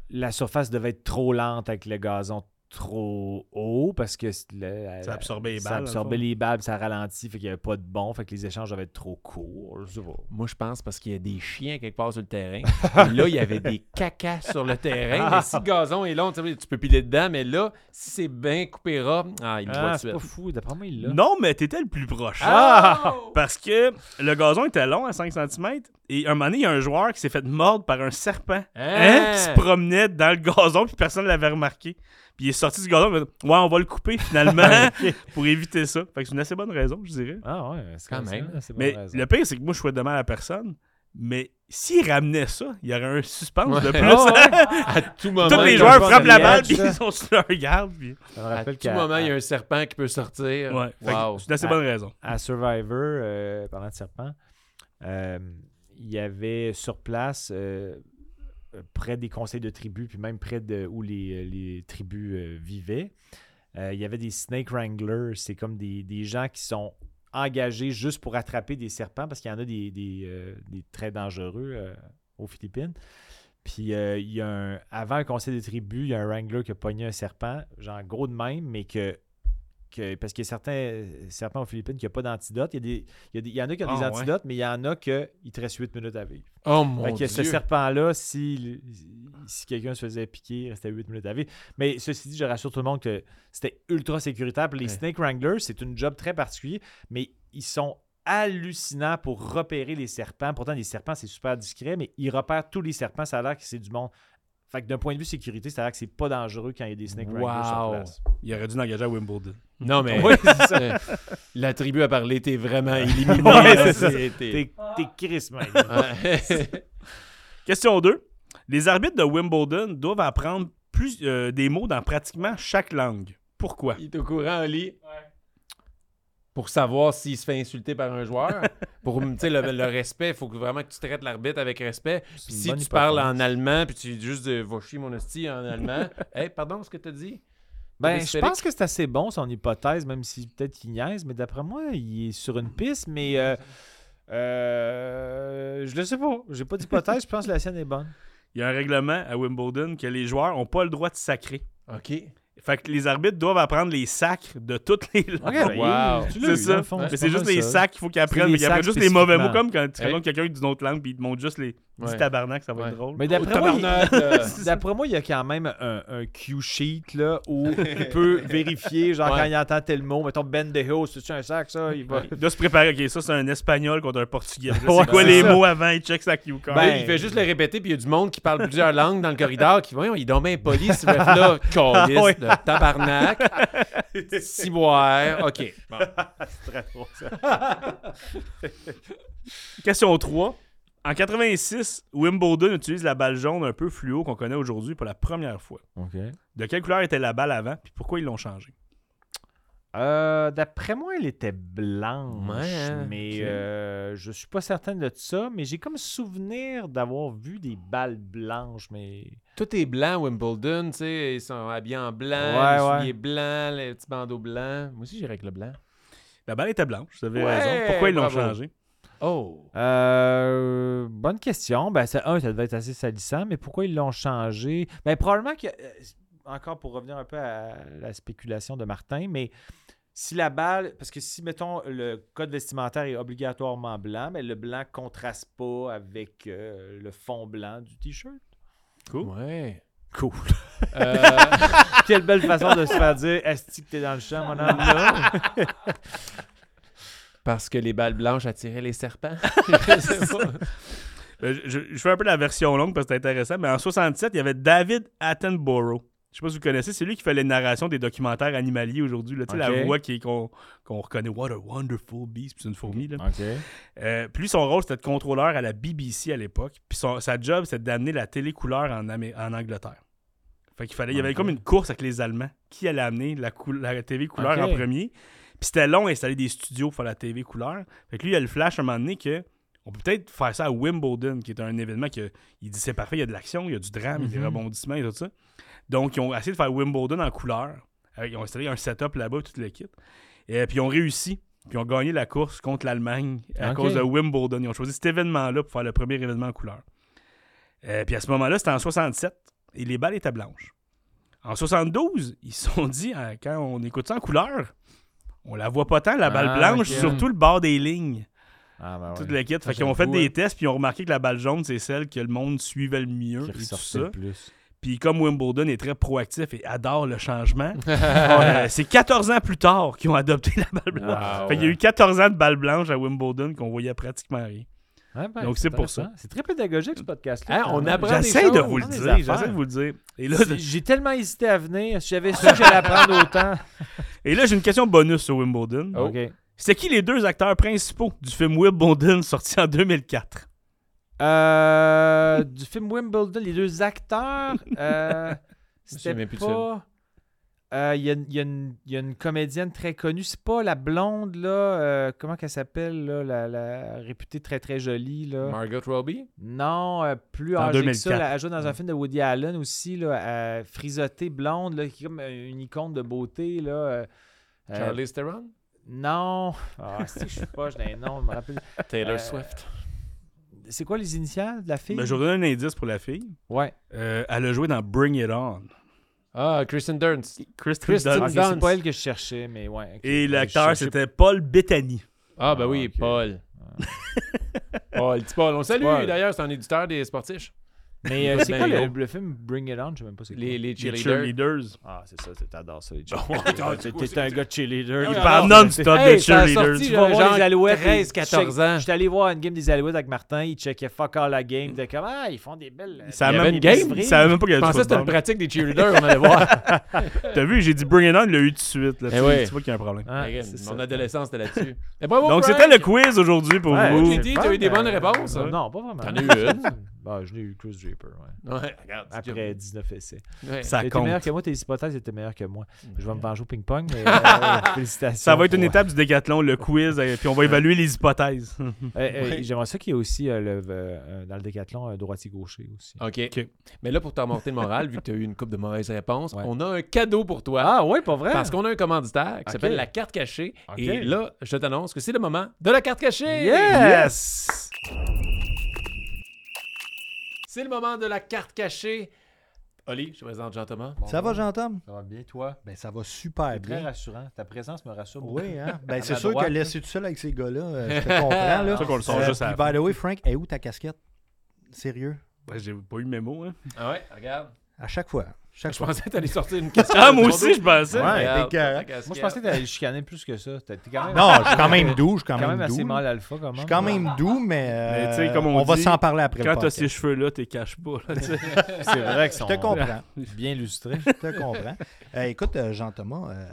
S3: la surface devait être trop lente avec le gazon trop haut parce que c'est le- euh,
S2: Ça absorbait les
S3: ça
S2: balles,
S3: absorbait
S2: dans le
S3: les balles, ça ralentit, fait qu'il n'y avait pas de bon, fait que les échanges devaient être trop courts. Je sais pas.
S1: Moi, je pense parce qu'il y a des chiens quelque part sur le terrain. Et là, il y avait des cacas sur le terrain. Mais si le gazon est long, tu sais, tu peux piler dedans, mais là, si c'est bien coupé ras, ah, il me voit
S3: Ah,
S1: de
S3: c'est
S1: suite.
S3: pas fou, d'après moi, il l'a.
S2: Non, mais t'étais le plus proche.
S1: Ah!
S2: Parce que le gazon était long à 5 cm et un moment donné, il y a un joueur qui s'est fait mordre par un serpent hein, qui se promenait dans le gazon puis personne ne l'avait remarqué. Puis il est sorti du gazon, il a fait, ouais, on va le couper finalement pour éviter ça. Fait que c'est une assez bonne raison, je dirais.
S3: Ah ouais, c'est
S1: Quand
S3: quand
S1: même.
S3: même. c'est bonne
S2: Mais
S3: raison.
S2: le pire, c'est que moi, je souhaite demain à la personne. Mais s'il ramenait ça, il y aurait un suspense de
S1: Ouais.
S2: plus.
S3: Ah ouais,
S1: À tout moment, il
S2: Tous
S1: y
S2: les
S1: a-
S2: joueurs
S3: joueur
S2: frappent la
S3: de
S2: balle,
S3: liège,
S2: puis
S3: ça.
S2: ils sont sur leur garde. puis-
S3: ça me
S1: À
S3: rappelle
S1: tout
S3: qu'à-
S1: moment, il y a
S3: à-
S1: un serpent qui peut sortir.
S2: Ouais. Fait que
S1: Wow.
S2: C'est une assez
S3: Ah.
S2: bonne raison.
S3: à Survivor, euh, parlant de serpent, euh, il y avait sur place, euh, euh, près des conseils de tribus, puis même près de où les, les tribus euh, vivaient, Euh, il y avait des snake wranglers. C'est comme des, des gens qui sont engagés juste pour attraper des serpents parce qu'il y en a des, des, euh, des très dangereux euh, aux Philippines. Puis euh, il y a un, avant un conseil de tribu, il y a un wrangler qui a pogné un serpent, genre gros de même, mais que, que- parce qu'il y a certains euh, serpents aux Philippines qui n'ont pas d'antidote. Il y, a des- il y a des- il y en a qui ont des
S2: Ah, ouais.
S3: antidotes, mais il y en a qui te reste 8 minutes à vivre.
S1: Oh mon
S3: Fait que
S1: dieu.
S3: ce serpent-là, si, si quelqu'un se faisait piquer, il restait 8 minutes à vivre. Mais ceci dit, je rassure tout le monde que c'était ultra sécuritaire. Puis les
S1: Ouais.
S3: Snake Wranglers, c'est une job très particulier, mais ils sont hallucinants pour repérer les serpents. Pourtant, les serpents, c'est super discret, mais ils repèrent tous les serpents. Ça a l'air que c'est du monde. Fait que d'un point de vue sécurité, ça a l'air que c'est pas dangereux quand il y a des Snake Wranglers sur
S1: Wow.
S3: place.
S2: Il aurait dû l'engager à Wimbledon.
S1: Non, mais
S3: Ouais, c'est ça.
S1: euh, la tribu à parler, t'es vraiment éliminé.
S3: Ouais,
S1: là,
S3: c'est ça.
S1: t'es- t'es-
S3: T'es t'es crissement.
S1: Ouais.
S2: Question 2. Les arbitres de Wimbledon doivent apprendre plus, euh, des mots dans pratiquement chaque langue. Pourquoi?
S1: Il est au courant, Oli. Pour savoir s'il se fait insulter par un joueur. Pour tu sais, le, le respect, il faut que- vraiment que tu traites l'arbitre avec respect. Puis si tu parles en allemand, puis tu dis juste de va chier mon hostie en allemand. hey, pardon, ce que t'as dit?
S3: Ben,
S1: Maurice
S3: je pense que c'est assez bon son hypothèse, même si peut-être qu'il niaise, mais d'après moi, il est sur une piste, mais euh, euh, je le sais pas. J'ai pas d'hypothèse, je pense que la scène est bonne.
S2: Il y a un règlement à Wimbledon que les joueurs n'ont pas le droit de sacrer.
S1: OK.
S2: Fait que les arbitres doivent apprendre les sacres de toutes les langues.
S1: ben, wow.
S3: tu l'as
S2: C'est
S3: eu, dans
S2: ça.
S3: le fond.
S2: Mais c'est juste les
S3: ça.
S2: sacs qu'il faut qu'ils
S3: des
S2: apprennent. mais Ils
S3: sacs
S2: apprennent juste les mauvais mots,
S3: spécifiquement.
S2: comme quand tu
S1: Hey.
S2: rencontres quelqu'un d'une autre langue puis ils te montrent juste les petits
S1: Ouais.
S2: tabarnak, ça va
S1: Ouais.
S2: être drôle.
S3: Mais
S1: Oh,
S3: d'après moi, il-
S1: tabarnak, euh,
S3: d'après moi, il y a quand même un, un cue sheet là, où il peut vérifier, genre
S1: Ouais.
S3: quand il entend tel mot, mettons Ben de Hill, c'est-tu un sac, ça? Il va.
S2: De se préparer, ok, ça c'est un espagnol contre un portugais. C'est
S3: Ouais,
S2: quoi
S3: c'est
S2: les
S3: ça.
S2: mots avant, il check sa cue card.
S3: Ben,
S1: Là, il fait juste le répéter, puis il y a du monde qui parle plusieurs langues dans le corridor qui voyons, il est donc bien poli, ce ref-là. Câlisse
S3: ouais.
S1: de tabarnak. Ciboire. OK. Bon.
S2: Question 3. En 86, Wimbledon utilise la balle jaune un peu fluo qu'on connaît aujourd'hui pour la première fois. De quelle couleur était la balle avant puis pourquoi ils l'ont changée?
S3: Euh, D'après moi, elle était blanche,
S1: Ouais, hein,
S3: mais
S1: ok.
S3: euh, je suis pas certaine de ça. Mais j'ai comme souvenir d'avoir vu des balles blanches, mais
S1: Tout est blanc, Wimbledon, tu sais. Ils sont habillés en blanc,
S3: Ouais,
S1: les
S3: ouais.
S1: souliers blancs, les petits bandeaux blancs. Moi aussi, j'irais avec le blanc.
S2: La balle était blanche, vous avez
S1: Ouais,
S2: raison. Pourquoi ils l'ont
S1: bravo.
S2: changée?
S1: Oh!
S3: Euh, bonne question. Ben, ça, un, ça devait être assez salissant, mais pourquoi ils l'ont changé? Ben, probablement que, euh, encore pour revenir un peu à la spéculation de Martin, mais si la balle, parce que si, mettons, le code vestimentaire est obligatoirement blanc, mais le blanc contraste pas avec euh, le fond blanc du T-shirt.
S2: Cool.
S1: Ouais.
S3: Cool.
S1: Euh,
S3: Quelle belle façon de se faire dire, est-ce que t'es dans le champ, mon homme?
S1: parce que les balles blanches attiraient les serpents.
S2: Euh, Je, je- je fais un peu la version longue parce que c'est intéressant, mais en 67, il y avait David Attenborough. Je sais pas si vous connaissez, c'est lui qui fait les narrations des documentaires animaliers aujourd'hui. là. Tu sais,
S3: Ok.
S2: la voix qui est- qu'on qu'on reconnaît. What a wonderful beast, puis c'est une fourmi. Là.
S3: OK.
S2: Euh, puis lui, son rôle, c'était de contrôleur à la BBC à l'époque. Puis son- sa job, c'était d'amener la télé couleur en, Amé- en Angleterre. Fait qu'il fallait, il y avait
S3: Ok.
S2: comme une course avec les Allemands. Qui allait amener la, cou- la TV couleur
S3: Ok.
S2: en premier? Puis c'était long à installer des studios pour faire la TV couleur. Fait que lui, il a le flash à un moment donné que on peut peut-être faire ça à Wimbledon, qui est un événement que il dit c'est parfait, il y a de l'action, il y a du drame, il y a des
S3: Mhm.
S2: rebondissements et tout ça. Donc, ils ont essayé de faire Wimbledon en couleur. Avec- Ils ont installé un setup là-bas, toute l'équipe. Et puis, ils ont réussi. Puis, ils ont gagné la course contre l'Allemagne à
S3: Ok.
S2: cause de Wimbledon. Ils ont choisi cet événement-là pour faire le premier événement en couleur. Euh, puis, à ce moment-là, c'était en 67 et les balles étaient blanches. En 72, ils se sont dit, Ah, quand on écoute ça en couleur, on la voit pas tant, la balle
S3: Ah,
S2: blanche,
S3: ok.
S2: surtout le bord des lignes
S3: Ah, ben
S2: toute
S3: ouais.
S2: la quête.
S1: Ça,
S2: Fait qu'ils ont fait
S1: j'avoue,
S2: des
S1: hein.
S2: tests, puis ils ont remarqué que la balle jaune, c'est celle que le monde suivait le mieux.
S3: Qui
S2: Et tout
S3: ressortait le
S2: ça.
S3: plus.
S2: Puis comme Wimbledon est très proactif et adore le changement, euh, c'est 14 ans plus tard qu'ils ont adopté la balle blanche.
S1: Wow.
S2: Fait qu'il y a eu 14 ans de balle blanche à Wimbledon qu'on voyait pratiquement rien.
S3: Ah ben,
S2: Donc, c'est pour ça.
S3: intéressant. C'est très pédagogique ce podcast-là.
S1: Hein, on
S3: finalement.
S1: apprend des
S2: J'essaie de
S1: choses,
S2: vous le
S3: on a des
S2: dire, j'essaie
S3: affaires.
S2: de vous le dire. Et là,
S3: C'est- J'ai tellement hésité à venir. Si j'avais su que j'allais apprendre autant.
S2: et là j'ai une question bonus sur Wimbledon.
S1: Oh.
S3: OK.
S2: C'est qui les deux acteurs principaux du film Wimbledon sorti en 2004?
S3: Euh, du film Wimbledon, les deux acteurs, euh,
S1: Je me souviens
S3: c'était
S1: plus de
S3: pas... euh, il y, a une- il y a une- il y a une comédienne très connue. C'est pas la blonde, là. euh, comment qu'elle s'appelle, là, la, la réputée très, très jolie, là.
S1: Margot Robbie?
S3: Non, euh, plus
S2: En
S3: âgée que ça.
S2: 2004.
S3: là, elle joue dans un film de Woody Allen aussi, là, euh, frisottée blonde, là, qui est comme euh, une icône de beauté, là. euh, euh,
S1: Charlize Theron?
S3: non. Ah, si, je suis pas, je n'ai non, je me rappelle.
S1: Taylor
S3: euh,
S1: Swift?
S3: C'est quoi les initiales de la fille?
S2: Ben, je vous donne un indice pour la fille.
S3: Ouais.
S2: Euh, elle a joué dans Bring It On.
S1: Ah, Kristen Dunst.
S2: Kristen
S1: Kristen
S2: Dunst.
S3: Ok, c'est
S1: Dunst.
S3: pas elle que je cherchais, mais ouais. ok. Ben,
S2: Et
S3: Je
S2: l'acteur,
S3: cherchais-
S2: c'était Paul Bettany.
S1: Ah, ben
S3: Ah,
S1: oui,
S3: ok.
S1: Paul. Paul, petit Paul. On le salue,
S3: Paul.
S1: d'ailleurs, c'est un éditeur des sportifs.
S3: Mais euh,
S1: Ben,
S3: c'est quoi le,
S1: gros.
S3: le film Bring It On? Je sais même pas c'est quoi.
S1: Les, les
S2: Les
S1: cheerleaders.
S2: cheerleaders.
S3: Ah, c'est ça, c'est- t'adores ça, les
S1: attends,
S3: cheerleaders. T'es- T'es un gars de cheerleader.
S2: Ah, Il
S1: oui,
S2: parle
S1: alors,
S2: non-stop
S1: Hey,
S2: de
S1: ça a
S2: cheerleaders.
S1: sorti,
S3: Tu vas
S1: Genre
S3: voir les Alouettes.
S1: 13,
S3: puis
S1: 14 ans.
S3: J'étais allé voir une game des Alouettes avec Martin. Il checkait fuck all la game. T'es comme, ah, ils font des belles. euh,
S2: Ça a
S1: Il y
S2: même
S1: avait une game?
S2: il savait même pas qu'il y
S1: Je
S2: avait
S1: pensais
S2: du
S1: que c'était une
S2: football.
S1: pratique des cheerleaders, on allait voir.
S2: T'as vu, j'ai dit Bring It On, il l'a eu tout de suite. Là,
S1: Eh
S2: tu, sais,
S1: ouais.
S2: tu vois qu'il y a un problème.
S3: Ah,
S1: Regarde,
S3: c'est
S1: mon
S3: ça.
S1: adolescence, c'était là-dessus. Mais bravo,
S2: Donc,
S1: Frank!
S2: c'était le quiz aujourd'hui pour
S3: Ouais,
S2: vous.
S1: j'ai dit,
S3: c'est
S1: t'as eu des
S3: fun,
S1: bonnes
S3: euh,
S1: réponses, hein?
S3: Non, pas vraiment.
S1: T'en as eu une.
S3: Bah, je l'ai eu Chris Draper, ouais.
S1: Ouais, regarde. c'est
S3: Après 19 essais.
S1: déjà- ouais.
S2: Ça
S3: T'étais meilleur
S2: compte.
S3: que moi, tes hypothèses étaient meilleures que moi. Je vais me venger au ping-pong, mais euh, félicitations.
S2: Ça va être une
S3: pour-
S2: étape du décathlon, le quiz, et puis on va évaluer les hypothèses.
S3: Euh, euh,
S1: Ouais.
S3: J'aimerais ça qu'il y ait aussi euh, le, euh, dans le décathlon un droitier-gaucher aussi.
S1: OK. Mais là, pour t'en monter le moral, vu que tu as eu une coupe de mauvaises réponses,
S3: Ouais.
S1: on a un cadeau pour toi.
S3: Ah ouais, pas vrai?
S1: Parce qu'on a un commanditaire qui
S3: Ok.
S1: s'appelle la carte cachée.
S3: Ok.
S1: Et là, je t'annonce que c'est le moment de la carte cachée.
S3: Yes!
S1: C'est le moment de la carte cachée. Oli, je te présente Jean-Thomas.
S4: Ça va, Jean-Tom?
S3: Ça va bien, toi?
S4: Ben, ça va super
S3: Très
S4: bien.
S3: rassurant. Ta présence me rassure beaucoup.
S4: Oui, hein?
S3: À
S4: Ben, c'est
S3: ma
S4: sûr
S3: droite.
S4: que laisser tout seul avec ces gars-là, euh, je te comprends, là. Euh,
S3: C'est sûr
S2: qu'on le sent juste à la
S4: puis, By the way, Frank, est où ta casquette? Sérieux?
S2: Ouais, J'ai pas eu mes mots. Hein.
S1: Ah ouais, regarde.
S4: À chaque fois. Chaque
S1: Je
S4: fois.
S1: pensais que t'allais sortir une question.
S2: Ah, moi aussi, je pensais.
S4: Ouais.
S1: Regarde,
S4: t'es carré.
S1: ta casquette.
S3: Moi, je pensais que t'allais le chicaner plus que ça. T'es t'es quand même,
S4: Non, je suis quand même doux, je suis quand,
S3: quand même,
S4: même
S3: assez
S4: doux.
S3: mal alpha, comment?
S4: Je suis quand même doux, mais,
S2: Mais,
S4: euh,
S2: tu sais, comme on
S4: on, va
S2: dit,
S4: s'en parler après.
S2: Quand
S4: le
S2: t'as
S4: podcast.
S2: ces cheveux-là, t'es caches pas. là, tu sais.
S3: C'est vrai qu'ils
S4: Je
S3: sont
S4: te comprends.
S3: bien illustrés.
S4: Je te comprends. Euh, écoute, euh, Jean-Thomas, euh,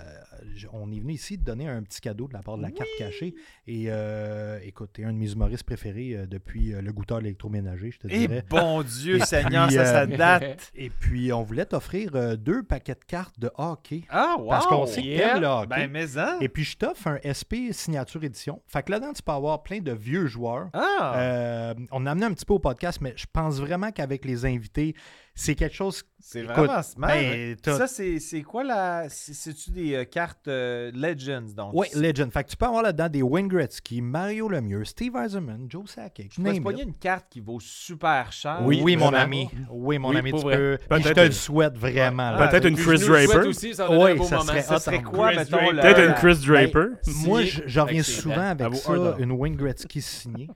S4: je- on est venu ici te donner un petit cadeau de la part de la carte cachée. Et euh, écoute, t'es un de mes humoristes préférés euh, depuis euh, le goûteur électroménager, je te
S2: Eh
S3: Et
S4: dirais.
S3: bon Dieu,
S4: Et
S3: Seigneur,
S4: puis,
S3: ça, ça
S4: euh,
S3: date.
S4: Et puis, on voulait t'offrir euh, deux paquets de cartes de hockey.
S3: Ah, wow!
S4: Parce qu'on sait que
S3: yeah.
S4: t'aimes le hockey.
S3: Ben, mais hein?
S4: Et puis, je t'offre un SP signature édition. Fait que là-dedans, tu peux avoir plein de vieux joueurs.
S3: Ah!
S4: Euh, on a amené un petit peu au podcast, mais je pense vraiment qu'avec les invités, c'est quelque chose.
S3: c'est
S4: écoute,
S3: vraiment smart.
S4: ben, t'as-
S3: ça, c'est c'est quoi la... c'est- C'est-tu des euh, cartes euh, Legends, donc?
S4: Oui,
S3: C'est-
S4: Legend. Fait que tu peux avoir là-dedans des Wayne Gretzky, Mario Lemieux, Steve Eiserman, Joe Sakic.
S3: Je pourrais
S4: name
S3: se Ah, pogner
S4: it.
S3: une carte qui vaut super cher.
S4: Oui, mon
S3: vraiment.
S4: ami. Oui, mon
S1: Oui,
S4: ami,
S1: pour
S4: tu
S1: vrai.
S4: peux. Puis je
S2: Peut-être
S4: te le
S2: une-
S4: souhaite vraiment.
S3: Ouais.
S4: là.
S2: Peut-être une
S1: Puis
S2: Chris
S1: je nous le souhaite
S2: Draper.
S1: aussi, ça donnait
S4: Oui,
S1: un beau
S4: ça
S1: moment.
S4: serait
S3: Ça serait
S4: Attends,
S3: quoi,
S1: Chris
S3: mettons,
S1: Draper.
S3: le-
S2: Peut-être une
S3: la-
S2: Chris Draper.
S4: Moi, je, je reviens
S1: Excellent.
S4: souvent avec
S2: vaut
S4: ça,
S2: un dollar.
S4: une Wayne Gretzky signée.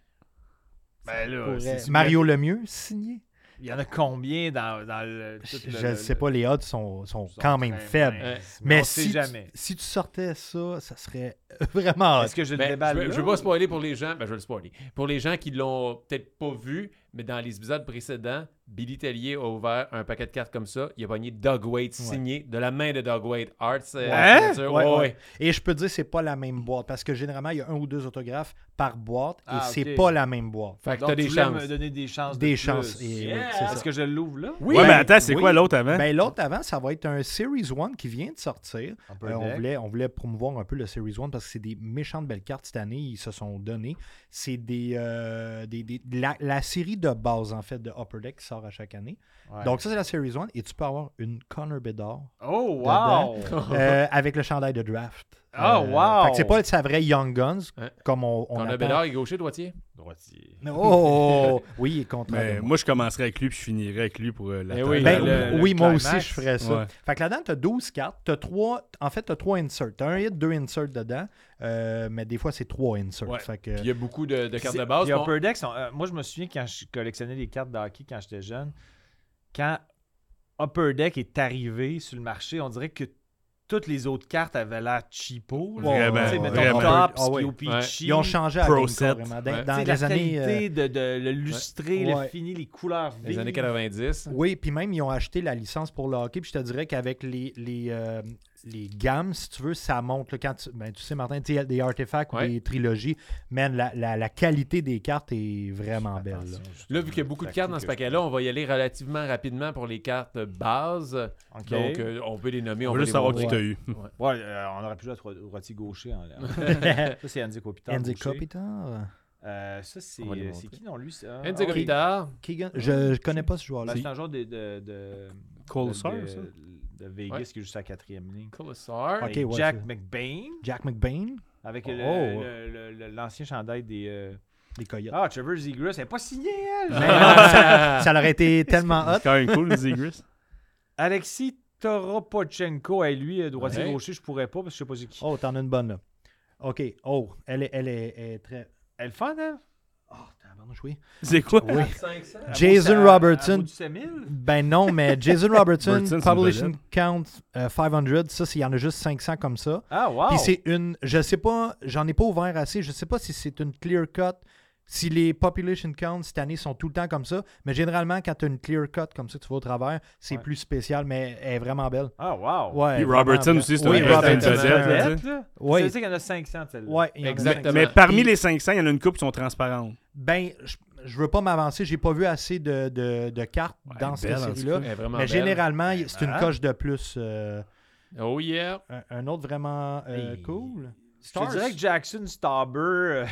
S3: Ben là,
S4: Pour, euh,
S3: c'est-
S4: Mario Lemieux signé.
S3: Il y en a combien dans, dans le. tout le-
S4: Je ne
S3: le-
S4: sais pas, les odds sont, sont
S3: le-
S4: quand même
S3: très
S4: faibles.
S3: minces,
S4: Mais
S3: on
S4: si
S3: sait
S4: tu,
S3: jamais.
S4: si tu sortais ça, ça serait vraiment hot.
S3: Est-ce que je le
S1: Ben,
S3: déballe
S1: je, ne
S3: là?
S1: veux pas spoiler pour les gens, ben, je vais le spoiler. Pour les gens qui l'ont peut-être pas vu, mais dans les épisodes précédents, Billy Tellier a ouvert un paquet de cartes comme ça. Il a pogné Doug Waite signé de la main de Doug Waite Arts. euh,
S3: Hein?
S1: signature.
S4: Ouais,
S1: Ouais,
S4: ouais.
S1: ouais.
S4: Et je peux te dire, c'est pas la même boîte parce que généralement, il y a un ou deux autographes par boîte et
S3: Ah, ok.
S4: c'est pas la même boîte.
S1: Fait que
S3: Donc,
S1: t'as
S3: tu
S1: des
S3: voulais
S1: chances.
S3: me donner des chances. de
S4: Des
S3: plus.
S4: chances. Et oui,
S1: Yeah!
S4: c'est ça.
S3: Est-ce que je l'ouvre là?
S1: Oui,
S2: ouais, mais
S4: ben,
S2: attends, c'est
S4: oui.
S2: quoi l'autre
S3: Hein?
S2: avant?
S4: Ben, l'autre avant, ça va être un Series 1 qui vient de sortir. Euh, on, voulait, on voulait promouvoir un peu le Series 1 parce que c'est des méchantes belles cartes cette année. Ils se sont données. C'est des, euh, des- des- la, la série de base, en fait, de Upper Deck qui sort à chaque année. Donc, ça, c'est la Series 1 et tu peux avoir une Connor Bedard
S3: Oh,
S4: dedans.
S3: wow!
S4: euh, avec le chandail de draft. Euh,
S3: Ah, wow!
S4: fait que c'est pas sa vraie Young Guns
S1: Ouais.
S4: comme on, on
S1: Quand le
S4: attend.
S1: Bédard est gaucher, droitier.
S3: Euh, Droitier.
S4: Oh, oh, oh. oui, il est content
S2: Mais
S4: de moi.
S2: moi, je commencerai avec lui, puis je finirai avec lui pour euh, la
S1: Eh
S2: table.
S1: oui,
S4: Ben,
S1: le-
S4: oui, moi
S3: climax.
S4: aussi, je ferais ça.
S2: Ouais.
S4: Fait que là-dedans, tu as 12 cartes. T'as trois, en fait, tu as 3 inserts. Tu as un hit, deux inserts dedans. euh, mais des fois, c'est trois inserts.
S1: Ouais.
S4: Fait que,
S1: Puis il y a beaucoup de, de cartes
S3: C'est-
S1: de base.
S3: puis
S1: Bon,
S3: Upper Deck, sont- euh, moi, je me souviens quand je collectionnais les cartes de hockey quand j'étais jeune, quand Upper Deck est arrivé sur le marché, on dirait que toutes les autres cartes avaient l'air cheapo. là.
S2: Vraiment,
S3: Tu sais, mettons
S2: vraiment.
S3: Tops,
S4: Ah ouais.
S3: puis
S1: Ouais.
S3: Opeachy.
S4: ils ont changé à
S2: Pro
S4: Game
S2: set.
S4: carrément. Dans,
S1: Ouais.
S4: dans
S3: Tu sais,
S4: les
S3: la
S4: années. euh,
S3: qualité de, de- le lustré,
S4: Ouais.
S3: le fini, les couleurs vives.
S1: les années 90.
S4: Oui, puis même, ils ont acheté la licence pour le hockey. Puis je te dirais qu'avec les, les, euh, les gammes, si tu veux, ça monte. là, quand tu, ben, tu sais, Martin, tu sais, des artefacts
S1: Ouais.
S4: ou des trilogies, man, la, la- la qualité des cartes est vraiment belle. là.
S1: Là, vu qu'il y a beaucoup de cartes dans ce paquet-là, on va y aller relativement rapidement pour les cartes bases.
S3: OK.
S1: Donc, euh, on peut les nommer.
S2: On
S1: On
S2: veut
S1: peut
S2: juste
S1: les
S2: savoir
S1: voir.
S2: qui t'a eu.
S3: Ouais, euh, on aurait pu jouer à trois- au rôti gaucher. en- en- ça, c'est Andy Kopitar.
S4: Andy
S3: gaucher.
S4: Kopitar.
S3: Euh, ça, c'est
S1: On va les
S3: euh,
S1: montrer.
S3: c'est qui, non, lui? C'est ah,
S1: Enzo
S3: ah, oui.
S1: Kopitar.
S4: Keegan- Je, je connais pas ce joueur-là.
S3: Ben, C'est un genre de... de, de
S2: Cole
S3: de-
S2: Sar,
S3: de-
S2: ça?
S3: De Vegas
S1: Ouais.
S3: qui est juste à la quatrième ligne.
S1: Colossar.
S4: Ok,
S3: Et
S4: ouais,
S3: Jack
S4: c'est-
S3: McBain,
S4: Jack McBain,
S3: avec
S4: Oh.
S3: le- le- le- le- l'ancien chandail des... euh,
S4: des Coyotes.
S3: Ah, Trevor Zegras, elle n'est pas signée, elle!
S4: Mais, euh,
S2: Ah.
S4: ça, ça leur aurait été tellement hot.
S2: C'est quand même cool, Zigris.
S3: Alexis Toropochenko, et lui, euh, droitier
S1: Ouais.
S3: gaucher, je pourrais pas parce que je sais pas c'est qui.
S4: Oh, t'en as une bonne, là. OK. Oh, elle est, elle est, elle est très...
S3: Elle est fun, hein?
S4: Oh, tabarnouche, oui.
S2: C'est quoi?
S4: Oui.
S3: Elle
S4: Jason
S3: vaut- elle-
S4: Robertson.
S3: elle vaut du 7000?
S4: Ben non, mais Jason Robertson,
S2: Robertson, c'est une
S4: Publishing
S2: vedette.
S4: Count euh, 500, ça, c'est- il y en a juste 500 comme ça.
S3: Ah, wow!
S4: Puis c'est une... Je sais pas, j'en ai pas ouvert assez. Je sais pas si c'est une clear cut, si les population counts cette année sont tout le temps comme ça. Mais généralement, quand t'as une clear cut comme ça, tu vas au travers, c'est
S3: Ouais.
S4: plus spécial, mais elle est vraiment belle.
S3: Ah, wow!
S4: Ouais,
S2: Puis
S4: vraiment
S2: Robertson
S4: belle.
S2: aussi, c'est
S4: Oui,
S2: un restant de
S4: Robertson,
S3: Robertson,
S4: c'est un-
S2: vedette, là, tu sais.
S3: là.
S4: Oui.
S3: Ça veut dire qu'il y en a 500 de celles-là.
S4: Ouais, il y en a
S1: Exactement.
S2: Mais
S1: Puis-
S2: parmi les 500, il y en a une coupe qui sont transparentes.
S4: Ben, je, je veux pas m'avancer, j'ai pas vu assez de, de- de cartes
S2: Ouais,
S4: dans cette
S2: belle, en tout
S4: série-là.
S1: Elle est vraiment
S4: Mais
S1: belle.
S4: généralement, y- c'est
S2: Hein?
S4: une
S3: Ah.
S4: coche de plus. euh,
S1: Oh yeah.
S4: un, un autre vraiment euh,
S3: Hey.
S4: cool.
S3: Je te dirais que Jackson Stauber... euh,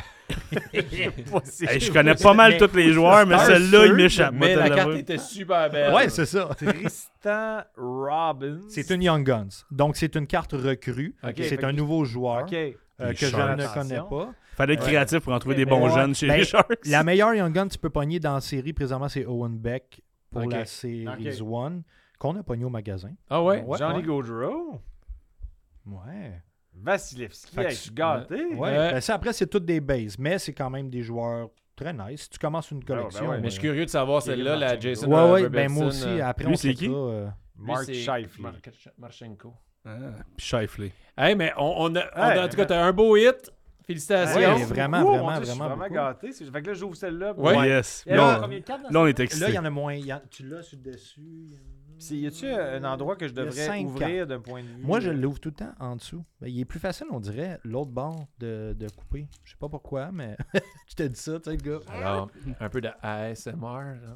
S2: Hey, je connais pas mal
S4: Mais-
S2: tous les joueurs, mais
S4: Star
S2: celle-là, il
S4: Surge,
S2: m'échappe. moi,
S1: Mais la
S2: t'as
S1: carte
S2: l'avoué.
S1: était super belle.
S3: Euh,
S4: Ouais, c'est ça.
S3: Tristan Robbins.
S4: C'est une Young Guns. Donc, c'est une carte recrue.
S1: Ok,
S4: c'est
S3: fait
S4: un
S3: que-
S4: nouveau joueur
S3: OK.
S4: euh,
S2: Des
S4: que je
S2: Sharks.
S4: ne connais pas.
S2: Fallait être
S3: Ouais.
S2: créatif pour en trouver des
S3: Ben,
S2: bons
S4: ouais.
S2: jeunes chez
S4: Ben,
S2: les Sharks.
S4: La meilleure Young Gun que tu peux pogner dans la série présentement, c'est Owen Beck pour
S1: Ok.
S4: la série
S3: Ok.
S4: 1 qu'on a pogné au magasin.
S1: Ah ouais?
S4: Ouais.
S3: Johnny Gaudreau.
S4: Ouais.
S3: Vasilevski,
S4: Fait que
S3: hey, je
S4: c'est-
S3: suis gâté.
S4: ouais.
S1: Ouais.
S4: Ben, ça, après, c'est toutes des bases, mais c'est quand même des joueurs très nice. Si tu commences une
S3: ben
S4: collection. euh,
S3: ouais,
S1: Mais je suis curieux de savoir celle-là, la
S3: Martin.
S1: Jason
S4: Ouais, ouais,
S1: Robertson,
S4: ben moi aussi.
S1: euh,
S4: Après,
S2: lui,
S4: on
S2: c'est qui?
S4: checkera, euh,
S1: lui,
S3: Mark
S1: c'est
S3: Scheifele.
S1: Mark Sch- Marchenko.
S2: Ah, Shifley.
S1: Hey, mais on, on a, on a-
S3: Hey,
S1: en tout cas,
S3: mais-
S1: t'as un beau hit.
S3: Ah,
S1: Félicitations.
S4: Ouais,
S3: merci
S4: vraiment,
S3: beaucoup.
S4: vraiment,
S3: Mon Dieu, Je suis
S4: vraiment
S3: vraiment
S4: beaucoup.
S3: gâté. C'est- Fait que là, j'ouvre celle-là. pour-
S1: Ouais.
S2: Yes.
S3: Et alors,
S2: Là,
S3: combien de cartes dans
S2: on- là, on est
S4: Là, il
S2: excités.
S4: y en a moins. il y en- Tu l'as sur le dessus. il y en a-
S3: Puis, y a-tu euh, un endroit que je
S4: Il y a
S3: devrais
S4: cinq
S3: ouvrir d'un point de vue
S4: Moi, je
S3: euh,
S4: l'ouvre tout le temps en dessous. Ben, il est plus facile, on dirait, l'autre bord de, de couper. Je sais pas pourquoi, mais je te dis ça, tu sais, le gars.
S1: Alors, un peu de ASMR. là.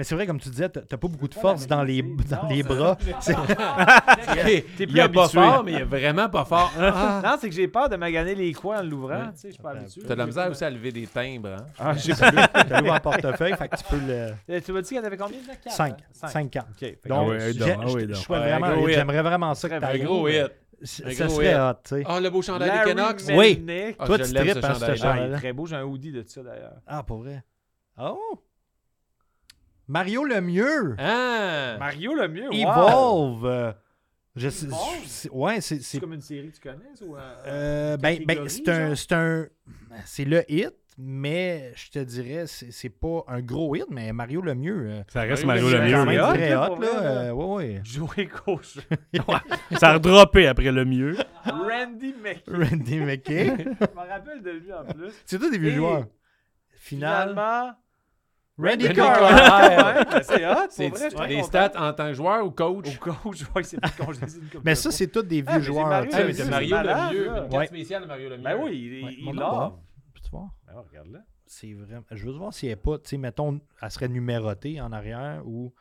S4: Mais c'est vrai, comme tu disais, t'as t'as pas beaucoup de
S3: pas
S4: force
S3: la
S4: dans les,
S3: vérité.
S4: dans
S3: Non,
S4: les
S3: ça-
S4: bras. C'est-
S1: il
S3: plus
S1: y a pas
S3: habitué.
S1: fort, mais il y a vraiment pas fort. Ah.
S3: Non, c'est que j'ai peur de maganer les coins en l'ouvrant. Tu sais, je suis pas
S4: Attends,
S3: habitué.
S1: T'as de la misère aussi à lever des timbres. Hein?
S3: Ah, j'ai-
S4: T'as l'ouvres en portefeuille, fait que tu peux le.
S3: Eh, Tu m'as dit qu'il y en avait combien de cartes
S4: 5.
S3: hein?
S4: 5 cartes.
S3: OK. fait que-
S4: Donc,
S2: Ah ouais,
S4: j'ai-
S2: donc, ah ouais,
S4: je- je
S2: donc.
S4: ferais
S1: Ouais,
S4: vraiment-
S1: gros hit.
S4: j'aimerais vraiment ça que
S3: Très
S4: t'ailles.
S1: Un gros hit. un
S4: C- Ça
S1: gros
S4: serait
S1: hit.
S4: hot, tu sais.
S1: Ah, le beau chandail
S3: Larry
S1: des Canucks.
S4: Oui.
S3: Melnick.
S1: Ah,
S4: Toi,
S1: je
S4: tu
S1: l'aime, ce
S4: tripes, hein, ce
S1: chandail-là.
S3: Ah,
S4: chandail-là.
S3: il est très beau, j'ai un hoodie de ça d'ailleurs.
S4: Ah, pour vrai. Oh! Mario Lemieux!
S1: Ah!
S3: Mario le mieux, wow!
S4: Evolve! Euh, Je, sais-
S3: Evolve?
S4: c'est- ouais, c'est.
S3: C'est
S4: c'est-
S3: comme une série que tu connais ou un-
S4: euh, ben, ben,
S3: catégorie,
S4: c'est un.
S3: genre?
S4: C'est un. C'est le hit, mais je te dirais, c'est c'est pas un gros hit, mais Mario Lemieux. euh,
S2: Ça reste
S1: Mario
S2: Mario
S4: c'est quand
S2: le
S3: Lemieux,
S4: même
S3: là.
S4: très
S3: Hot, là,
S4: hot,
S3: Ah, pour
S4: là.
S3: vrai, là.
S4: euh, ouais, ouais.
S3: Jouer gauche.
S2: mieux. Ça a redroppé après le mieux.
S3: Randy McKay.
S4: Randy McKay.
S3: Je me rappelle de lui en plus.
S4: c'est tous des vieux
S3: Et
S4: joueurs. Final.
S3: Finalement, Ah,
S4: Randy
S1: Randy
S4: Carl.
S1: Carl.
S3: Ouais, ben, c'est hot.
S1: C'est
S3: pour vrai, je suis très
S1: des
S3: content.
S1: stats en tant que joueur ou
S3: Au
S1: coach?
S3: coach, ouais, c'est plus qu'on dise une coupe
S4: Mais
S3: de
S4: ça,
S3: fois.
S4: c'est tous des
S3: Ah, mais
S4: vieux
S3: c'est
S4: joueurs.
S3: Mario
S4: tu
S1: Ah,
S4: sais,
S1: mais
S3: c'est
S1: t'as
S4: c'est-
S1: Mario
S3: malade,
S1: Lemieux.
S3: là.
S1: une
S4: Ouais.
S1: carte spéciale, Mario Lemieux.
S3: Ben oui, il,
S4: Ouais,
S3: il,
S4: mon
S3: il
S4: ordre.
S3: l'a.
S4: Peux-tu voir?
S3: Ben, regarde là.
S4: C'est vraiment. Je veux voir si elle n'est pas, tu sais, mettons, elle serait numérotée en arrière ou.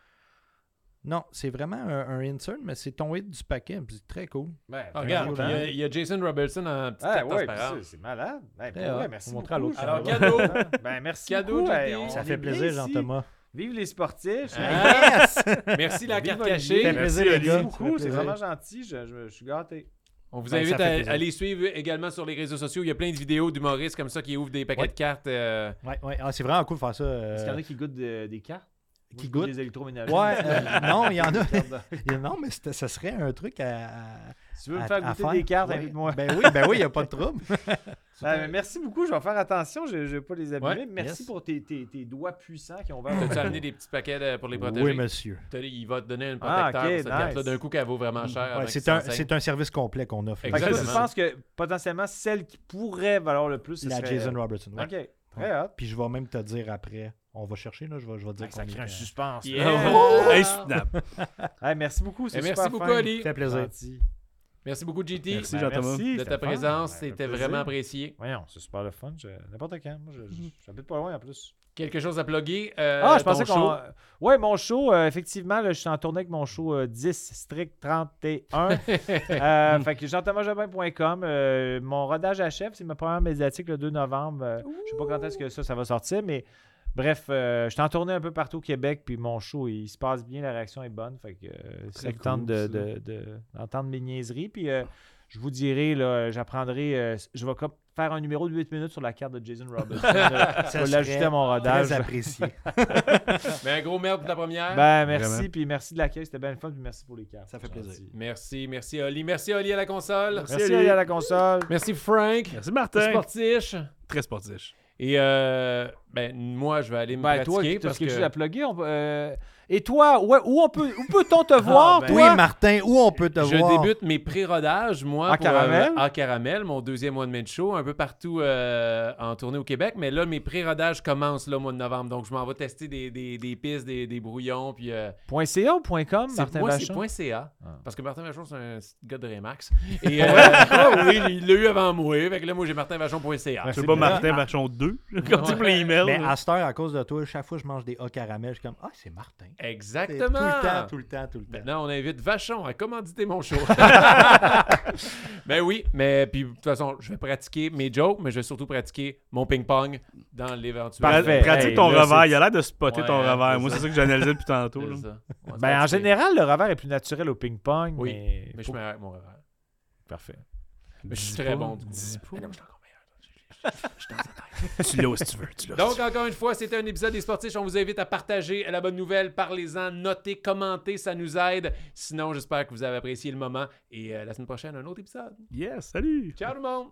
S4: Non, c'est vraiment un, un insert, mais c'est ton hit du paquet. puis C'est très cool.
S3: Ben,
S1: Ah, regarde, il y,
S4: Mario
S1: a, il y a Jason Robertson en petite
S3: Ah
S1: carte
S3: ouais, puis
S1: transparente.
S3: c'est- c'est malade. Ben, pour
S4: Eh, Ouais,
S3: vrai,
S4: on
S3: merci
S4: montrera à
S3: beaucoup,
S4: l'autre
S3: Charles.
S1: caméra. Alors,
S3: Ben, merci
S1: Cadeau,
S3: beaucoup.
S1: JT.
S3: on
S1: Ça
S3: est
S4: Ça fait
S3: bien
S4: plaisir,
S3: ici.
S4: Jean-Thomas.
S3: Vive les sportifs.
S1: Ah,
S4: Yes!
S1: Merci la
S3: Vive
S1: carte
S3: Olivier.
S1: cachée.
S4: Fait
S3: Merci,
S4: plaisir, les
S3: Olivier,
S4: gars.
S3: beaucoup,
S4: Ça fait
S3: C'est
S4: plaisir.
S3: vraiment gentil. Je, je- je suis gâté.
S1: On vous
S4: Ben, ça
S1: invite
S4: fait
S1: à,
S4: plaisir.
S1: à les suivre également sur les réseaux sociaux. Il y a plein de vidéos d'humoristes comme ça qui ouvrent des paquets
S4: Ouais.
S1: de cartes. euh,
S4: ouais, ouais. Ah, c'est vraiment cool de faire ça. euh,
S3: Est-ce qu'il y en a qui goûtent de- des cartes Moi,
S4: qui
S3: je goûte
S4: goûtent.
S3: Des électroménagers.
S4: Ouais, euh, non, il y en a.
S3: Des cartes de-
S4: Il y a- Non, mais c'était- ça serait un truc à. à-
S3: Tu veux me
S4: à-
S3: faire
S4: à
S3: goûter des cartes,
S4: Ouais.
S3: invite-moi.
S4: Ben oui, ben oui, il n'y a pas de trouble.
S3: Ah, mais merci beaucoup, je vais faire attention, je ne vais pas les abîmer.
S1: Ouais,
S3: merci
S4: yes.
S3: pour tes, tes- tes doigts puissants qui ont ouvert.
S1: T'as-tu amené des petits paquets de- pour les protéger?
S4: oui, monsieur.
S1: T'as- Il va te donner un
S3: Ah,
S1: protecteur
S3: ok,
S1: pour cette carte-là
S3: nice.
S1: d'un coup qu'elle vaut vraiment cher. avant
S4: Ouais,
S1: qu'il
S4: c'est un,
S1: s'enseigne.
S4: c'est un service complet qu'on offre.
S3: Fait que toi, tu
S1: Exactement.
S3: penses que potentiellement celle qui pourrait valoir le plus, ce
S4: La
S3: serait-
S4: Jason Robertson. ouais.
S3: Ok, très hot.
S4: Puis je vais même te dire après. On va chercher, là. Je vais, je vais
S3: Ah,
S4: te dire combien. euh,
S3: suspense.
S1: Yeah.
S2: Oh, Insoutenable.
S3: merci beaucoup,
S1: Eh,
S3: c'est
S1: merci
S3: super
S1: beaucoup,
S3: fin.
S1: Ali.
S4: Fait plaisir.
S3: Gentil.
S1: Merci beaucoup, JT,
S2: Merci,
S3: Ben,
S2: Jean-Thomas.
S3: merci,
S1: de
S3: c'était
S1: ta
S3: le fun.
S1: présence.
S3: Ben,
S1: C'était
S3: un plaisir.
S1: vraiment apprécié.
S3: Voyons, c'est super le fun. Je- N'importe quand. Moi, je- je- j'habite pas loin en plus.
S1: Quelque chose à plugger. euh,
S3: ah, je pensais
S1: ton
S3: qu'on.
S1: show.
S3: Ouais, mon show, euh, effectivement, là, je suis en tournée avec mon show euh, 10 strict 31. euh, fait que jean-thomas-jobin.com. euh, mon rodage achève, c'est ma première médiatique le 2 novembre. euh, je sais pas quand est-ce que ça, ça va sortir, mais bref, euh, je suis en tournée un peu partout au Québec, puis mon show, il se passe bien, la réaction est bonne. Fait que euh, ça
S1: Très
S3: vous tente
S1: cool,
S3: de-
S1: ça.
S3: de- de- d'entendre mes niaiseries. Puis euh, je vous dirai, là, j'apprendrai, euh, je vais comme faire un numéro de 8 minutes sur la carte de Jason Roberts. je
S4: Ça
S3: vais l'ajouter
S4: serait
S3: à mon rodage.
S4: Très apprécié.
S1: Mais un gros merde pour la première.
S3: Ben, merci,
S2: Vraiment.
S3: puis merci de l'accueil, c'était bien le fun, puis merci pour les cartes.
S4: Ça fait plaisir.
S3: Gentil.
S1: Merci, merci Oli. Merci Oli à la console.
S3: Merci, Oli, à la console.
S1: Merci Frank.
S2: Merci, Martin.
S1: Sportiche.
S2: Très sportif.
S1: Et euh, ben, moi, je vais aller me
S3: Ben, toi,
S1: pratiquer
S3: tu as
S1: parce
S3: quelque
S1: que-
S3: chose à plugger? on peut- euh, Et toi, ouais, où, on peut, où peut-on te voir,
S4: Oui,
S3: toi?
S4: Martin, où on peut te
S1: Je
S4: voir?
S1: débute mes pré-rodages, moi,
S3: En
S1: pour, euh,
S3: caramel?
S1: en caramel, mon deuxième One Man Show, un peu partout euh, en tournée au Québec. Mais là, mes pré-rodages commencent là, au mois de novembre. Donc, je m'en vais tester des, des- des pistes, des, des brouillons. Puis, euh,
S3: Point .ca ou point .com,
S1: c'est-
S3: Martin
S1: moi, c'est
S3: Vachon?
S1: point .ca.
S3: Ah.
S1: Parce que Martin Vachon, c'est un gars de Remax. Et euh, ah oui, il l'a eu avant moi. Fait que là, moi, j'ai martinvachon.ca.
S3: Ouais.
S2: C'est
S3: Ben, C'est
S2: pas
S3: bien.
S2: Martin Marchon 2, comme tu pour les emails.
S4: Mais ah,
S2: là.
S4: Ben, à cette heure, à cause de toi, chaque fois que je mange des hauts caramel, je suis comme Ah, c'est Martin. C'est
S1: Exactement.
S4: Tout le temps, tout le temps, tout le
S2: Ben.
S4: temps.
S1: Maintenant, on invite Vachon à commanditer mon show. ben oui, mais puis de toute façon, je vais pratiquer mes jokes, mais je vais surtout pratiquer mon ping-pong dans l'éventuel.
S2: Pra-
S3: Parfait.
S2: Pratique
S3: Hey,
S2: ton
S3: là,
S2: revers.
S3: c'est-
S2: Il a l'air de spotter
S1: Ouais,
S2: ton
S1: hein,
S2: revers.
S1: c'est
S2: Moi, c'est
S1: ça.
S2: ça que j'analysais depuis tantôt. là.
S1: C'est ça. On va se
S3: Ben, en
S1: pratiquer.
S3: général, le revers est plus naturel au ping-pong.
S1: Oui,
S3: mais...
S1: Mais je me avec mon revers.
S3: Parfait.
S1: Mais Ben, je suis
S2: Dis
S1: très
S2: pas,
S1: bon du coup.
S2: dis
S1: Mais Ben, non, je suis encore meilleur.
S2: tu l'as si tu veux. Tu l'as.
S1: Donc, encore une fois, c'était un épisode des sportifs. On vous invite à partager la bonne nouvelle. Parlez-en, notez, commentez, ça nous aide. Sinon, j'espère que vous avez apprécié le moment. Et euh, la semaine prochaine, un autre épisode.
S2: Yes, salut.
S1: Ciao tout le monde!